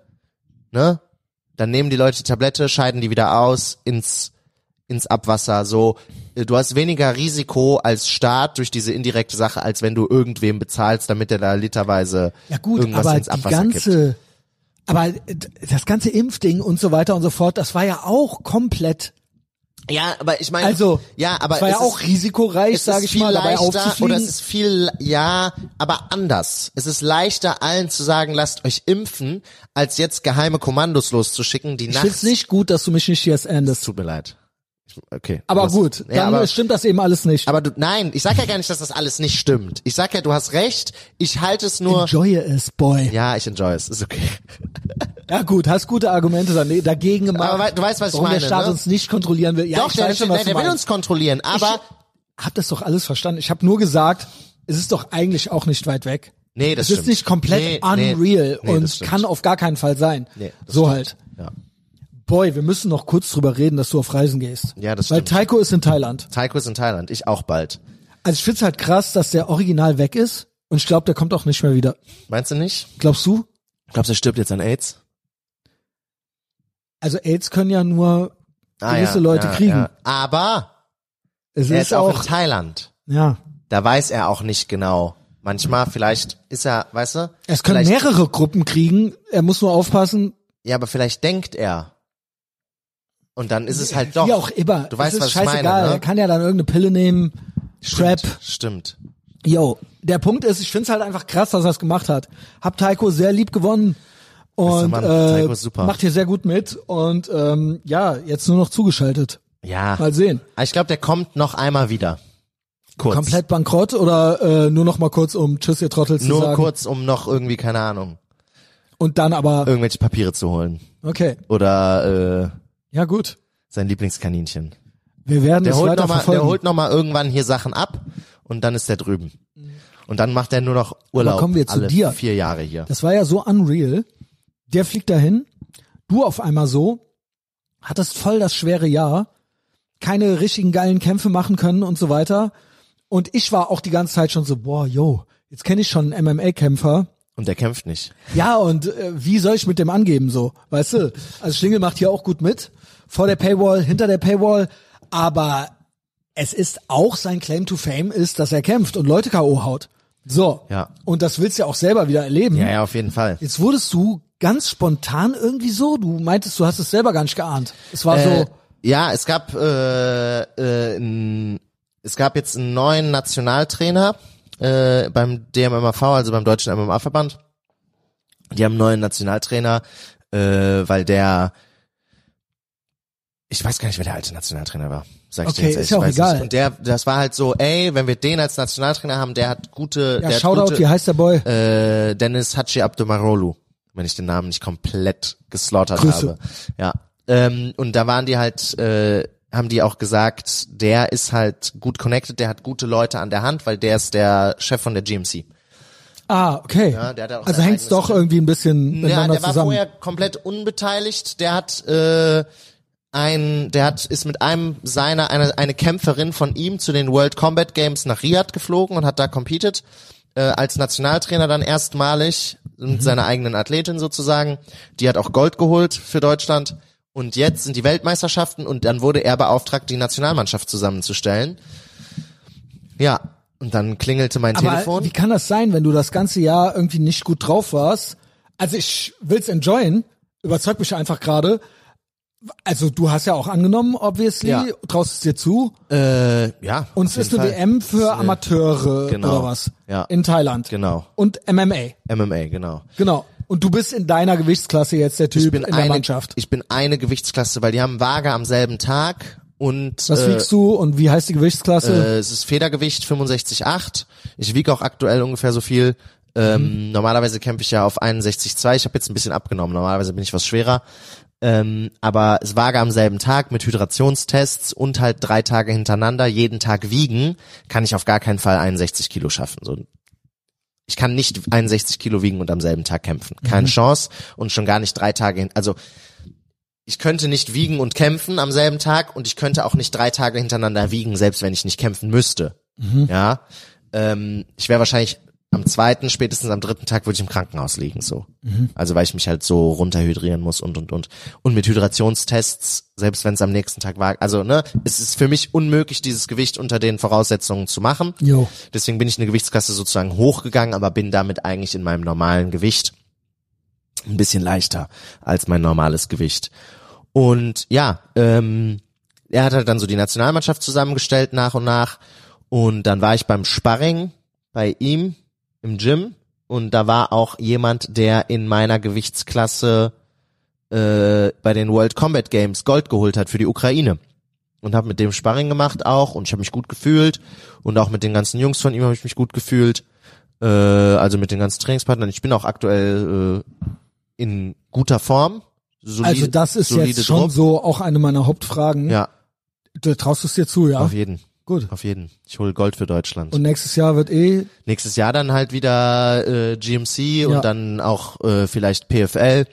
ne? Dann nehmen die Leute die Tablette, scheiden die wieder aus ins ins Abwasser. So, äh, du hast weniger Risiko als Staat durch diese indirekte Sache, als wenn du irgendwem bezahlst, damit der da literweise ja gut, irgendwas aber ins die Abwasser gibt. ganze, aber äh, das ganze Impfding und so weiter und so fort, das war ja auch komplett, Ja, aber ich meine, also, ja, aber das war ja es auch ist, risikoreich, es ist sage ich viel mal, dabei leichter oder aufzufliegen. es ist viel, ja, aber anders. Es ist leichter, allen zu sagen, lasst euch impfen, als jetzt geheime Kommandos loszuschicken, die ich nachts... finde es nicht gut, dass du mich nicht hier endest. Tut mir leid. Ich, okay. Aber Das- gut, dann Ja, aber, stimmt das eben alles nicht. aber du, nein, ich sag ja gar nicht, dass das alles nicht stimmt. Ich sag ja, du hast recht, ich halte es nur... Enjoy es, boy. ja, ich enjoy es, ist okay. Ja gut, hast gute Argumente dane- dagegen gemacht. Aber wei- du weißt, was ich warum meine, der Staat ne? uns nicht kontrollieren will. Ja, Doch, ich der, weiß schon, der, was der du will uns meinst. kontrollieren, aber... Hab das doch alles verstanden. Ich habe nur gesagt, es ist doch eigentlich auch nicht weit weg. Nee, das es ist stimmt. nicht komplett Nee, nee, unreal nee, das und stimmt. kann auf gar keinen Fall sein. Nee, das so stimmt. halt. Ja. Boy, wir müssen noch kurz drüber reden, dass du auf Reisen gehst. Ja, das Weil stimmt. Taiko ist in Thailand. Taiko ist in Thailand, ich auch bald. Also ich find's halt krass, dass der Original weg ist und ich glaube, der kommt auch nicht mehr wieder. Meinst du nicht? Glaubst du? Glaubst du, er stirbt jetzt an Aids? Also AIDS können ja nur Ah, gewisse Leute kriegen. Aber Es er ist, ist auch in auch, Thailand. ja. Da weiß er auch nicht genau. Manchmal, vielleicht ist er, weißt du? Es können vielleicht, mehrere Gruppen kriegen. Er muss nur aufpassen, Ja, aber vielleicht denkt er. Und dann ist es halt doch. wie auch immer. Du weißt, es ist was ich meine, scheißegal. ne? Er kann ja dann irgendeine Pille nehmen. Strap. Stimmt. Yo, der Punkt ist, ich find's halt einfach krass, dass er's gemacht hat. Hab Taiko sehr lieb gewonnen Bester und Mann, Taiko äh, ist super. macht hier sehr gut mit und ähm, ja, jetzt nur noch zugeschaltet. Ja. Mal sehen. Aber Ich glaube, der kommt noch einmal wieder. Kurz. Komplett bankrott oder äh, nur noch mal kurz um Tschüss, ihr Trottel zu Nur sagen. kurz, Äh. um noch irgendwie, keine Ahnung, Und dann aber, irgendwelche Papiere zu holen. okay, Oder äh, ja gut. sein Lieblingskaninchen. Wir werden Der es holt, weiter noch mal, der verfolgen. holt noch mal irgendwann hier Sachen ab und dann ist er drüben. Und dann macht er nur noch Urlaub Mhm. kommen wir zu alle dir. vier Jahre hier. Das war ja so unreal. Der fliegt dahin, du auf einmal so, hattest voll das schwere Jahr, keine richtigen geilen Kämpfe machen können und so weiter. Und ich war auch die ganze Zeit schon so, boah, yo, jetzt kenne ich schon einen MMA-Kämpfer. Und der kämpft nicht. Ja, und äh, wie soll ich mit dem angeben so? Weißt du? Also Schlingel macht hier auch gut mit. Vor der Paywall, hinter der Paywall. Aber es ist auch sein Claim to Fame ist, dass er kämpft und Leute K.O. haut. So. Ja. Und das willst du ja auch selber wieder erleben. Ja, ja, auf jeden Fall. Jetzt wurdest du ganz spontan irgendwie so. Du meintest, du hast es selber gar nicht geahnt. Es war Äh, so, ja, es gab äh, äh, n- es gab jetzt einen neuen Nationaltrainer äh, beim DMMAV, also beim deutschen MMA-Verband. Die haben einen neuen Nationaltrainer, äh, weil der ich weiß gar nicht, wer der alte Nationaltrainer war. Sag ich Okay, dir jetzt ehrlich, ist ich ja auch weiß egal. nicht. Und der, das war halt so, ey, wenn wir den als Nationaltrainer haben, der hat gute, ja, der hat Shoutout, gute, wie heißt der Boy? äh, Dennis Hachi Abdomarolu, wenn ich den Namen nicht komplett geslaughtert Grüße. habe. Ja. Ähm, und da waren die halt, äh, haben die auch gesagt, der ist halt gut connected, der hat gute Leute an der Hand, weil der ist der Chef von der GMC. ah, okay. Ja, der hat ja auch also sein hängt's eigenes doch Team. irgendwie ein bisschen Ja, miteinander der war zusammen. vorher komplett unbeteiligt, der hat äh, ein, der hat, ist mit einem seiner, eine, eine Kämpferin von ihm zu den World Combat Games nach Riyadh geflogen und hat da competed, äh, als Nationaltrainer dann erstmalig mit Mhm. seiner eigenen Athletin sozusagen. Die hat auch Gold geholt für Deutschland. Und jetzt sind die Weltmeisterschaften und dann wurde er beauftragt, die Nationalmannschaft zusammenzustellen. Ja, und dann klingelte mein Aber Telefon. wie kann das sein, wenn du das ganze Jahr irgendwie nicht gut drauf warst? Also ich will's enjoyen, überzeug mich einfach gerade. Also du hast ja auch angenommen, obviously, Ja. traust es dir zu. Äh, ja. Und auf es ist jeden eine Fall. WM für Amateure Genau. oder was? Ja. In Thailand. Genau. Und MMA. MMA, genau. Genau. Und du bist in deiner Gewichtsklasse jetzt der Typ in der eine, Mannschaft. Ich bin eine Gewichtsklasse, weil die haben Waage am selben Tag und Was äh, wiegst du und wie heißt die Gewichtsklasse? äh, es ist Federgewicht 65,8. Ich wiege auch aktuell ungefähr so viel. Ähm, Mhm. Normalerweise kämpfe ich ja auf 61,2. Ich habe jetzt ein bisschen abgenommen. Normalerweise bin ich was schwerer. Ähm, aber es Waage am selben Tag mit Hydrationstests und halt drei Tage hintereinander jeden Tag wiegen, kann ich auf gar keinen Fall 61 Kilo schaffen. So, ich kann nicht 61 Kilo wiegen und am selben Tag kämpfen. Keine Mhm. Chance und schon gar nicht drei Tage hin. Also ich könnte nicht wiegen und kämpfen am selben Tag und ich könnte auch nicht drei Tage hintereinander wiegen, selbst wenn ich nicht kämpfen müsste. Ja, ähm, ich wäre wahrscheinlich am zweiten, spätestens am dritten Tag würde ich im Krankenhaus liegen, so. Also weil ich mich halt so runterhydrieren muss und und und und mit Hydrationstests, selbst wenn es am nächsten Tag war, also ne, es ist für mich unmöglich, dieses Gewicht unter den Voraussetzungen zu machen. Jo. Deswegen bin ich in eine Gewichtsklasse sozusagen hochgegangen, aber bin damit eigentlich in meinem normalen Gewicht ein bisschen leichter als mein normales Gewicht. Und ja, ähm, er hat halt dann so die Nationalmannschaft zusammengestellt nach und nach. Und dann war ich beim Sparring bei ihm im Gym. Und da war auch jemand, der in meiner Gewichtsklasse äh, bei den World Combat Games Gold geholt hat für die Ukraine. Und habe mit dem Sparring gemacht auch. Und ich habe mich gut gefühlt. Und auch mit den ganzen Jungs von ihm habe ich mich gut gefühlt. Äh, also mit den ganzen Trainingspartnern. Ich bin auch aktuell äh, in guter Form. Solide, also das ist solide jetzt schon Druck. so auch eine meiner Hauptfragen. Ja, Du traust es dir zu, ja? auf jeden. Gut. Auf jeden. Ich hole Gold für Deutschland. Und Und nächstes Jahr wird eh Nächstes Jahr dann halt wieder äh, GMC Ja. und dann auch äh, vielleicht PFL.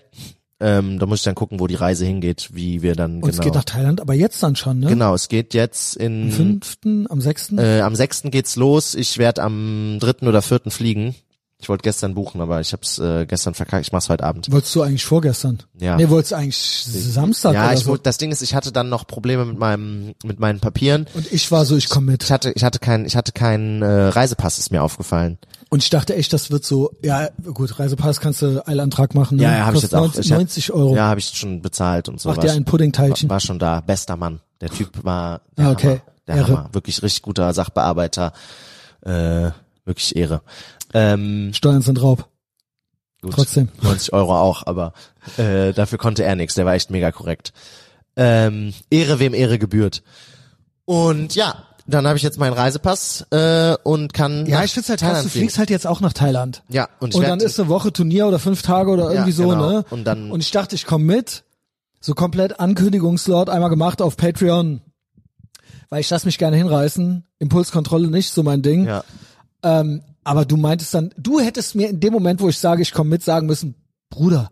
Ähm, da muss ich dann gucken, wo die Reise hingeht, wie wir dann Und genau. es geht nach Thailand, aber jetzt dann schon, ne? genau, Mhm. es geht jetzt in Am fünften, am sechsten. äh, am 6. geht's los. Ich werde am dritten oder vierten fliegen Ich wollte gestern buchen, aber ich habe es äh, gestern verkackt. Ich mach's heute Abend. Wolltest du eigentlich vorgestern? Ja. Nee, wolltest du eigentlich Samstag ja, oder ich so? wollte. Das Ding ist, ich hatte dann noch Probleme mit meinem mit meinen Papieren. Und ich war so, ich komme Ich mit. hatte ich hatte keinen ich hatte keinen äh, Reisepass. Ist mir aufgefallen. Und ich dachte echt, das wird so, ja gut, Reisepass kannst du Eilantrag machen. Ne? Ja, ja habe ich Kostet jetzt auch. 90, Ich hab, 90 Euro. Ja, habe ich schon bezahlt und so. Mach war dir schon- ein Puddingteilchen. War, war schon da. Bester Mann. Der Typ war der Ah, okay. Hammer. Der Ehre. Hammer. Wirklich richtig guter Sachbearbeiter. Äh, wirklich Ehre. Ähm, Steuern sind Raub. gut, Trotzdem. 90 Euro auch, aber äh, dafür konnte er nichts. Der war echt mega korrekt. Ähm, Ehre, wem Ehre gebührt. Und ja, dann habe ich jetzt meinen Reisepass äh, und kann Ja, nach ich find's halt krass, Thailand du fliegen. fliegst halt jetzt auch nach Thailand. Ja, und ich Und werd- dann ist eine Woche Turnier oder fünf Tage oder irgendwie so, genau. ne? Und dann- und ich dachte, ich komme mit. So komplett Ankündigungslot einmal gemacht auf Patreon. Weil ich lass mich gerne hinreißen. Impulskontrolle nicht, so mein Ding. ja. Ähm, aber du meintest dann, du hättest mir in dem Moment, wo ich sage, ich komme mit, sagen müssen, Bruder,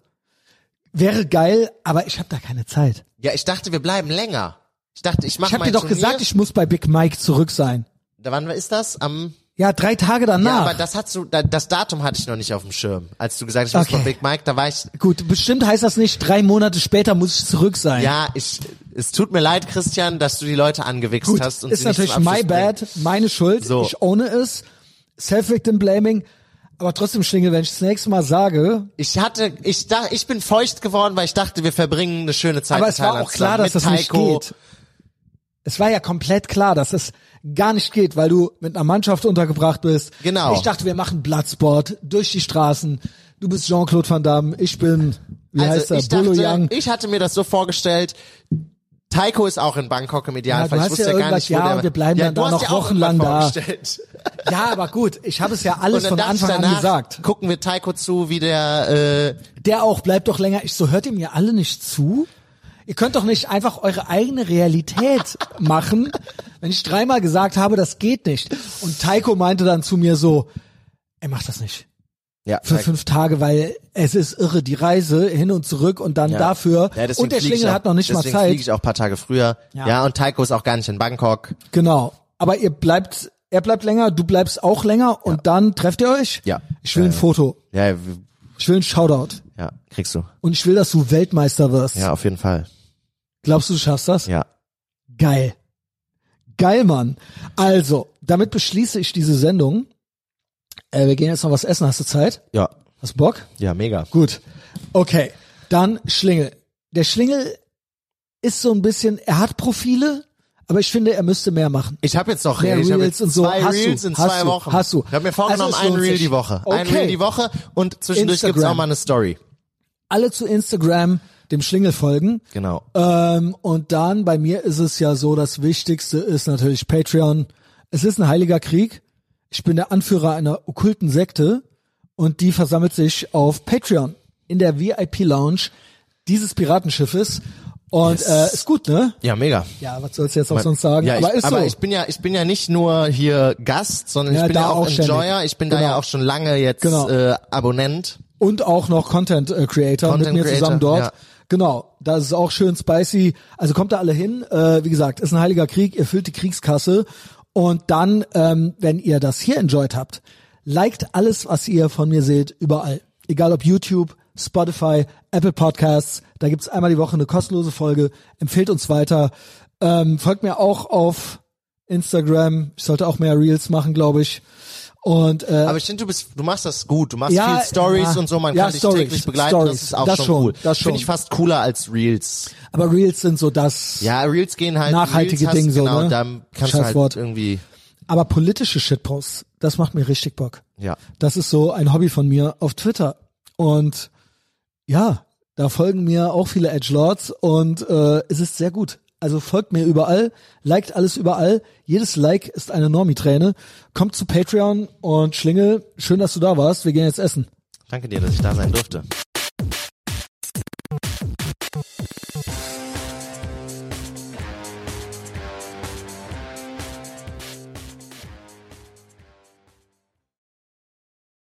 wäre geil, aber ich habe da keine Zeit. ja, ich dachte, wir bleiben länger. Ich dachte, ich mache Ich habe dir doch gesagt, ich muss bei Big Mike zurück sein. Da wann ist das? Am Ja, drei Tage Ja, danach. aber das hast du, da- das Datum hatte ich noch nicht auf dem Schirm. Als du gesagt hast, ich Okay. muss von Big Mike, da war ich, Gut, bestimmt heißt das nicht, drei Monate später muss ich zurück sein. ja, ich, es tut mir leid, Christian, dass du die Leute angewichst Gut, hast und ist sie nicht natürlich zum Abschluss my bad, bringst. meine Schuld, So. ich ohne es, self-victim blaming, aber trotzdem Schlingel, wenn ich das nächste Mal sage, Ich hatte, ich dachte, ich bin feucht geworden, weil ich dachte, wir verbringen eine schöne Zeit aber in es war Thailand auch klar, dass zusammen das mit nicht Taiko. geht. Es war ja komplett klar, dass es gar nicht geht, weil du mit einer Mannschaft untergebracht bist. Genau. Ich dachte, wir machen Bloodsport durch die Straßen. Du bist Jean-Claude Van Damme, ich bin, wie heißt Also er, ich dachte, Bolo Yang. ich hatte mir das so vorgestellt, Taiko ist auch in Bangkok im Ja, du Idealfall. hast ich wusste ja ja, gar irgendwas- nicht, wo ja, der und wir bleiben ja, dann du da hast noch ja auch wochenlang irgendwas da. vorgestellt. Ja, aber gut, ich habe es ja Und alles dann von dachte ich Anfang an danach, gesagt. gucken wir Taiko zu, wie der, äh, Der auch, bleibt doch länger. Ich so, hört ihr mir alle nicht zu? Ihr könnt doch nicht einfach eure eigene Realität machen, wenn ich dreimal gesagt habe, das geht nicht. Und Taiko meinte dann zu mir so, er macht das nicht ja, für fünf Tage, weil es ist irre, die Reise hin und zurück und dann dafür. Ja, deswegen und der flieg ich Schlingel auch, hat noch nicht mal deswegen flieg Zeit. ich auch paar Tage früher. Ja. Ja. und Taiko ist auch gar nicht in Bangkok. Genau. Aber ihr bleibt, er bleibt länger, du bleibst auch länger und dann trefft ihr euch. Ja. Ich will ein Äh, Foto. Ja, w- Ich will ein Shoutout. ja, kriegst du. Und ich will, dass du Weltmeister wirst. Ja, auf jeden Fall. Glaubst du, du schaffst das? Ja. Geil. Geil, Mann. Also, damit beschließe ich diese Sendung. Äh, wir gehen jetzt noch was essen. Hast du Zeit? Ja. Hast du Bock? Ja, mega. Gut. Okay. Dann Schlingel. Der Schlingel ist so ein bisschen, er hat Profile, aber ich finde, er müsste mehr machen. Ich habe jetzt noch Mehr ich hab Reels jetzt und so. zwei Hast du, Reels in hast zwei du, Wochen. hast du. Ich habe mir vorgenommen, Also es lohnt ein Reel sich. die Woche. Ein Okay. Reel die Woche und zwischendurch gibt's Instagram. auch mal eine Story. Alle zu Instagram dem Schlingel folgen. Genau. Ähm, und dann, bei mir ist es ja so, das Wichtigste ist natürlich Patreon. Es ist ein heiliger Krieg. Ich bin der Anführer einer okkulten Sekte und die versammelt sich auf Patreon in der VIP-Lounge dieses Piratenschiffes. Und Yes. äh, ist gut, ne? Ja, mega. Ja, was sollst du jetzt auch sonst sagen? Ja, aber ich, ist aber so. ich bin ja, ich bin ja nicht nur hier Gast, sondern Ja, ich bin da ja auch, auch ständig. Enjoyer. Ich bin da Genau. ja auch schon lange jetzt Genau. äh, Abonnent. und auch noch Content äh, Creator Content mit mir Creator, zusammen dort. ja. Genau, da ist es auch schön spicy. Also kommt da alle hin. Äh, wie gesagt, ist ein heiliger Krieg, ihr füllt die Kriegskasse. Und dann, ähm, wenn ihr das hier enjoyed habt, liked alles, was ihr von mir seht, überall. Egal ob YouTube, Spotify, Apple Podcasts, da gibt's einmal die Woche eine kostenlose Folge. Empfehlt uns weiter. Ähm, folgt mir auch auf Instagram. Ich sollte auch mehr Reels machen, glaube ich. Und äh, Aber ich finde, du bist, du machst das gut. Du machst Ja, viel Stories ja. und so. Man Ja, kann dich Stories, täglich begleiten. Stories. Das ist auch Das schon, schon, cool. das schon. Finde ich fast cooler als Reels. aber Reels sind so das. Ja, Reels gehen halt. Nachhaltige Reels hast, Dinge so, Genau, ne? da kannst du halt Scheißwort. irgendwie, Aber politische Shitposts, das macht mir richtig Bock. ja. Das ist so ein Hobby von mir auf Twitter. Und ja, da folgen mir auch viele Edgelords und äh, es ist sehr gut. Also folgt mir überall, liked alles überall. Jedes Like ist eine Normiträne. Kommt zu Patreon und Schlingel, schön, dass du da warst. Wir gehen jetzt essen. Danke dir, dass ich da sein durfte.